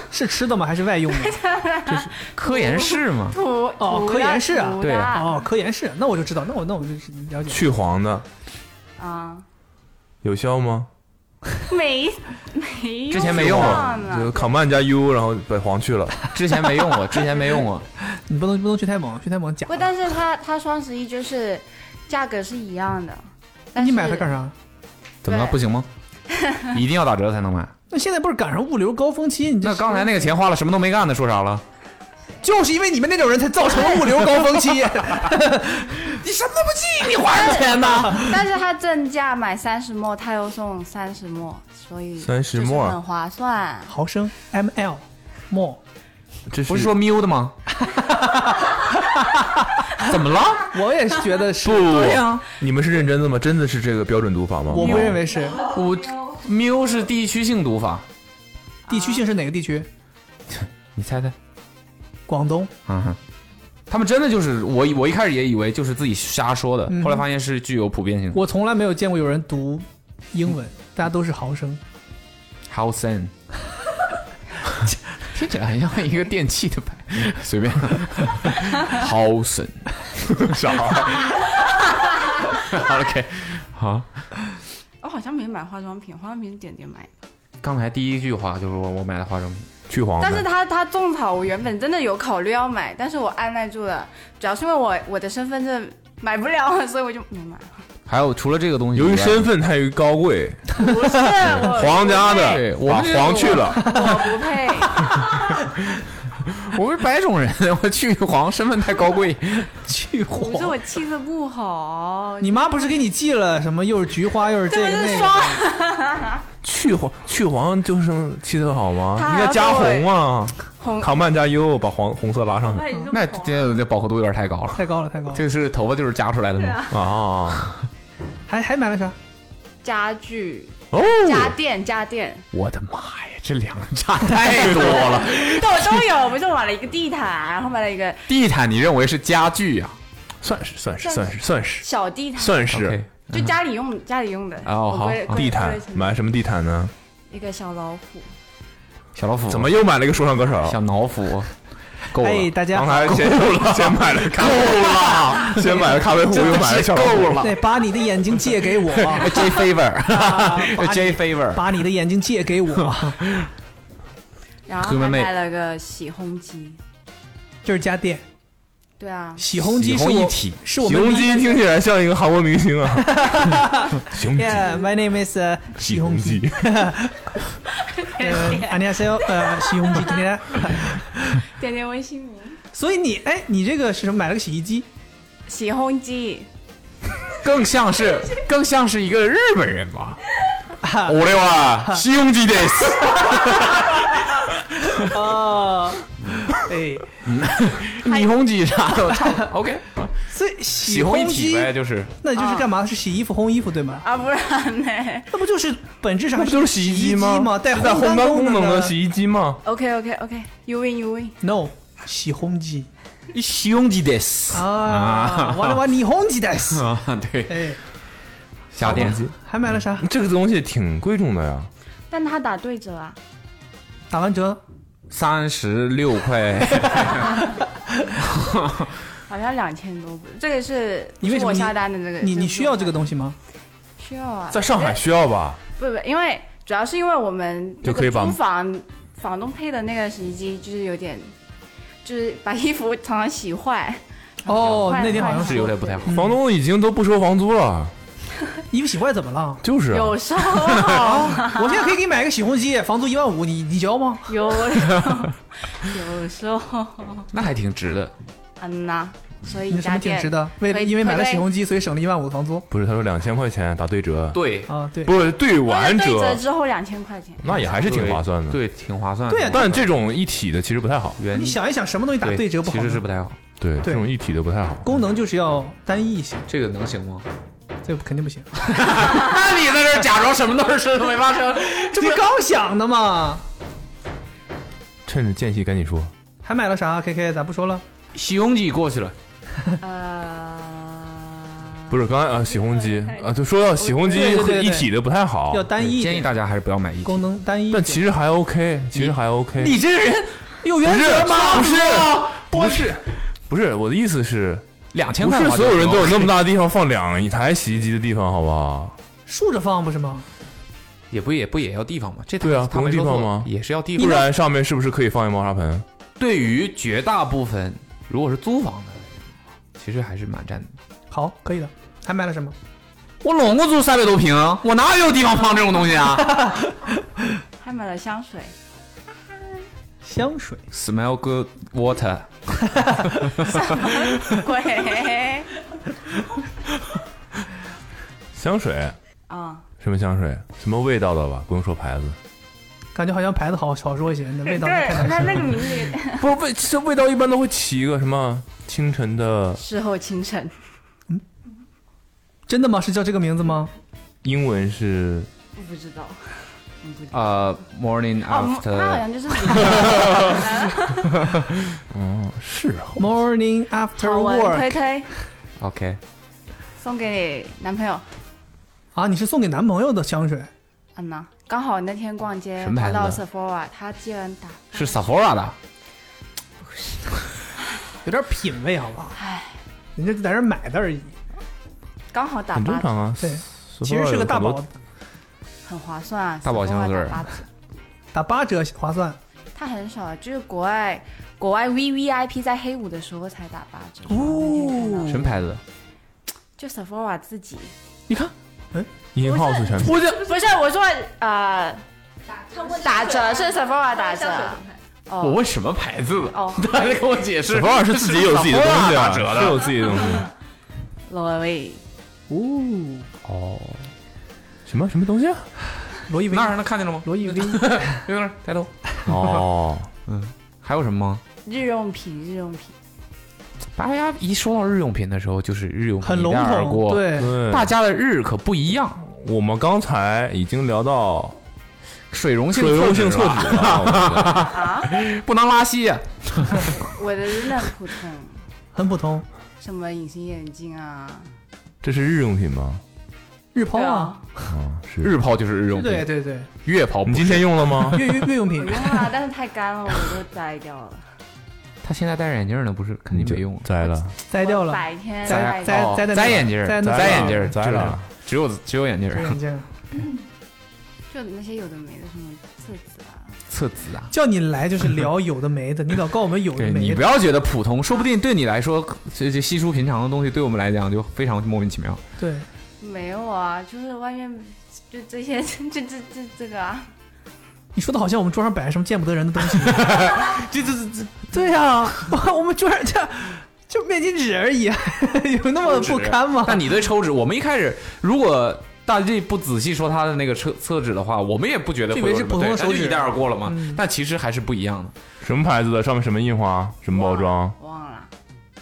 Speaker 3: 是吃的吗？还是外用的？
Speaker 4: 科研室嘛，
Speaker 11: 涂
Speaker 3: 哦
Speaker 11: 涂
Speaker 3: 科研
Speaker 11: 的
Speaker 3: 室啊
Speaker 11: 涂
Speaker 4: 对
Speaker 11: 的
Speaker 3: 哦，科研室，那我就知道，那我那我就了解。
Speaker 2: 去黄的
Speaker 11: 啊，
Speaker 2: 有效吗？
Speaker 3: <laughs>
Speaker 11: 没没
Speaker 4: 之前没
Speaker 11: 用
Speaker 4: 用
Speaker 11: 啊
Speaker 4: 过
Speaker 11: 上呢
Speaker 2: 就是 command 加 u，然后把黄去了。
Speaker 4: 之前没用过，之前没用过，
Speaker 3: 你不能不能去太猛，去太猛假
Speaker 11: 不，
Speaker 3: 的。
Speaker 11: 但是它它双十一就是价格是一样的，
Speaker 3: 那
Speaker 11: 但
Speaker 3: 你
Speaker 11: 是
Speaker 3: 买它干啥？
Speaker 4: 怎么了？
Speaker 11: 对
Speaker 4: 不
Speaker 5: <laughs>
Speaker 4: 行吗？一定要打折才能买？
Speaker 3: 那现在不是赶上物流高峰期？你这
Speaker 4: 那刚才那个钱花了，什么都没干呢，说啥了？
Speaker 3: 就是因为你们那种人才造成了物流高峰期。
Speaker 4: <laughs>
Speaker 3: 你什么都不记，你花什么
Speaker 11: <laughs>
Speaker 3: 钱呢？
Speaker 11: 但是它正价买三十沫，它又送三十沫，所以
Speaker 2: 30
Speaker 11: 就是
Speaker 2: 沫
Speaker 11: 很划算。
Speaker 3: 毫升 ml more，
Speaker 2: 这
Speaker 4: 不是说 miu 的吗？怎么了？
Speaker 3: 我也是觉得是
Speaker 2: 不，
Speaker 3: 对呀，
Speaker 2: 你们是认真的吗？真的是这个标准读法吗？
Speaker 3: 我不认为是。
Speaker 4: 我 miu 是地区性读法，
Speaker 3: 地区性是哪个地区？
Speaker 4: 你猜猜？
Speaker 3: 广东。
Speaker 4: 嗯哼，他们真的就是我一，我一开始也以为就是自己瞎说的，
Speaker 3: 嗯
Speaker 4: 后来发现是具有普遍性的。
Speaker 3: 我从来没有见过有人读英文，大家都是毫升。
Speaker 4: How soon？听起来很像一个电器的牌，嗯随便。How soon？
Speaker 2: 小孩
Speaker 4: 好 <laughs> OK，好。
Speaker 11: <laughs> 我好像没买化妆品，化妆品是点点买的。
Speaker 4: 刚才第一句话就是我我买的化妆品，
Speaker 2: 去黄
Speaker 11: 但是
Speaker 2: 的，
Speaker 11: 它它种草，我原本真的有考虑要买，但是我按耐住了，主要是因为我我的身份证买不了，所以我就没
Speaker 3: <laughs>
Speaker 11: 买。
Speaker 4: 还有除了这个东西以
Speaker 2: 由
Speaker 4: 外，
Speaker 2: 于身份太于高贵，
Speaker 11: 不是我
Speaker 2: 皇家
Speaker 3: <laughs>
Speaker 4: 对
Speaker 2: 的
Speaker 4: 我
Speaker 2: 把
Speaker 4: 们这
Speaker 2: 黄去
Speaker 11: <laughs>
Speaker 2: 了，
Speaker 11: 我不配，
Speaker 4: 我是白种人，我 <laughs> 去黄身份太高贵，
Speaker 3: 去黄
Speaker 11: 不是我气色不好。
Speaker 3: <laughs> 你妈不是给你寄了什么？又是菊花，又是这个
Speaker 11: 这不是
Speaker 3: 那
Speaker 11: 双
Speaker 3: 个。
Speaker 2: 去黄去黄嗯就是气色好吗？
Speaker 11: 他
Speaker 2: 应该加红啊
Speaker 11: <laughs> 红
Speaker 2: ，command 加 u 把黄红色拉上去
Speaker 4: 那这这饱和度有点太高了。
Speaker 3: 太高了，太高了。
Speaker 4: 这是头发就是夹出来的吗？
Speaker 2: 啊。
Speaker 3: 还还买了啥？
Speaker 11: 家具、
Speaker 2: 哦，
Speaker 11: 家电、家电，
Speaker 4: 我的妈呀，这两差太多了！
Speaker 11: 但我都有。不是我买了一个地毯，然后买了一个
Speaker 4: 地毯你认为是家具啊？
Speaker 2: 算是算是算是算是
Speaker 11: 小地毯，
Speaker 2: 算
Speaker 4: OK
Speaker 2: 是
Speaker 11: 就家里用家里用的。
Speaker 4: 哦
Speaker 11: 我
Speaker 4: 好
Speaker 11: 归
Speaker 2: 地毯，买什么地毯呢？
Speaker 11: 一个小老虎，
Speaker 4: 小老虎
Speaker 2: 怎么又买了一个说唱歌
Speaker 4: 小
Speaker 2: 手？
Speaker 4: 老虎？够了，
Speaker 3: 哎，大家
Speaker 2: 刚
Speaker 3: 好。
Speaker 2: 才先 <laughs> 先买了咖啡
Speaker 4: 了，
Speaker 2: 先买了咖啡壶，又买了小哎老虎。
Speaker 3: 对，把你的眼睛借给
Speaker 2: <laughs>
Speaker 3: 我，
Speaker 4: J favor
Speaker 3: 把
Speaker 4: J favor，
Speaker 3: 把你的眼睛借给
Speaker 2: <laughs>
Speaker 3: 我，
Speaker 11: 然后
Speaker 4: 黑妹
Speaker 11: 还
Speaker 4: 妹
Speaker 11: 买了个洗烘机。
Speaker 3: 就是家
Speaker 2: <laughs>
Speaker 3: 电。
Speaker 11: 对啊，
Speaker 3: 洗烘机是
Speaker 4: 洗烘一
Speaker 3: 我
Speaker 4: 体
Speaker 3: 是我
Speaker 2: 洗
Speaker 3: 们
Speaker 2: 烘
Speaker 3: 第一
Speaker 2: 机听起来像一个韩国明星啊。
Speaker 3: <laughs>
Speaker 2: 洗烘机，
Speaker 3: Yeah, my name is 呃洗
Speaker 2: 洗
Speaker 3: 烘
Speaker 2: 烘
Speaker 3: 机。
Speaker 2: 机，
Speaker 4: <laughs>
Speaker 3: 呃，안녕하세요，呃，洗烘机今天。
Speaker 11: 点点微信名，
Speaker 3: <laughs> 所以你哎，你这个是什么？买了个洗衣机，
Speaker 11: 洗烘机。
Speaker 4: 更
Speaker 11: <laughs>
Speaker 4: 像是更像是一个日本人
Speaker 3: <laughs>
Speaker 4: 吧？
Speaker 3: 啊
Speaker 2: 我的
Speaker 4: 啊
Speaker 2: 哇，洗烘机的。
Speaker 11: <laughs>
Speaker 3: 哦，
Speaker 4: <laughs>
Speaker 3: 哎，
Speaker 4: 霓虹机啥的我操，OK，
Speaker 11: <laughs>
Speaker 3: 所以洗
Speaker 4: 喜欢一体
Speaker 3: 机
Speaker 4: 呗，就是
Speaker 3: 那就是干嘛？是洗衣服、烘衣服对吗？
Speaker 11: 啊，不然呢
Speaker 3: 那不就是本质上
Speaker 2: 那不就是洗
Speaker 3: 洗
Speaker 2: 衣机吗？
Speaker 3: 吗？带
Speaker 2: 是带烘干
Speaker 3: 干
Speaker 2: 功
Speaker 3: 能
Speaker 2: 能的洗衣机吗？
Speaker 11: ？OK OK OK，You win You win。
Speaker 3: No，洗烘机
Speaker 4: 西虹机的斯
Speaker 3: 啊，完了完了，你烘机的。
Speaker 4: <laughs> 啊，对，
Speaker 3: 哎，
Speaker 4: 家电
Speaker 3: 还买了啥？
Speaker 2: 这个东西挺贵重的呀，
Speaker 11: 但它打对折啊，
Speaker 3: 打完折
Speaker 4: 三十六块，
Speaker 11: 好像两千多不是？这个是
Speaker 3: 你为什
Speaker 11: 是
Speaker 3: 么
Speaker 11: 我
Speaker 3: 你
Speaker 11: 下单的这个？
Speaker 3: 你
Speaker 11: 是
Speaker 3: 你
Speaker 11: 不
Speaker 3: 需要
Speaker 11: 我
Speaker 3: 这个东西吗？
Speaker 11: 需要啊？
Speaker 2: 在上海需要吧？
Speaker 11: 不不，因为主要是因为我们
Speaker 2: 就可以把
Speaker 11: 那个租房房东配的那个洗衣机就是有点，就是把衣服常常洗坏。
Speaker 3: 哦，
Speaker 11: 坏
Speaker 3: 那天好像
Speaker 11: 坏
Speaker 3: 嗯
Speaker 4: 是有点不太好。
Speaker 2: 房东已经都不收房租了，
Speaker 3: 衣服洗坏怎么了？
Speaker 2: <laughs> 就是啊有
Speaker 11: 烧好吗
Speaker 3: <laughs> 我现在可以给你买个洗烘机，房租一万五，你你交吗？
Speaker 11: <laughs>
Speaker 3: <laughs>
Speaker 11: 有有时候，
Speaker 2: <laughs>
Speaker 4: 那还挺值的。
Speaker 11: 嗯呐，所以
Speaker 3: 有
Speaker 11: 一
Speaker 3: 什
Speaker 11: 家
Speaker 3: 么挺
Speaker 11: 店
Speaker 3: 值的？为
Speaker 11: 推
Speaker 3: 因为买了
Speaker 11: 推
Speaker 3: 洗烘机，所以省了一万五的房租。
Speaker 2: 不是，他说两千块钱打对折，
Speaker 4: 对
Speaker 3: 啊，对，
Speaker 2: 不是对完
Speaker 11: 对折
Speaker 2: 折，
Speaker 11: 之后两千块钱，
Speaker 2: 那也还是挺划算的。啊
Speaker 4: 对，挺划算的。
Speaker 3: 对呀
Speaker 2: 但这种一体的其实不太好，
Speaker 4: 原
Speaker 3: 你想一想，什么东西打对折不好
Speaker 4: 其
Speaker 3: 呢？
Speaker 4: 实是不太好。
Speaker 2: 对，这种一体的不太好。
Speaker 3: 功能就是要单一一些，
Speaker 4: 这个能行吗？
Speaker 3: 这肯定不行。
Speaker 4: <laughs> 那你在这儿假装什么都是事都没发生，
Speaker 3: 这不刚想的吗？
Speaker 2: 趁着间隙赶紧说，
Speaker 3: 还买了啥？K K，咱不说了。
Speaker 4: 洗烘机过去
Speaker 3: <laughs>
Speaker 4: 了，
Speaker 3: 呃
Speaker 2: 不是刚才啊洗烘机啊，就说到洗烘机
Speaker 3: 对对对对
Speaker 2: 一体的不太好
Speaker 3: 要，单一一
Speaker 4: 建议
Speaker 3: 点，
Speaker 4: 大家还是不要买一体。
Speaker 3: 功能单一一点。
Speaker 2: 但其实还 OK，其实还 OK。
Speaker 3: 你这个人有
Speaker 2: 不
Speaker 3: 原
Speaker 2: 是
Speaker 3: 则吗？
Speaker 2: 不是不是不是我的意思是，
Speaker 4: 两千
Speaker 2: 不
Speaker 4: 块，
Speaker 2: 是所有人都有那么大的地方放两台洗衣机的地方，好不好？
Speaker 3: 竖着放不是吗？
Speaker 4: 也不也不也要地方嘛？这
Speaker 2: 对啊
Speaker 4: 他们
Speaker 2: 不用地
Speaker 4: 说
Speaker 2: 方
Speaker 4: 错
Speaker 2: 吗
Speaker 4: 也是要地
Speaker 2: 不
Speaker 4: 方。
Speaker 2: 然上面 <laughs> 是不是可以放一猫砂盆？
Speaker 4: 对于绝大部分如果是租房的，其实还是蛮占的。
Speaker 3: 好，可以的。还买了什么？
Speaker 4: 我拢共租三百多平，我哪有地方放这种东西啊
Speaker 11: 还买了香
Speaker 2: <laughs>
Speaker 11: 水，
Speaker 3: 香水。
Speaker 4: ？Smell good water，
Speaker 2: <laughs>
Speaker 11: 鬼
Speaker 2: 香水
Speaker 11: 啊，
Speaker 2: 什么香水？什么味道的吧？不用说
Speaker 4: <laughs>
Speaker 2: 牌子，
Speaker 3: <laughs> 感觉好像牌子好少说一些，那味道太
Speaker 11: 对，
Speaker 3: 难
Speaker 11: 那那个
Speaker 3: 吃了。
Speaker 11: 名字也
Speaker 2: 不是味，这味道一般都会起一个什么清晨的
Speaker 11: 事后清晨，
Speaker 3: 真的吗？是叫这个名字
Speaker 4: <laughs>
Speaker 3: 吗？
Speaker 2: 英文是
Speaker 11: 我不知道，我不知道。
Speaker 4: <laughs> 呃、m o r n i n g
Speaker 11: 哦，那好
Speaker 4: after，
Speaker 11: 像就是
Speaker 2: <laughs>
Speaker 4: 嗯
Speaker 2: 是
Speaker 4: 哦
Speaker 2: 啊，
Speaker 3: Morning after
Speaker 11: 好闻推
Speaker 3: work
Speaker 11: 推
Speaker 4: OK，
Speaker 11: 送给你男朋友，
Speaker 3: 啊，你是送给男朋友的香水？
Speaker 11: 嗯呐，刚好那天逛街
Speaker 4: 什么牌
Speaker 11: 他
Speaker 4: 子
Speaker 11: 到 Sephora，他竟然打
Speaker 4: 是 Sephora 的，
Speaker 3: <laughs> 有点品味好不好？唉，人家在这儿买的而已，
Speaker 11: 刚好打
Speaker 2: 很
Speaker 11: 八折，
Speaker 2: 正常啊。
Speaker 3: 对
Speaker 2: Sephora
Speaker 3: 其实是
Speaker 2: 有
Speaker 3: 个
Speaker 2: 很
Speaker 3: 大
Speaker 2: 多
Speaker 3: 宝，
Speaker 11: 很划算啊。
Speaker 4: 大宝
Speaker 11: Sephora
Speaker 4: 箱子儿
Speaker 11: 打八折，
Speaker 3: 打八折划算。
Speaker 11: 他很少，就是国外国外 V V I P 在黑五的时候才打八折。哦
Speaker 4: 什么牌子？
Speaker 11: 就 Sephora 自己，
Speaker 2: in house 产品，
Speaker 11: 不是我说呃，打折是 Sephora 打折。
Speaker 4: 我
Speaker 11: 哦
Speaker 4: 问什么牌子了？
Speaker 11: 哦
Speaker 4: 他在跟我解释
Speaker 2: Sephora 是自己有自己的东 <laughs> 西啊，是有自己的东西。
Speaker 11: 罗威
Speaker 3: 哦，
Speaker 4: 哦，
Speaker 2: 什么什么东西啊？
Speaker 3: 罗意威
Speaker 4: 那，儿能看见了吗？
Speaker 3: 罗意威，
Speaker 4: <laughs> 有点抬头。 <laughs>
Speaker 2: 哦，
Speaker 4: 还有什么吗？
Speaker 11: 日用品，日用品， <laughs>
Speaker 4: 大家一说到日用品的时候，就是日用品
Speaker 3: 很笼
Speaker 4: 一带而
Speaker 3: 统。
Speaker 4: 过。，
Speaker 3: 对，
Speaker 2: 对，
Speaker 4: 大家的日可不一样，
Speaker 2: 我们刚才已经聊到
Speaker 4: 水溶性
Speaker 2: 水溶性
Speaker 4: 厕
Speaker 2: 厕纸了，我觉得
Speaker 3: <laughs>
Speaker 4: 不能拉稀呀。
Speaker 11: 我的真的很普通，
Speaker 3: 很普通，
Speaker 11: 什么隐形眼镜啊，
Speaker 2: <laughs> 这是日用品吗？
Speaker 3: 日抛
Speaker 11: 对
Speaker 3: 啊
Speaker 11: 啊，，
Speaker 2: 啊，是。
Speaker 4: 日抛就是日用
Speaker 3: 对
Speaker 4: 品，
Speaker 3: 对对，
Speaker 4: 月抛不
Speaker 2: 你
Speaker 4: 是
Speaker 2: 今天用了
Speaker 4: <laughs>
Speaker 2: 吗？
Speaker 3: <laughs> 月月月用
Speaker 11: 我
Speaker 3: 品
Speaker 11: 用了，啊但是太干了，我都摘掉了。
Speaker 4: 他现在戴着眼镜呢，不是肯定没用了。
Speaker 2: 摘了，
Speaker 3: 摘 <laughs> 掉
Speaker 11: 我
Speaker 3: 了，
Speaker 11: 白天摘
Speaker 3: 摘摘
Speaker 4: 哦
Speaker 3: 摘在那
Speaker 4: 摘
Speaker 3: 个
Speaker 4: 眼镜儿，
Speaker 3: 摘那个
Speaker 4: 摘眼镜儿，
Speaker 2: 摘了，
Speaker 4: 只有只有眼镜
Speaker 3: 摘
Speaker 4: 儿。
Speaker 3: 眼镜。
Speaker 11: 嗯就那些有的没的什么册子啊，
Speaker 4: 册子啊，
Speaker 3: 叫你来就是聊有的没的，你老告我们有的
Speaker 4: 对你
Speaker 3: 没
Speaker 4: 不
Speaker 3: 的，
Speaker 4: 要觉得普通，说不定对你来说这这稀疏平常的东西，对我们来讲就非常莫名其妙。
Speaker 3: 对，
Speaker 11: 没有啊，就是外面就这些 <laughs> 这这这这这个啊，
Speaker 3: 你说的好像我们桌上摆着什么见不得人的东
Speaker 2: <laughs>
Speaker 3: 西，这这这这，对呀，我们桌上这就面巾纸而已， <laughs> 有那么不堪
Speaker 4: <laughs>
Speaker 3: 吗？
Speaker 4: 那你对抽纸，我们一开始如果大 G 不仔细说他的那个厕厕纸的话，我们也不觉得
Speaker 3: 就
Speaker 4: 会
Speaker 3: 以为
Speaker 4: 有
Speaker 3: 是
Speaker 4: 什么
Speaker 3: 普通的
Speaker 4: 对
Speaker 3: 手
Speaker 4: 那就
Speaker 3: 指
Speaker 4: 一带而过了嘛
Speaker 3: 嗯。
Speaker 4: 但其实还是不一样的。
Speaker 2: 什么牌子的？上面什么印花？什么包装？
Speaker 11: 忘了，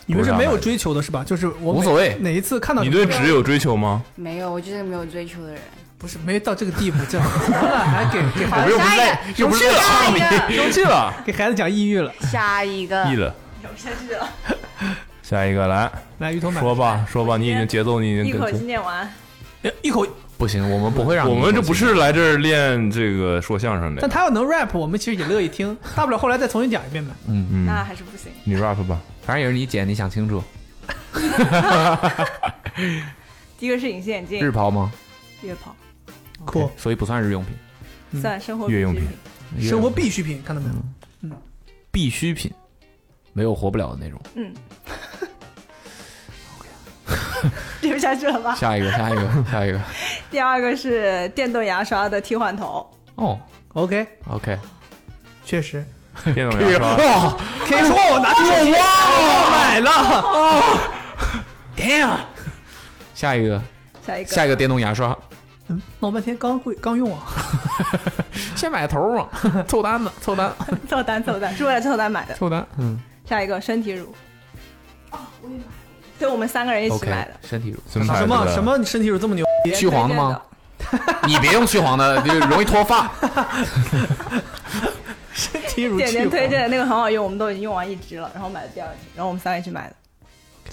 Speaker 3: 你们是没有追求的是吧？就是我每
Speaker 4: 无所谓
Speaker 3: 哪一次看到
Speaker 2: 你
Speaker 3: 什么
Speaker 2: 对纸有追求吗？
Speaker 11: 没有，我就是个没有追求的人。
Speaker 3: 不是没到这个地步，
Speaker 11: <laughs>
Speaker 3: 这样怎么了还给给孩
Speaker 11: 好，
Speaker 3: 子
Speaker 11: 下
Speaker 4: 哎
Speaker 11: 一个，
Speaker 3: 啊
Speaker 2: 又不是在
Speaker 11: 下一个，
Speaker 2: 生气了，
Speaker 4: 啊
Speaker 3: 给孩子讲抑郁了。
Speaker 11: 下一个，
Speaker 2: 腻了，下一个来
Speaker 3: 来，鱼头哎买
Speaker 2: 说吧，说吧，你已经节奏，你已
Speaker 12: 一
Speaker 2: 经
Speaker 12: 口气
Speaker 2: 跟。
Speaker 12: 念完，
Speaker 3: 哎一口，
Speaker 4: 不行，我们不会让你
Speaker 2: 我们这不
Speaker 4: 走
Speaker 2: 是来这儿练这个说相声
Speaker 3: 但
Speaker 2: 的，
Speaker 3: 他要能 rap，我们其实也乐意听，大不了后来再重新讲一遍呗。
Speaker 12: <laughs>
Speaker 2: 嗯，
Speaker 12: 那还是不行。
Speaker 2: 你 rap 吧，
Speaker 4: 心，反正也是你剪，你想
Speaker 12: <laughs>
Speaker 4: 清楚。
Speaker 12: 第一个是隐形眼
Speaker 4: 日
Speaker 12: 镜，
Speaker 4: 抛吗？
Speaker 12: 月抛
Speaker 3: 酷，
Speaker 4: 所以不算日用品，
Speaker 3: 嗯
Speaker 12: 算生活
Speaker 2: 月用
Speaker 12: 必需
Speaker 2: 品
Speaker 12: 品。
Speaker 3: 生活必需品，看到没有？
Speaker 4: 嗯必需品，没有活不了的那种。
Speaker 12: 嗯， <laughs> 接不下去了吧？
Speaker 4: <laughs> 下一个，下一个，下一个。
Speaker 12: 第二个是电动牙刷的替换头，
Speaker 4: 哦
Speaker 3: ，OK
Speaker 4: OK，
Speaker 3: 确实。
Speaker 4: 电
Speaker 3: <laughs>
Speaker 4: 动
Speaker 3: 牙
Speaker 4: 牙
Speaker 3: 刷
Speaker 4: 刷，
Speaker 3: 可以说 <laughs> 我哦拿出手机
Speaker 12: 哇
Speaker 3: 买了。哦，damn，
Speaker 4: 下一个，
Speaker 12: 下一个
Speaker 4: 下一个电动牙刷，
Speaker 3: 闹半天刚会刚用啊，
Speaker 4: <laughs> 先买头嘛， <laughs> 凑单子，凑单，
Speaker 12: <laughs> 凑单凑单，是为了凑单买的。
Speaker 4: 凑单，嗯
Speaker 12: 下一个身体乳，哦对，我们三个人一起
Speaker 4: ，OK， <laughs>
Speaker 12: 买的。
Speaker 4: 身体乳，
Speaker 3: 什么什么身体乳这么牛？
Speaker 4: 去黄的吗？你别用去黄的，就容易脱
Speaker 13: <laughs>
Speaker 4: 发。
Speaker 3: 身体乳
Speaker 12: 点
Speaker 3: 去
Speaker 12: 点
Speaker 3: 黄
Speaker 12: 推荐的那个很好用，我们都已经用完一支了，然后买了第二支，然后我们三个一起
Speaker 4: <laughs>
Speaker 12: 买的。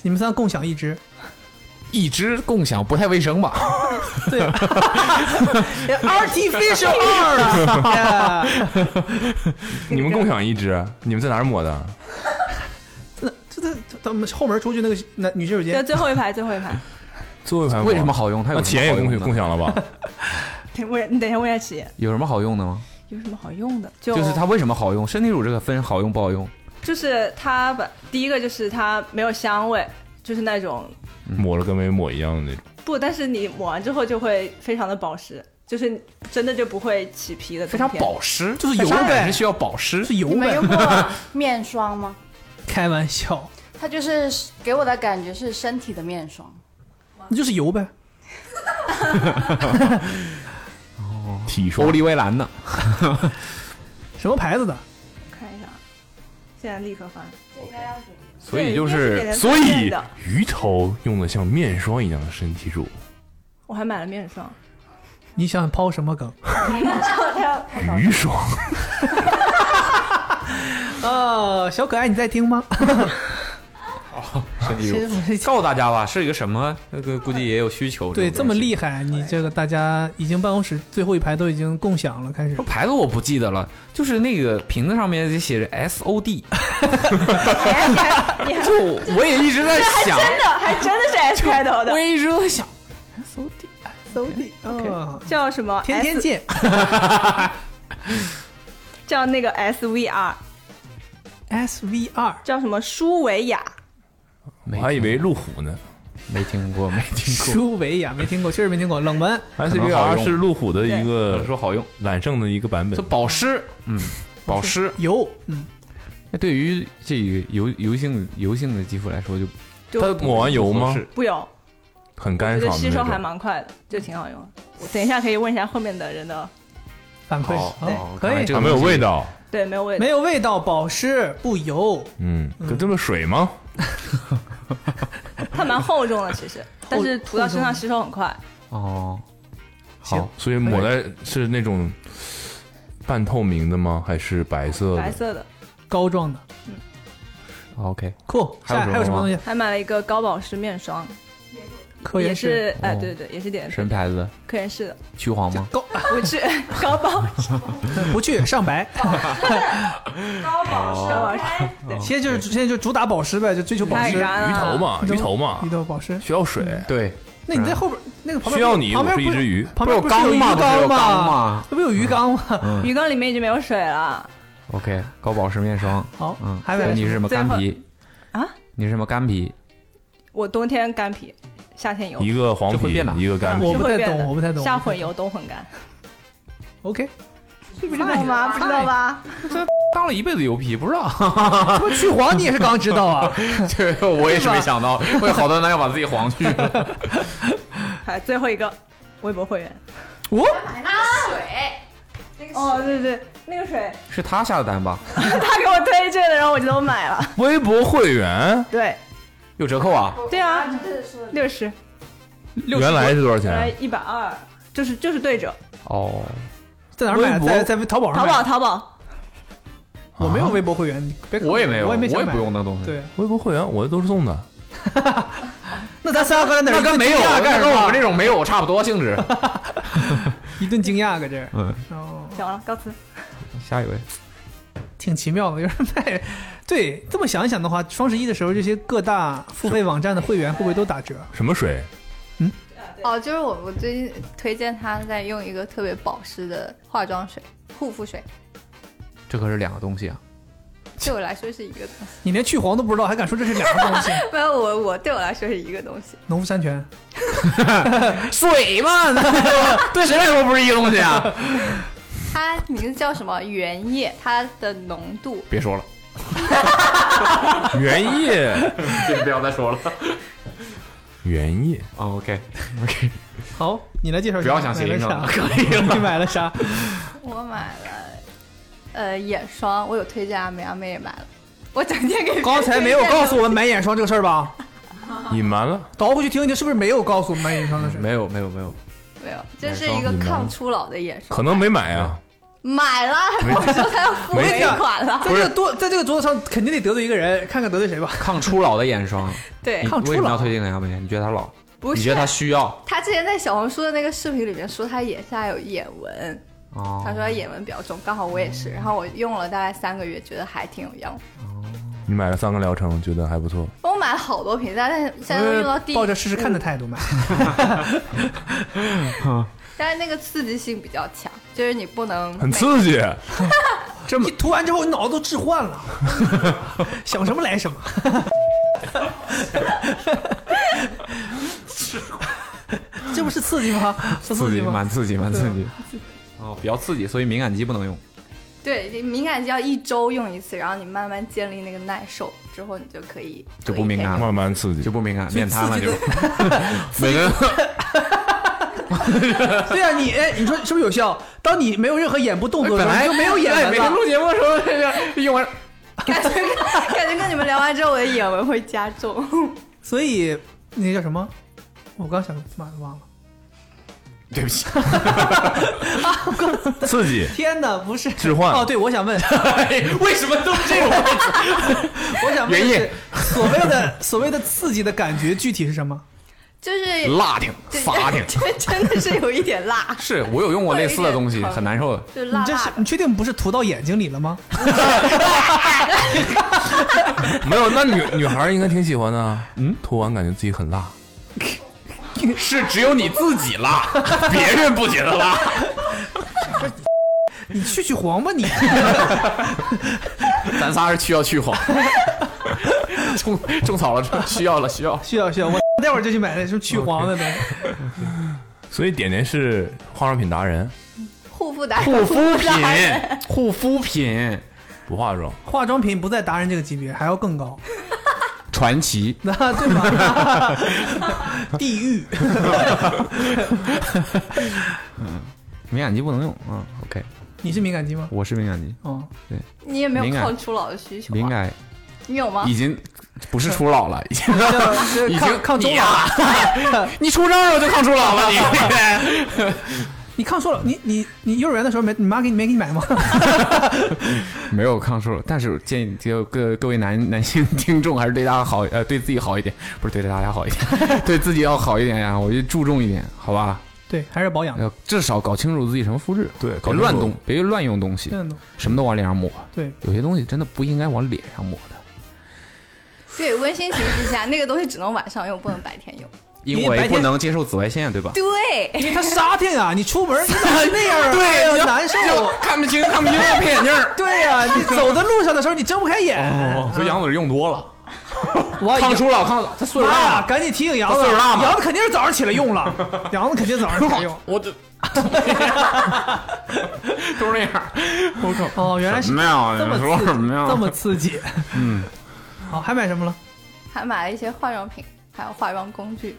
Speaker 3: 你们仨共享一支，
Speaker 4: 一支共享不太卫生吧？
Speaker 12: <laughs>
Speaker 4: <laughs>
Speaker 12: <laughs>
Speaker 3: artificial
Speaker 4: <laughs>
Speaker 3: 二
Speaker 13: 你们共享一支，你们在哪儿抹的？
Speaker 3: 这这咱们后门出去那个男女洗手
Speaker 12: 对，
Speaker 3: 间
Speaker 12: 最后一排，最后一排。
Speaker 13: 座位排
Speaker 4: <laughs> 为什么好用？它有
Speaker 13: 那钱啊也共共享了吧？
Speaker 12: 等问，你等一下问一下企业
Speaker 4: <laughs> 有什么好用的吗？
Speaker 12: 有什么好用的？就
Speaker 4: 就是它为什么好用？身体乳这个分好用不好用？
Speaker 12: 就是它把第一个就是它没有香味，就是那种
Speaker 4: 嗯
Speaker 13: 抹了跟没抹一样的那种。
Speaker 12: 不，但是你抹完之后就会非常的保湿，就是真的就不会起皮的。非常
Speaker 3: <laughs>
Speaker 4: 保湿，就是
Speaker 12: 油
Speaker 4: 本是需要保湿，
Speaker 3: 是油
Speaker 10: 你们
Speaker 3: 呗
Speaker 10: 用。过面霜吗？
Speaker 3: <laughs> 开玩笑，
Speaker 10: 它就是给我的感觉是身体的面霜，
Speaker 3: 那就是油
Speaker 4: <laughs>
Speaker 3: 呗。 <laughs>
Speaker 13: 体
Speaker 4: 欧丽薇
Speaker 13: <laughs>
Speaker 4: 兰的， <laughs>
Speaker 3: 什么牌子的？
Speaker 12: 看一下，现在立刻翻。
Speaker 13: 所以就
Speaker 12: 对应
Speaker 13: 是，
Speaker 12: 该是
Speaker 13: 所
Speaker 12: 给人推荐
Speaker 13: 以
Speaker 12: 的
Speaker 13: 鱼头用的像面霜一样的身体乳，
Speaker 12: 我还买了面霜，
Speaker 3: 你想抛什么 <laughs> 梗？
Speaker 13: 鱼霜。
Speaker 3: 呃，小可爱，你在
Speaker 13: <laughs>
Speaker 3: 听吗？
Speaker 4: 身体乳
Speaker 3: 是，
Speaker 4: 告诉大家吧，是一个什么？那个估计也有需求。
Speaker 3: 对，这么
Speaker 4: 厉
Speaker 3: 厉害，你这个大家已经办公室最后一排都已经共享了，开始。
Speaker 4: 牌子我不记得了，就是那个瓶子上面就写着 S O D，
Speaker 12: 哎你还
Speaker 4: 就我也一直在想
Speaker 12: 还真的还真的是 S 开头的。
Speaker 4: 我一直都在想
Speaker 12: ，so d so d
Speaker 3: <laughs> 嗯，
Speaker 12: 哦叫什么？
Speaker 3: 天天见。 <laughs>
Speaker 12: 叫那个 S V R。
Speaker 3: S V R
Speaker 12: 叫什么？舒维雅。
Speaker 4: 我
Speaker 13: 还以为路虎呢，
Speaker 4: 没听过，没听
Speaker 13: 过。 <laughs>
Speaker 3: 舒维亚没听过，确实没听过。冷门
Speaker 13: S V R 是路虎的一个
Speaker 4: 说好用
Speaker 13: 揽胜的一个版本，
Speaker 4: 这保湿，嗯，保湿
Speaker 3: 油，嗯，
Speaker 4: 那对于这个油油性油性的肌肤来说就，
Speaker 12: 就
Speaker 4: 它
Speaker 13: 抹完油吗
Speaker 4: 不合适
Speaker 12: 不有，
Speaker 13: 很
Speaker 12: 我
Speaker 13: 干
Speaker 12: 觉
Speaker 13: 爽
Speaker 12: 得
Speaker 13: 的
Speaker 12: 吸收
Speaker 13: 那
Speaker 12: 还
Speaker 13: 种。
Speaker 12: 蛮快的，就挺好用的。我等一下可以问一下后面的人的，
Speaker 3: 反馈
Speaker 13: 好
Speaker 3: 对
Speaker 13: 好
Speaker 3: 可以，
Speaker 13: 还没有味道，
Speaker 12: 对，没有味道，
Speaker 3: 没有味道，保湿不油，
Speaker 13: 嗯，可这么水吗？
Speaker 12: 它蛮厚重的其
Speaker 3: <laughs>
Speaker 12: 实，但是
Speaker 3: 哦
Speaker 12: 涂到身上吸收很快。
Speaker 4: 哦，
Speaker 13: 好，所以抹在是那种半透明的吗？还是白色
Speaker 12: 白
Speaker 13: 的？
Speaker 12: 色的，嗯
Speaker 3: 膏状的。 <laughs>
Speaker 4: OK，
Speaker 3: 酷下还有什么东西？
Speaker 12: 还买了一个高保湿面霜，
Speaker 3: 科
Speaker 12: 也
Speaker 3: 研
Speaker 12: 是
Speaker 3: 室
Speaker 12: 哎，
Speaker 4: 哦
Speaker 12: 对对对，也是点
Speaker 4: 什么牌子？
Speaker 12: 科研室的，
Speaker 4: 橘黄吗？
Speaker 3: 高
Speaker 12: 不去 <laughs> 高保
Speaker 3: 不去上 <laughs> 白，
Speaker 12: 高保
Speaker 4: 湿
Speaker 12: 高保湿，
Speaker 3: 现在哦就是现在就主打保湿呗，就追求保湿。
Speaker 12: 太干了
Speaker 3: 啊
Speaker 12: 鱼头
Speaker 13: 嘛鱼头嘛
Speaker 3: 鱼头保湿嗯
Speaker 13: 需要水，
Speaker 4: 对，
Speaker 3: 那你在后边那个旁边
Speaker 13: 嗯需要你
Speaker 3: 旁边
Speaker 13: 我是一
Speaker 3: 不
Speaker 13: 只鱼
Speaker 3: 旁边
Speaker 4: 不
Speaker 3: 不
Speaker 4: 是
Speaker 3: 是
Speaker 4: 有
Speaker 3: 有鱼
Speaker 4: 缸吗不是有
Speaker 3: 缸
Speaker 4: 缸吗
Speaker 3: <laughs> 那不有鱼缸吗？
Speaker 13: 嗯
Speaker 12: 鱼缸里面已经没有水了，
Speaker 4: OK，高保湿面霜。
Speaker 3: 好
Speaker 4: 嗯，
Speaker 3: 还有
Speaker 4: 你是什么
Speaker 12: 最
Speaker 4: 干
Speaker 12: 后
Speaker 4: 皮？
Speaker 12: 啊？
Speaker 4: 你是什么干皮？
Speaker 12: 我冬天干皮，夏天油，嗯
Speaker 13: 一个黄
Speaker 4: 这会
Speaker 13: 皮
Speaker 4: 变的，
Speaker 13: 一个干皮
Speaker 3: 我。不
Speaker 12: 会
Speaker 3: 太
Speaker 12: 变的
Speaker 3: 懂，我不太懂。
Speaker 12: 夏混油，冬混干，
Speaker 3: <laughs> OK，
Speaker 12: 不知道吗？不知道吧？
Speaker 4: 当了一辈子油皮，不知道。
Speaker 3: 他妈去黄你也是刚知道
Speaker 4: <laughs>
Speaker 3: 啊？
Speaker 4: 这个我也是没想到，会有好多人要把自己黄去。
Speaker 12: 还有最后一个微博会员，
Speaker 3: 我
Speaker 12: 哦，对对，那个水 <laughs>
Speaker 4: 是他下的单吧？
Speaker 12: 他给我推荐的，然后我就都买了。
Speaker 13: 微博会员
Speaker 12: 对
Speaker 4: 有折扣啊？
Speaker 12: <laughs> 对啊，六十，
Speaker 13: 原来是多少
Speaker 12: 原来
Speaker 13: 钱？啊
Speaker 12: 一百二，就是就是对折，
Speaker 4: 哦，
Speaker 3: 在哪儿买
Speaker 4: 微
Speaker 3: 的？
Speaker 4: 博
Speaker 3: 在在淘宝上
Speaker 12: 淘
Speaker 3: 买
Speaker 12: 宝
Speaker 3: 的。
Speaker 12: 淘宝，
Speaker 3: 我
Speaker 2: 啊
Speaker 3: 没有微博会员，你别
Speaker 4: 我也没有，
Speaker 3: 我也没想
Speaker 4: 我也
Speaker 3: 买
Speaker 4: 不用那东西。
Speaker 3: 对，
Speaker 13: 微博会员我都是送的，
Speaker 3: 那咱仨刚才哪儿
Speaker 4: 那跟没有，
Speaker 3: 一顿惊讶
Speaker 4: 那
Speaker 3: 干
Speaker 4: 跟
Speaker 3: 什
Speaker 4: 我
Speaker 3: 么
Speaker 4: 们这种没有差不多性质。
Speaker 3: 一顿惊讶搁这儿。
Speaker 4: 嗯，
Speaker 3: 哦，
Speaker 12: 行了，告辞。
Speaker 4: 下一位，
Speaker 3: 挺奇妙的，有人卖。对，这么想一想的话，双十一的时候，这些各大付费网站的会员会不会都打折？
Speaker 13: 什么水？
Speaker 8: 哦，就是我我最近推荐他在用一个特别保湿的化妆水、护肤水，
Speaker 4: 这可是两个东西啊。
Speaker 8: 对我来说是一个东西。
Speaker 3: 你连去黄都不知道，还敢说这是两个东
Speaker 4: <laughs>
Speaker 3: 西？
Speaker 8: <laughs> 没有我我对我来说是一个东西。
Speaker 3: 农夫山泉，
Speaker 8: 水
Speaker 3: <laughs>
Speaker 4: 嘛，对谁来说不是一个东西啊？
Speaker 8: 它名字叫什么？原液，它的浓
Speaker 3: <laughs>
Speaker 8: 度
Speaker 4: 别说了，原 <laughs> 液，不要再说了，哦
Speaker 2: 原液
Speaker 4: ，OK OK，
Speaker 3: 好，你来介绍一下，
Speaker 4: 不要想谐
Speaker 3: 买
Speaker 4: 音
Speaker 3: 了啥？
Speaker 4: 梗， <laughs> 可以
Speaker 3: <laughs> 你
Speaker 4: 了。
Speaker 3: 买了
Speaker 4: <laughs>
Speaker 3: 啥？
Speaker 8: 我买了，呃，眼霜，我有推荐阿梅，阿梅也买了。我整天给
Speaker 3: 刚才没有告诉我们买眼霜这个事儿吧？
Speaker 2: 隐瞒了，
Speaker 3: 倒回去听一听，是不是没有告诉我们买眼霜的事？
Speaker 4: 没有没有没有，
Speaker 8: 没有，这是一个抗初老的眼霜，
Speaker 2: 可能没买啊。
Speaker 8: 买了，
Speaker 2: 没
Speaker 8: 我说他要
Speaker 3: <laughs>
Speaker 8: 付尾款了，
Speaker 3: 在这个多，在这个桌子上肯定得得罪一个人，看看得罪谁吧。
Speaker 8: <laughs>
Speaker 4: 抗初老的眼霜，
Speaker 8: 对
Speaker 4: 你
Speaker 8: 抗初
Speaker 4: 为什么
Speaker 8: 老
Speaker 4: 要推荐给阿梅？你觉得她老？
Speaker 8: 不是
Speaker 4: 你觉得她需要？
Speaker 8: 他之前在小红书的那个视频里面说他眼下有眼纹，
Speaker 4: 哦，
Speaker 8: 他说他眼纹比较重，刚好我也是，然后我用了大概三个月，觉得还挺有用。
Speaker 2: 你买了三个疗程，觉得还不错。
Speaker 8: 我买了好多瓶，但是现在都用到第嗯
Speaker 3: 抱着试试看的态度买。
Speaker 4: 嗯
Speaker 8: 但是那个刺激性比较强，就是你不能
Speaker 2: 很刺激，
Speaker 3: 这么涂完之后，你脑子都置换了， <laughs> 想什么来什么。这不是刺激吗？是
Speaker 4: <laughs> 刺
Speaker 3: 激
Speaker 4: 激，
Speaker 3: 吗？
Speaker 4: 蛮刺激，蛮刺激。哦，比较刺激，所以敏感肌不能用。
Speaker 8: <laughs> 对你敏感肌要一周用一次，然后你慢慢建立那个耐受，之后你就可以
Speaker 4: 就不敏感，慢
Speaker 2: 慢刺激，
Speaker 4: 就不敏感，面瘫了
Speaker 2: <laughs>
Speaker 4: 就。
Speaker 3: 每个人。
Speaker 4: <laughs>
Speaker 3: 对啊，你哎，你说是不是有效？当你没有任何眼部动作的时候，
Speaker 4: 本来
Speaker 3: 你就没有眼
Speaker 4: 哎
Speaker 3: 纹
Speaker 4: 每天
Speaker 3: 了。
Speaker 4: 录节目的时候这个用完，
Speaker 8: 感觉感觉跟 <laughs> 你们聊完之后，我的眼纹会加重。
Speaker 3: 所以那叫什么？我刚想，妈的忘了。
Speaker 4: 对不起，
Speaker 8: <laughs>
Speaker 4: <laughs>
Speaker 2: 刺激
Speaker 3: 天哪，不是
Speaker 2: 置换
Speaker 3: 哦，对，我想问，
Speaker 4: 为什么都是这种问
Speaker 3: 题？ <laughs> 我想问的
Speaker 4: 原
Speaker 3: 是，所谓的所谓的刺激的感觉具体是什么？
Speaker 8: 就是
Speaker 4: 辣挺
Speaker 8: 对
Speaker 4: 发挺。
Speaker 8: <laughs> 真真的是有一点辣
Speaker 4: 是我有用过类似的东西，很难受的。
Speaker 8: 就
Speaker 3: 你这是你确定不是涂到眼睛里了吗？ <laughs>
Speaker 2: 没有，那女女孩应该挺喜欢的啊。嗯，涂完感觉自己很辣，
Speaker 4: 是只有你自己
Speaker 8: <laughs>
Speaker 4: 辣，别人不觉得辣。
Speaker 3: 你去去黄吧你！
Speaker 4: 咱仨是需要去黄， <laughs> 种种草了，需要了，需要
Speaker 3: 需要需要，
Speaker 4: <laughs>
Speaker 3: 我待会儿就去买那什么去黄的东西。
Speaker 2: 所以点点是化妆品达人，
Speaker 8: 护肤达
Speaker 4: 护肤品
Speaker 8: 达人，
Speaker 4: 护肤品
Speaker 2: 不化妆，
Speaker 3: 化妆品不在达人这个级别，还要更高， <laughs>
Speaker 4: 传奇。
Speaker 3: 那对吗？ <laughs> 地狱。
Speaker 4: <laughs>
Speaker 3: <laughs>
Speaker 4: 嗯，敏感肌不能用。嗯，OK，
Speaker 3: 你是敏感肌吗？
Speaker 4: 我是敏感肌。
Speaker 3: 哦，
Speaker 4: 对，
Speaker 8: 你也没有
Speaker 4: 敏感
Speaker 8: 抗初老的需求
Speaker 4: 敏
Speaker 8: 啊？
Speaker 4: 感
Speaker 8: 你有吗？
Speaker 4: 已经不是初老了，已经 <laughs> 已
Speaker 3: 抗
Speaker 4: 经
Speaker 3: 抗中
Speaker 4: 你
Speaker 3: 老
Speaker 4: 呀，你出生我就抗初老了，你。
Speaker 3: 你抗初老，你你你幼儿园的时候没你妈给你没给你买吗？
Speaker 4: <laughs> 没有抗初老，但是建议就各各位男男性听众还是对大家好，呃，对自己好一点，不是对大家好一点， <laughs> 对自己要好一点呀，我就注重一点，好吧？
Speaker 3: 对，还是保养。
Speaker 4: 要至少搞清楚自己什么肤质，对，
Speaker 2: 搞清
Speaker 4: 别
Speaker 2: 楚
Speaker 4: 乱动，别乱用东西
Speaker 3: 乱动，
Speaker 4: 什么都往脸上抹。
Speaker 3: 对，
Speaker 4: 有些东西真的不应该往脸上抹的，
Speaker 8: 对，温馨情况下，那个东西只能晚上用，不能白天用。
Speaker 4: 因为不能接受紫外线，对吧？
Speaker 8: 对，
Speaker 3: 因为它沙天啊，你出门你怎么那样啊？
Speaker 4: 对
Speaker 3: 哎呀
Speaker 4: 你要
Speaker 3: 难受，
Speaker 4: 就看不清看不清戴配眼镜儿
Speaker 3: 对呀、你走在路上的时候你睁不开眼。
Speaker 4: 哦，所以杨总用多了，
Speaker 3: 我
Speaker 4: 抗初老抗，他岁数
Speaker 3: 妈
Speaker 4: 大
Speaker 3: 呀，
Speaker 4: 了，
Speaker 3: 赶紧提醒杨子，
Speaker 4: 岁数大嘛
Speaker 3: 杨子肯定是早上起来用了，杨子肯定早上起来用。
Speaker 4: <laughs> 我
Speaker 3: <laughs>
Speaker 4: 这都是那样。我靠！
Speaker 3: 哦，原来是
Speaker 4: 什么呀
Speaker 3: 这么
Speaker 4: 你说
Speaker 3: 刺激
Speaker 4: 什么呀
Speaker 3: 这么刺激。
Speaker 4: 嗯，
Speaker 3: 好，还买什么了？
Speaker 8: <laughs> 还买了一些化妆品，还有化妆工具。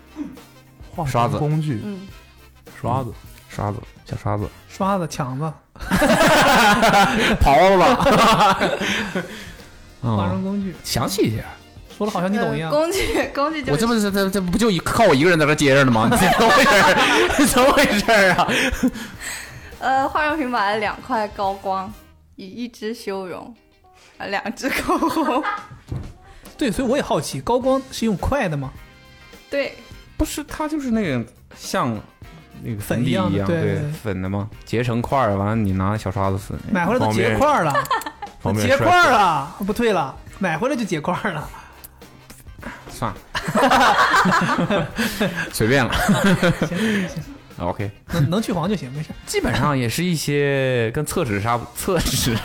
Speaker 4: 刷子
Speaker 2: 工具，
Speaker 8: 嗯，
Speaker 2: 刷子，嗯
Speaker 4: 刷子，小刷子，
Speaker 3: 刷子、抢子、
Speaker 4: <laughs> 刨了。
Speaker 3: 化
Speaker 4: 嗯，
Speaker 3: 妆工具，
Speaker 4: 详细一些。
Speaker 3: <laughs> 说的好像你懂一样。
Speaker 8: 呃工具 <laughs> 工具就
Speaker 4: 我这不是这这不就靠我一个人在这接着呢吗？ <laughs> 你怎么回事儿？怎么回事 <laughs> 儿啊？
Speaker 8: 呃，化妆品买了两块高光，以一支修容，啊，两支口红。
Speaker 3: 对，所以我也好奇，高光是用快的吗？
Speaker 8: 对，
Speaker 4: 不是，它就是那个像那个
Speaker 3: 粉
Speaker 4: 一
Speaker 3: 一样的
Speaker 4: 样，
Speaker 3: 对对对
Speaker 4: 粉的嘛，结成块儿，完了你拿小刷子撕，
Speaker 3: 买回来都结块
Speaker 4: <laughs>
Speaker 3: 儿了，都
Speaker 4: 方便
Speaker 3: 结块儿了，不对了，买回来就结块儿
Speaker 4: <laughs>
Speaker 3: 了。
Speaker 4: <laughs> 算了，随便了。啊 OK，
Speaker 3: 能能去黄就行，没事。
Speaker 4: 基
Speaker 3: <laughs>
Speaker 4: 本上也是一些跟厕纸差不厕纸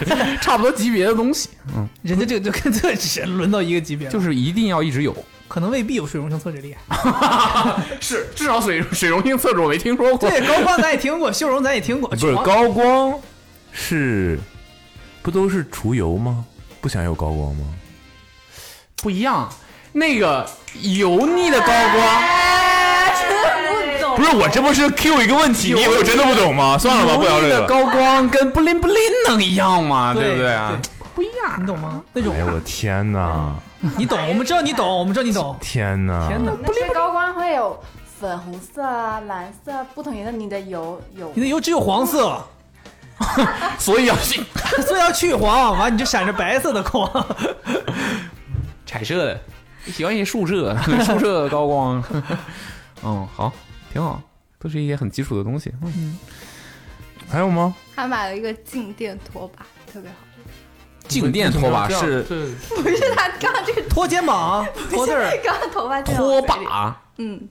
Speaker 4: 差不多级别的东西，嗯，
Speaker 3: 人家这个就跟厕纸轮到一个级别了，
Speaker 4: 就是一定要一直有。
Speaker 3: 可能未必有水溶性厕纸啊厉害。
Speaker 4: <laughs> <laughs> 是，至少水水溶性厕纸我没听说过。
Speaker 3: 对，高光咱也听过，修容咱也听过。
Speaker 2: 不是高光是不都是除油吗？不想有高光吗？
Speaker 4: <laughs> 不一样，那个油腻的高
Speaker 3: 哎
Speaker 4: 光。
Speaker 11: 哎
Speaker 12: 不懂
Speaker 2: 不
Speaker 4: <laughs>
Speaker 2: 是我这不是 Q 一个问题，你以为我真的不懂吗？算了吧，不聊这个
Speaker 4: 油腻的。高光跟不灵不灵能一样吗？
Speaker 3: 对
Speaker 4: 对不对啊？
Speaker 3: 不一样，你懂吗？那种
Speaker 2: 哎呦我天哪！
Speaker 3: 你懂，我们知道你懂，我们知道你懂。
Speaker 2: 天哪！
Speaker 3: 天哪
Speaker 10: 那些高光会有粉红色啊、蓝色啊不同颜色，你的油有
Speaker 3: 你的油只有黄色，
Speaker 4: <laughs> 所以要去，
Speaker 3: <laughs> 所以要去黄，完你就闪着白色的光。
Speaker 4: 彩色的，你喜欢一些宿舍宿舍的高 <laughs> 光。嗯，好，挺好，都是一些很基础的东西。嗯，
Speaker 2: 还有吗？
Speaker 8: 还买了一个静电拖把，特别好。
Speaker 4: 静电拖把是
Speaker 8: 不是他刚刚这个
Speaker 3: 拖肩膀、
Speaker 8: 不是刚刚头发掉
Speaker 4: 拖
Speaker 8: 我嘴里
Speaker 4: 把，
Speaker 8: 嗯，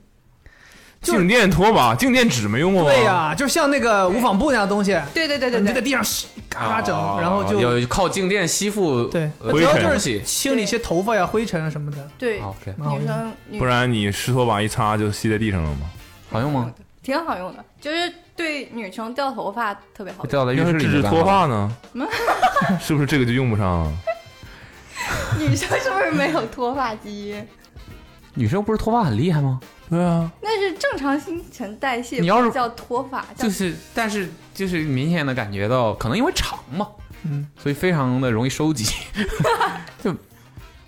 Speaker 2: 静电拖把、静电纸没用过吗？
Speaker 3: 对呀，就像那个无纺布那样东西。
Speaker 8: 对对对对
Speaker 3: 你就在地上嘎整，然后就
Speaker 4: 哦有靠静电吸附呃对
Speaker 3: 主
Speaker 4: 灰
Speaker 3: 要
Speaker 4: 尘
Speaker 3: 就
Speaker 4: 东
Speaker 3: 是
Speaker 4: 西。
Speaker 3: 清理一些头发呀、灰尘啊什么的。
Speaker 8: 对，
Speaker 4: OK
Speaker 3: 蛮好
Speaker 8: 女
Speaker 3: 用的。
Speaker 8: 生女
Speaker 2: 不然你湿拖把一擦就吸在地上了吗？
Speaker 4: 好用吗？
Speaker 8: 挺好用的，就是对女生掉头发特别好用。嗯
Speaker 4: 掉在浴室里
Speaker 2: 治治
Speaker 4: 就
Speaker 2: 脱
Speaker 4: 干
Speaker 2: 发
Speaker 4: 好
Speaker 2: 呢？是不是这个就用不上了？
Speaker 8: <laughs> 女生是不是没有脱发基因？
Speaker 4: 女生不是脱发很厉害吗？
Speaker 2: 对啊，
Speaker 8: 那是正常新陈代谢，
Speaker 4: 你要是
Speaker 8: 不叫脱发，叫
Speaker 4: 就是，但是就是明显的感觉到，可能因为长嘛，
Speaker 3: 嗯，
Speaker 4: 所以非常的容易 <laughs> 收集，就，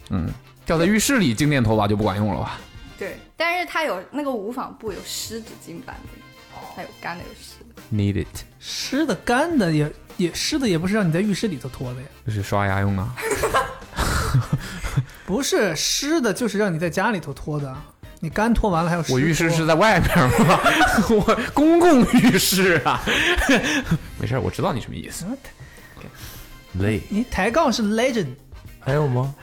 Speaker 4: 嗯，掉在浴室里静电头发就不管用了吧？
Speaker 8: 对，但是它有那个无纺布有湿纸巾版的，它有干的有湿的。
Speaker 4: Need it，
Speaker 3: 湿的、干的也也湿的也不是让你在浴室里头脱的呀，
Speaker 4: 就是刷牙用的。啊
Speaker 3: 不是湿的，就是让你在家里头脱的。啊你干脱完了还有湿脱。
Speaker 4: 我浴室是在外边吗？ <laughs> 我公共浴室啊。 <laughs> 没事儿，我知道你什么意思。
Speaker 2: 累。
Speaker 3: 你抬杠是 legend。
Speaker 2: 还有吗？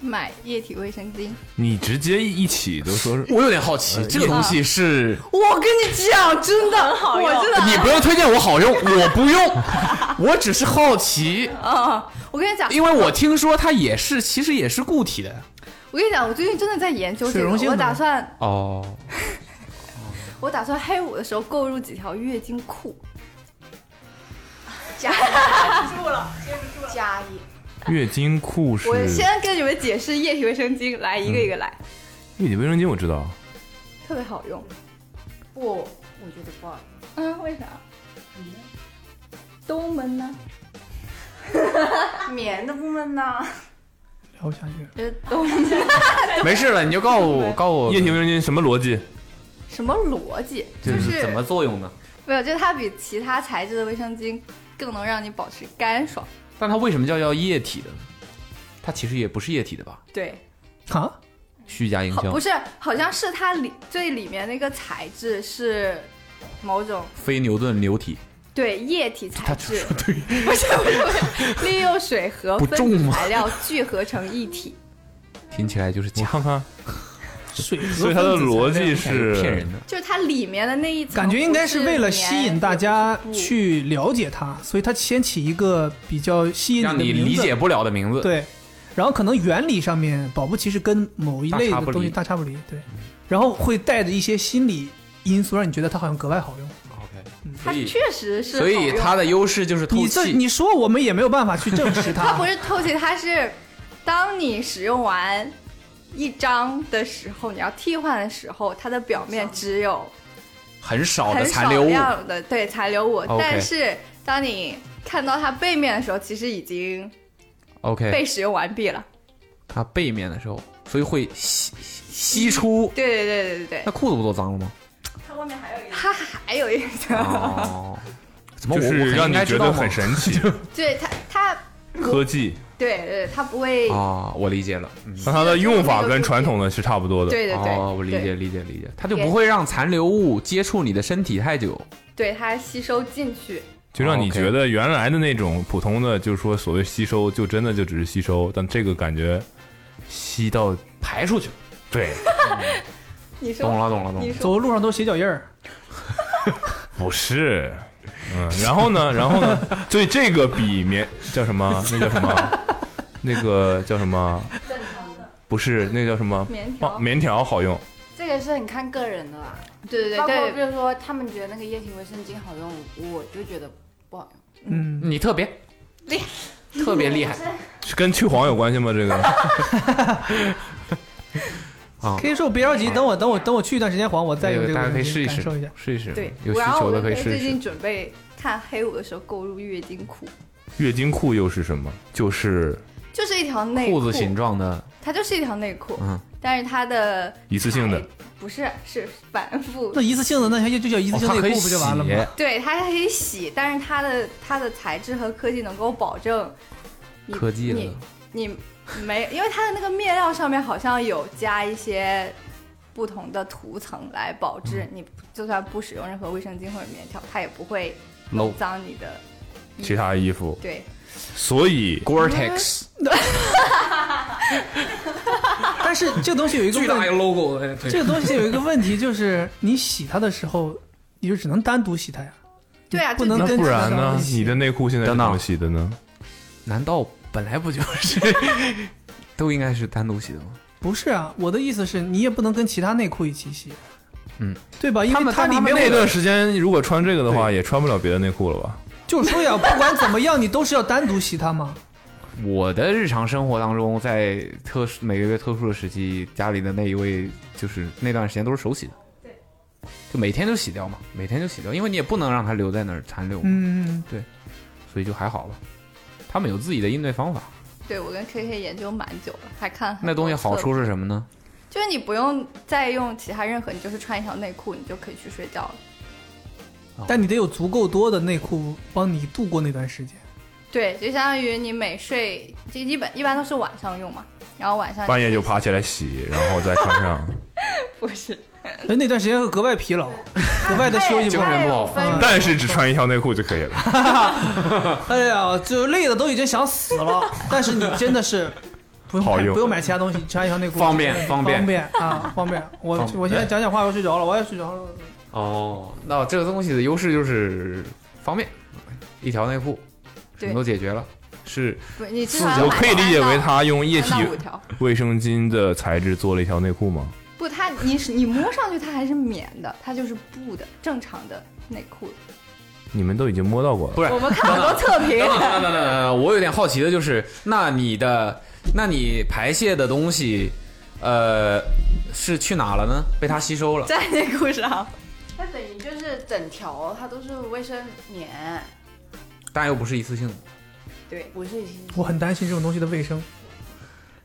Speaker 8: 买液体卫生巾，
Speaker 2: 你直接一起都说是，
Speaker 4: 我有点好奇，这个东西是
Speaker 8: 我跟你讲，真的很好
Speaker 4: 我
Speaker 8: 我真的
Speaker 4: 你不用推荐我好用，我不用，我 <laughs> 只是好奇，
Speaker 8: 啊、我跟你讲，
Speaker 4: 因为我听说它也是，其实也是固体的。
Speaker 8: 我跟你讲，我最近真的在研究
Speaker 4: 水
Speaker 8: 这个
Speaker 4: 溶性，的
Speaker 8: 我打算
Speaker 4: 哦，
Speaker 8: 我打算黑五的时候购入几条月经裤，
Speaker 10: 加
Speaker 8: 忍
Speaker 10: 住了，接不住了，加一。
Speaker 2: 月经裤是
Speaker 8: 我先跟你们解释液体卫生巾，
Speaker 4: 嗯
Speaker 8: 来一个一个来，
Speaker 2: 月底卫生巾，我知道，
Speaker 8: 特别好用。
Speaker 10: 不，我觉得不好用。
Speaker 8: 嗯，为啥？都闷呢？
Speaker 10: <laughs> 棉的不闷呐。
Speaker 3: 聊不下去，
Speaker 10: 呃
Speaker 8: 觉得都
Speaker 4: 没事了，你就告诉我，告诉我
Speaker 2: 液体卫生巾什么逻辑？
Speaker 8: 什么逻辑？
Speaker 4: 就是怎么作用呢？
Speaker 8: 没有，就是它比其他材质的卫生巾更能让你保持干爽。
Speaker 4: 但它为什么叫叫液体的呢？它其实也不是液体的吧？
Speaker 8: 对，
Speaker 3: 啊，
Speaker 4: 虚假营
Speaker 8: 好
Speaker 4: 销
Speaker 8: 不是，好像是它里最里面那个材质是某种
Speaker 4: 非牛顿流体，
Speaker 8: 对液体材质，
Speaker 4: 对，
Speaker 8: 不是不是不是，利用水和
Speaker 4: 不重
Speaker 8: 分子
Speaker 4: 吗
Speaker 8: 材料聚合成一体。
Speaker 4: 听起来就是假。
Speaker 2: 看
Speaker 4: <laughs>
Speaker 2: 看
Speaker 3: 水
Speaker 2: 所以它的逻辑是
Speaker 4: 骗人的。
Speaker 8: 就是它里面的那一层，
Speaker 3: 感觉应该是为了吸引大家去了解它，所以它先起一个比较吸引
Speaker 4: 让
Speaker 3: 你
Speaker 4: 你
Speaker 3: 的名
Speaker 4: 理
Speaker 3: 字
Speaker 4: 解不了的名字。，
Speaker 3: 对，然后可能原理上面，保不齐是跟某一类
Speaker 4: 大差
Speaker 3: 的
Speaker 4: 不离
Speaker 3: 东西大差不离，对，然后会带着一些心理因素，让你觉得它好像格外好用。
Speaker 4: 所以
Speaker 8: 确实是好
Speaker 4: 所
Speaker 8: 用，
Speaker 4: 以它的优势就是透
Speaker 3: 你这
Speaker 4: 气。
Speaker 3: 你说我们也没有办法去证实
Speaker 8: 它
Speaker 3: 它
Speaker 8: 不，是透气，它是当你使用完一张的时候，你要替换的时候，它的表面只有
Speaker 4: 很少的
Speaker 8: 很
Speaker 4: 残
Speaker 8: 少
Speaker 4: 留物，
Speaker 8: 量的对残留物
Speaker 4: OK，
Speaker 8: 但是当你看到它背面的时候，其实已经
Speaker 4: OK，
Speaker 8: 被使用完毕了。
Speaker 4: 它背面的时候，所以会吸吸出。
Speaker 8: 对对对对对
Speaker 4: 那
Speaker 8: 对，
Speaker 4: 裤子不都脏
Speaker 8: <laughs>
Speaker 4: 了吗？
Speaker 8: 它还有一层，
Speaker 4: 哦，怎么
Speaker 2: 就
Speaker 4: 我
Speaker 2: 是让你觉得很
Speaker 4: 很
Speaker 2: 神
Speaker 4: <laughs>
Speaker 2: 奇
Speaker 8: <laughs> 对它它
Speaker 2: 科技
Speaker 8: 对对它不会
Speaker 4: 啊，我理解了。嗯
Speaker 2: 那它的用法跟传统的是差不多的。
Speaker 8: 对对对
Speaker 4: 哦，我理
Speaker 8: 对
Speaker 4: 解理解理解，它就不会让残留物接触你的身体太久。哦
Speaker 8: 对它吸收进去，
Speaker 2: 就让你觉得原来的那种普通的，就是说所谓吸收，就真的就只是吸收，但这个感觉吸到
Speaker 4: 排出去了。
Speaker 2: 对，
Speaker 8: <laughs>
Speaker 2: <laughs>
Speaker 8: 你说
Speaker 4: 懂了懂了懂了
Speaker 8: 你说
Speaker 3: 走路上都是鞋脚印儿，
Speaker 2: 不是，嗯，然后呢，然后呢，所以这个比棉叫什么？那叫什么？那个叫什么？不是，那叫什么？
Speaker 10: 棉条
Speaker 2: 棒棉条好用。
Speaker 10: <laughs> 这个是很看个人的啦。
Speaker 8: 对对对
Speaker 10: 包括
Speaker 8: 对
Speaker 10: 比如说他们觉得那个液体卫生巾好用，我就觉得不好用。
Speaker 4: 嗯，你特别
Speaker 10: <laughs> 厉
Speaker 4: 害，特别
Speaker 10: <laughs>
Speaker 4: 厉害。
Speaker 2: 是跟去黄有关系吗？
Speaker 4: <laughs>
Speaker 2: 这个
Speaker 4: 啊
Speaker 3: 可以说我别着急，等我等我等我去一段时间黄，我再有这个
Speaker 4: 大家可以
Speaker 3: 东西
Speaker 4: 试一试
Speaker 3: 感受一下，
Speaker 4: 试一试
Speaker 8: 对，然后我们最近准备看黑五的时候购入月经裤，
Speaker 2: 月经裤又是什么？就是
Speaker 8: 就是一条内裤，
Speaker 2: 状的，
Speaker 8: 它就是一条内裤，
Speaker 2: 嗯，
Speaker 8: 但是它的
Speaker 2: 一次性的。
Speaker 8: 不是是反复。
Speaker 3: 那一次性的那就就叫一
Speaker 4: 哦
Speaker 3: 次性内裤不就完了吗？
Speaker 8: 对，它可以洗，但是它的它的材质和科技能够保证你
Speaker 4: 科技了
Speaker 8: 你你没，因为它的那个面料上面好像有加一些不同的涂层来保质，
Speaker 4: 嗯
Speaker 8: 你就算不使用任何卫生巾或者棉条，它也不会
Speaker 2: 漏
Speaker 4: 哦
Speaker 8: 弄脏你的。
Speaker 2: 其他衣服。
Speaker 8: 对，
Speaker 2: 所以
Speaker 4: Gore-Tex
Speaker 3: 但是这个东西有一个
Speaker 4: 巨大一个 logo，哎
Speaker 3: 这个东西有一个问题就是，你洗它的时候，你就只能单独洗它呀。
Speaker 8: 对啊，
Speaker 3: 不能
Speaker 2: 那
Speaker 3: 跟
Speaker 2: 不
Speaker 3: 其他
Speaker 2: 然
Speaker 3: 东
Speaker 2: 呢
Speaker 3: 西？洗
Speaker 2: 你的内裤现在是怎么洗的呢？
Speaker 4: 难道本来不就是？ <laughs> 都应该是单独洗的吗？
Speaker 3: 不是啊，我的意思是你也不能跟其他内裤一起洗，
Speaker 4: 嗯，
Speaker 3: 对吧？因为它里面
Speaker 2: 那
Speaker 3: 有
Speaker 2: 段时间如果穿这个的话，也穿不了别的内裤了吧？
Speaker 3: <laughs> 就说
Speaker 2: <laughs>
Speaker 3: 呀，不管怎么样，你都是要单独洗它嘛。
Speaker 4: 我的日常生活当中，在特殊每个月特殊的时期，家里的那一位就是那段时间都是手洗的，
Speaker 8: 对，
Speaker 4: 就每天就洗掉嘛，每天就洗掉，因为你也不能让它留在
Speaker 8: 嗯
Speaker 4: 那儿残留嘛，
Speaker 3: 嗯，
Speaker 4: 对，所以就还好吧。他们有自己的应对方法。
Speaker 8: 对我跟 K K 研究蛮久了，还看很
Speaker 4: 那东西
Speaker 8: 多
Speaker 4: 好
Speaker 8: 册
Speaker 4: 处是什么呢？
Speaker 8: 就是你不用再用其他任何，你就是穿一条内裤，你就可以去睡觉了。
Speaker 2: 哦
Speaker 3: 但你得有足够多的内裤帮你度过那段时间。
Speaker 8: 对，就相当于你每睡，就一本一般都是晚上用嘛，然后晚上
Speaker 2: 半夜就爬起来洗，然后再穿上。
Speaker 8: <laughs> 不是，
Speaker 3: 哎， <laughs> 那段时间会格外疲劳，格外的休息
Speaker 2: 精神不好
Speaker 3: 嗯
Speaker 2: 但是只穿一条内裤就可以了。
Speaker 3: <laughs> 哎呀，就累的都已经想死
Speaker 4: <laughs>
Speaker 3: 了，但是你真的是不用
Speaker 2: 好用
Speaker 3: 不用买其他东西，穿一条内裤嗯
Speaker 4: 方便
Speaker 3: 方
Speaker 4: 方便
Speaker 3: 便啊，方便。我
Speaker 4: 方便
Speaker 3: 我现在讲讲话我睡着了，我也睡着了。
Speaker 4: 哦，那这个东西的优势就是方便，一条内裤
Speaker 8: 对
Speaker 4: 什么都解决了，是
Speaker 8: 不你 <laughs> 至
Speaker 4: 四
Speaker 8: 少要
Speaker 2: 我
Speaker 8: 买
Speaker 2: 可以理解为他用液体
Speaker 8: 三到五条
Speaker 2: 卫生巾的材质做了一条内裤吗？
Speaker 8: 不，它你是你摸上去它还是棉的，它就是布的正常的内裤。
Speaker 2: 你们都已经摸到过了，
Speaker 4: 不是
Speaker 8: 我们看很多测评，
Speaker 4: 等等等等等等，我有点好奇的就是，那你的，那你排泄的东西，呃，是去哪了呢？被它吸收了。
Speaker 8: 在内裤上，
Speaker 10: 啊它等于就是整条，它都是卫生棉，
Speaker 4: 但又不是一次性的。
Speaker 10: 对，不是一些
Speaker 3: 我很担心这种东西的卫生，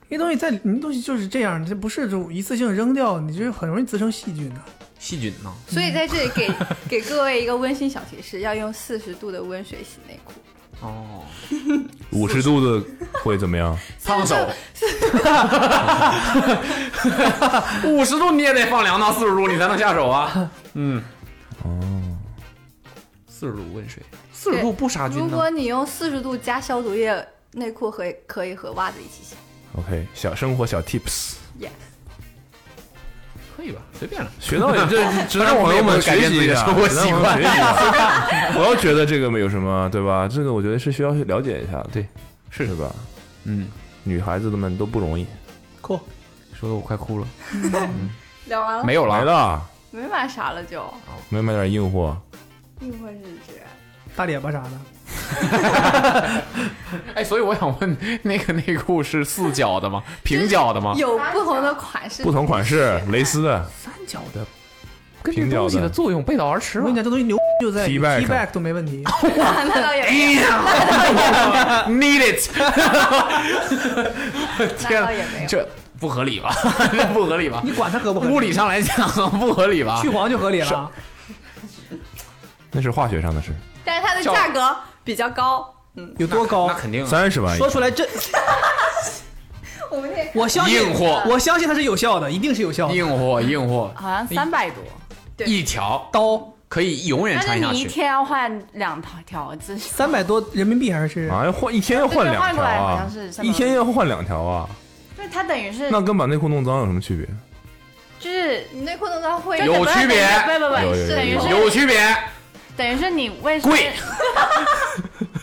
Speaker 3: 因为东西在，你东西就是这样，这不是这种一次性扔掉，你这很容易滋生细菌的。
Speaker 4: 细菌呢？
Speaker 8: 所以在这里给给各位一个温馨小提示，要用四十度的温水洗内裤。
Speaker 4: 哦，
Speaker 2: <laughs> 五十度的会怎么样？
Speaker 4: 烫手。 <laughs> 五十度你也得放凉到四十度，你才能下手啊。嗯，
Speaker 2: 哦，
Speaker 4: 四十度温水，四十度不杀菌
Speaker 8: 如
Speaker 4: 呢。
Speaker 8: 果你用四十度加消毒液，内裤和可以和袜子一起洗。
Speaker 2: OK，小生活小 tips，
Speaker 8: Yes，
Speaker 4: 可以吧？随便了，
Speaker 2: 学到你这直男
Speaker 4: 我
Speaker 2: 朋友们
Speaker 4: 们也不会改
Speaker 2: 学
Speaker 4: 变自
Speaker 2: 习
Speaker 4: 己
Speaker 2: 一
Speaker 4: 的
Speaker 2: 下，
Speaker 4: 生活
Speaker 2: 直男
Speaker 4: 习
Speaker 2: 朋友
Speaker 4: 惯
Speaker 2: 学习一
Speaker 4: <laughs>
Speaker 2: 下。我要觉得这个没有什么，对吧？这个我觉得是需要去了解一下，对，是是吧？
Speaker 4: 嗯，
Speaker 2: 女孩子们都不容易。
Speaker 3: 酷，
Speaker 4: 说的我快哭了。
Speaker 8: 聊完了
Speaker 2: 没有了，嗯没了，
Speaker 8: 没买啥了就，
Speaker 2: 没买点硬货。
Speaker 8: 一会儿是这
Speaker 3: 大脸巴啥的，
Speaker 4: <laughs> 哎，所以我想问，那个内裤是四角的吗？平角的吗？
Speaker 8: 有不同的款式，
Speaker 2: 不同款式，蕾丝的、
Speaker 4: 哎三角的，跟
Speaker 2: 平
Speaker 3: <laughs>
Speaker 2: 角的。
Speaker 4: 作用背道而驰
Speaker 3: 我跟你讲，这东西牛就在
Speaker 2: T back
Speaker 3: T back 都没问
Speaker 4: <laughs>
Speaker 3: 题。
Speaker 4: 哎
Speaker 8: 那倒也没有，
Speaker 3: <laughs>
Speaker 4: Need it！
Speaker 8: 那倒也没有。
Speaker 4: 啊这不合理吧？ <laughs> 这不合理吧？
Speaker 3: 你管它合不合理
Speaker 4: 物理上来讲不合
Speaker 3: <laughs>
Speaker 4: 理吧？
Speaker 3: 去黄就合理了。
Speaker 2: 那是化学上的事，
Speaker 8: 但是它的价格比较高，嗯，
Speaker 3: 有多高？那
Speaker 4: 肯定啊
Speaker 2: 三十万以上
Speaker 3: 说出
Speaker 8: <laughs>
Speaker 3: 来这，
Speaker 8: 我们那
Speaker 3: 我相信
Speaker 4: 硬货
Speaker 3: 我相信它是有效的，一定是有效的。
Speaker 4: 硬货，硬货，
Speaker 11: 好像三百多。
Speaker 4: 一条
Speaker 3: 刀
Speaker 4: 可以永远
Speaker 11: 但
Speaker 4: 穿
Speaker 11: 是
Speaker 4: 下
Speaker 11: 你一
Speaker 4: 去。
Speaker 11: 天要换两条，这是
Speaker 3: 三百多人民币还是？
Speaker 2: 啊，要换一天要换两
Speaker 11: 对对换
Speaker 2: 条
Speaker 11: 过来好
Speaker 2: 啊
Speaker 11: 像是，三百
Speaker 2: 一天要换两条啊，
Speaker 11: 对，它等于是
Speaker 2: 那跟把内裤弄脏有什么区别？
Speaker 11: 就是是你内裤弄到灰
Speaker 4: 有区别
Speaker 11: 不不
Speaker 4: 有
Speaker 11: 不，
Speaker 4: 有有
Speaker 11: 是等于是
Speaker 4: 有区别，
Speaker 11: 等于是你卫生
Speaker 4: 贵，
Speaker 11: <laughs>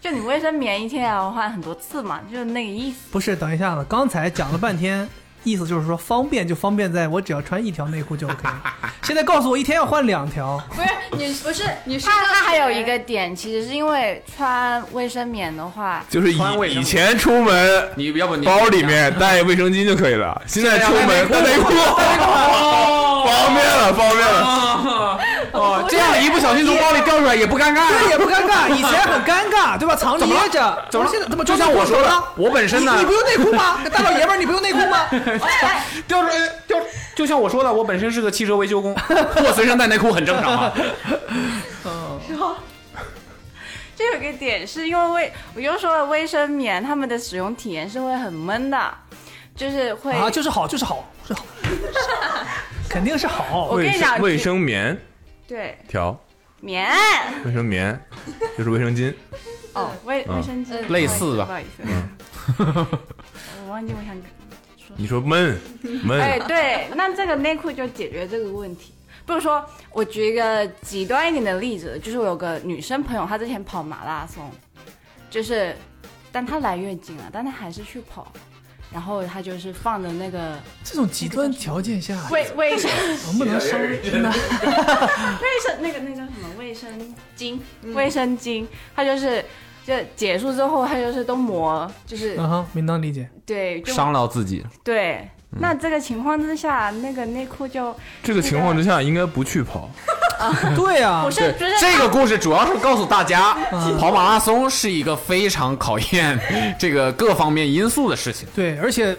Speaker 11: 就你卫生棉一天要换很多次嘛，就是那个意思。
Speaker 3: 不是，等一下子，刚才讲了半天，意思就是说方便就方便在我只要穿一条内裤就 OK。现在
Speaker 4: <laughs>
Speaker 3: 告诉我一天要换两条，
Speaker 11: 不是你不是你是它它还有一个点，其实是因为穿卫生棉的话，
Speaker 2: 就是以以前出门，
Speaker 4: 你要不你
Speaker 2: 包里面带卫生巾就可以 <laughs> 了，现在出门带内裤，
Speaker 11: <laughs>
Speaker 2: 方便了，方便了。
Speaker 4: 哦，这样一不小心从包里掉出来也不尴尬，啊
Speaker 3: 对，也不尴尬，
Speaker 4: <laughs>
Speaker 3: 以前很尴尬，对吧？藏着掖着，
Speaker 4: 怎么了
Speaker 3: 现在怎么
Speaker 4: 就像我说的，我本身呢，
Speaker 3: 你你不用内裤吗？大老爷们儿，你不用内裤
Speaker 4: <laughs>
Speaker 3: 吗？哎
Speaker 11: 哎
Speaker 4: 掉出来掉，就像我说的，我本身是个汽车维修工，我随身带内裤很正
Speaker 3: <laughs>
Speaker 4: 常嘛。啊
Speaker 11: 然后这有一个点是因为卫，我又说了卫生棉，它们的使用体验是会很闷的，就是会
Speaker 3: 啊，就是好，就是好，是好，肯定是好。
Speaker 11: 我跟你讲
Speaker 2: 卫生棉
Speaker 11: 对
Speaker 2: 条，
Speaker 11: 棉
Speaker 2: 卫生棉就是卫生巾，
Speaker 11: 哦卫
Speaker 2: 嗯
Speaker 11: 卫生巾
Speaker 2: 类似吧嗯
Speaker 11: 不好意思， <laughs> 我忘记我想
Speaker 2: 你说闷闷，啊
Speaker 11: 哎，对，那这个内裤就解决这个问题。不是说，我举一个极端一点的例子，就是我有个女生朋友，她之前跑马拉松，就是，但她来月经了，但她还是去跑，然后她就是放着那个
Speaker 2: 啊
Speaker 3: 这种极端条件下，
Speaker 11: 卫卫生，
Speaker 3: 能不能稍微真的？
Speaker 11: 卫生那个那叫什么卫生巾，
Speaker 4: 嗯
Speaker 11: 卫生巾，她就是就结束之后，她就是都磨，就是、
Speaker 3: 嗯哼，应当理解。
Speaker 11: 对，就
Speaker 4: 伤了嗯自己，
Speaker 11: 对。那这个情况之下，那个内裤就
Speaker 14: 这个情况之下应该不去跑。
Speaker 3: 啊对啊呀
Speaker 11: 不是不是
Speaker 4: 这个故事主要是告诉大家，跑马拉松是一个非常考验这个各方面因素的事情。，
Speaker 3: 对，而且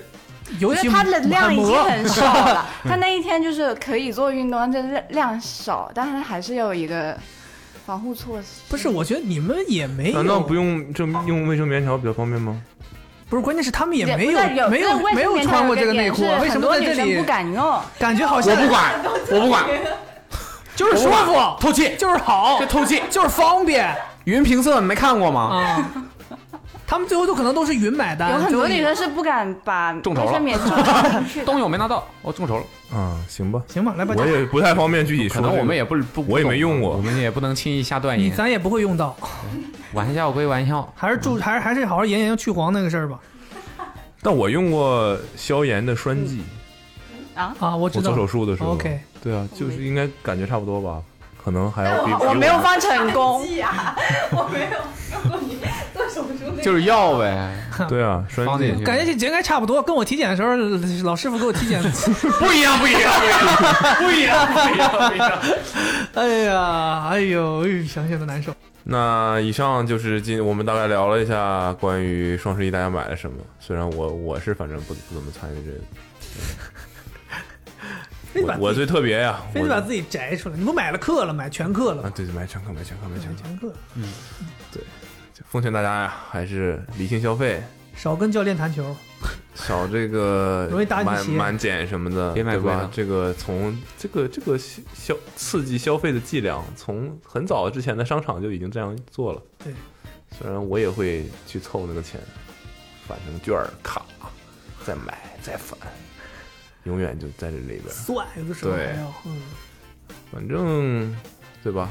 Speaker 3: 尤
Speaker 11: 因
Speaker 3: 其
Speaker 11: 为他的量已经很少了 <laughs> 他那一天就是可以做运动，但是量少，但是还是有一个防护措施。
Speaker 3: 不是，我觉得你们也没有，
Speaker 2: 难道不用这用卫生棉条比较方便吗？
Speaker 3: <laughs> 不是，关键是他们也没有
Speaker 11: 不是有
Speaker 3: 没
Speaker 11: 这个卫生
Speaker 3: 没有
Speaker 11: 棉条
Speaker 3: 穿
Speaker 11: 有
Speaker 3: 过
Speaker 11: 个
Speaker 3: 这个内
Speaker 11: 点
Speaker 3: 裤啊
Speaker 11: 是，
Speaker 3: 为什
Speaker 11: 很
Speaker 3: 么
Speaker 11: 多
Speaker 3: 在
Speaker 11: 女
Speaker 3: 这
Speaker 11: 生
Speaker 3: 里
Speaker 11: 不敢用？
Speaker 3: 感觉好像
Speaker 4: 我不
Speaker 3: <laughs>
Speaker 4: 管，我不管，
Speaker 3: 就是舒
Speaker 4: 我不
Speaker 3: 服
Speaker 4: 管，透气，
Speaker 3: 就是好，
Speaker 4: 这透气
Speaker 3: 就是方便
Speaker 4: 云评测你没看过吗？
Speaker 3: 啊。他们最后都可能都是云买
Speaker 11: <laughs>
Speaker 3: 单，
Speaker 11: 有很多
Speaker 3: 最后
Speaker 11: 女生是不敢把
Speaker 4: 众筹
Speaker 11: 卫
Speaker 4: 了
Speaker 11: 生棉穿
Speaker 3: <laughs>
Speaker 11: 进
Speaker 4: <laughs>
Speaker 11: 去的。
Speaker 4: 冬泳没拿到，我众筹了。
Speaker 2: 嗯，行吧，
Speaker 3: 行吧，来吧
Speaker 2: 我也不太方便具体
Speaker 4: 可
Speaker 2: 说，
Speaker 4: 能我们也不不，啊
Speaker 2: 我也没用过，
Speaker 4: 我们也不能轻易下断
Speaker 3: 你
Speaker 4: 言。
Speaker 3: 咱也不会用到，
Speaker 4: 玩笑归玩笑，
Speaker 3: 还是注还是还是好好研研去黄那个事儿吧。
Speaker 2: 但我用过消炎的栓剂，
Speaker 11: 啊
Speaker 3: 啊，嗯我
Speaker 2: 我
Speaker 3: 知道
Speaker 2: 做手术的时候
Speaker 3: OK，
Speaker 2: 对啊，就是应该感觉差不多吧，可能还要比比
Speaker 11: 我没有放
Speaker 15: <laughs>
Speaker 11: 成功，
Speaker 15: 我没有用过你做手术那个
Speaker 4: 就是药呗。
Speaker 2: <laughs> 对啊，
Speaker 4: <laughs>
Speaker 2: 栓剂
Speaker 3: 感觉这应该差不多，跟我体检的时候 <laughs> 老师傅给我
Speaker 15: <laughs>
Speaker 3: 体检不
Speaker 4: 一样，不一样，
Speaker 15: 不一样不一样不一样。
Speaker 3: 哎呀，哎呦，哎呦想想都难受。
Speaker 2: 那以上就是今我们大概聊了一下关于双十一大家买了什么，虽然我我是反正不不怎么参与这个，我我最特别呀、
Speaker 3: <laughs> 非得把
Speaker 2: 我
Speaker 3: 自己摘出来，你不买了课了，买全课了，
Speaker 2: 啊对对买全课买全课买全课，
Speaker 3: 全课了
Speaker 2: 嗯，对，就奉劝大家呀，还是理性消费，
Speaker 3: 少跟教练谈球。
Speaker 2: 少这个
Speaker 3: 容易打你
Speaker 2: 满
Speaker 3: 鞋
Speaker 2: 满减什么的，
Speaker 4: 别买
Speaker 2: 对
Speaker 4: 贵
Speaker 2: 吧
Speaker 4: 了？
Speaker 2: 这个从这个这个消消刺激消费的伎俩，从很早之前的商场就已经这样做了。
Speaker 3: 对，
Speaker 2: 虽然我也会去凑那个钱，反正券儿卡，再买再返，永远就在这里边儿。
Speaker 3: 算有的时候还
Speaker 2: 对
Speaker 3: 要，嗯，
Speaker 2: 反正对吧？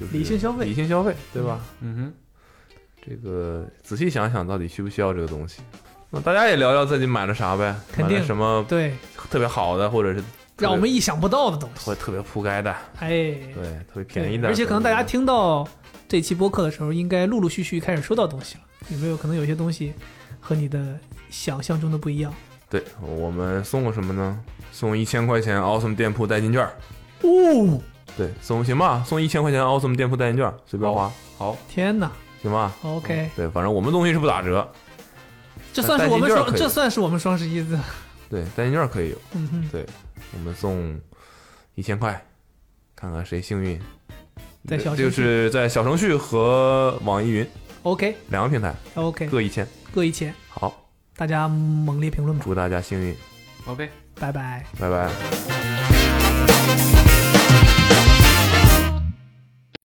Speaker 2: 就是
Speaker 3: 理性消费
Speaker 2: 理性消费，对吧？
Speaker 4: 嗯哼，
Speaker 2: 这个仔细想想，到底需不需要这个东西？那大家也聊聊自己买了啥呗，
Speaker 3: 肯
Speaker 2: 买了
Speaker 3: 定
Speaker 2: 什么
Speaker 3: 对
Speaker 2: 特别好的，或者是
Speaker 3: 让我们意想不到的东西，
Speaker 2: 特别特别铺盖的，
Speaker 3: 哎，
Speaker 2: 对，特别便宜的，
Speaker 3: 而且可能大家听到这期播客的时候，应该陆陆续续开始收到东西了，有没有可能有些东西和你的想象中的不一样？
Speaker 2: 对我们送了什么呢？送一千块钱 Awesome 店铺代金券儿，
Speaker 3: 哦，
Speaker 2: 对，送行吧，送一千块钱 Awesome 店铺代金券儿，随便花，好，
Speaker 3: 天哪
Speaker 2: 行吧，
Speaker 3: ，OK，
Speaker 2: 对，反正我们东西是不打折，
Speaker 3: 这算是我们
Speaker 2: 代金券
Speaker 3: 双
Speaker 2: 可以
Speaker 3: 这算是我们双十一的，
Speaker 2: 对，代金券儿可以有，
Speaker 3: 嗯哼
Speaker 2: 对，我们送一千块，看看谁幸运，
Speaker 3: 在小程序
Speaker 2: 就是在小程序和网易云
Speaker 3: OK
Speaker 2: 两个平台
Speaker 3: OK
Speaker 2: 各一千，
Speaker 3: 各一千，
Speaker 2: 好，
Speaker 3: 大家猛烈评论吧，
Speaker 2: 祝大家幸运，
Speaker 4: 宝贝。
Speaker 3: 拜拜。
Speaker 2: 拜拜。
Speaker 15: Thank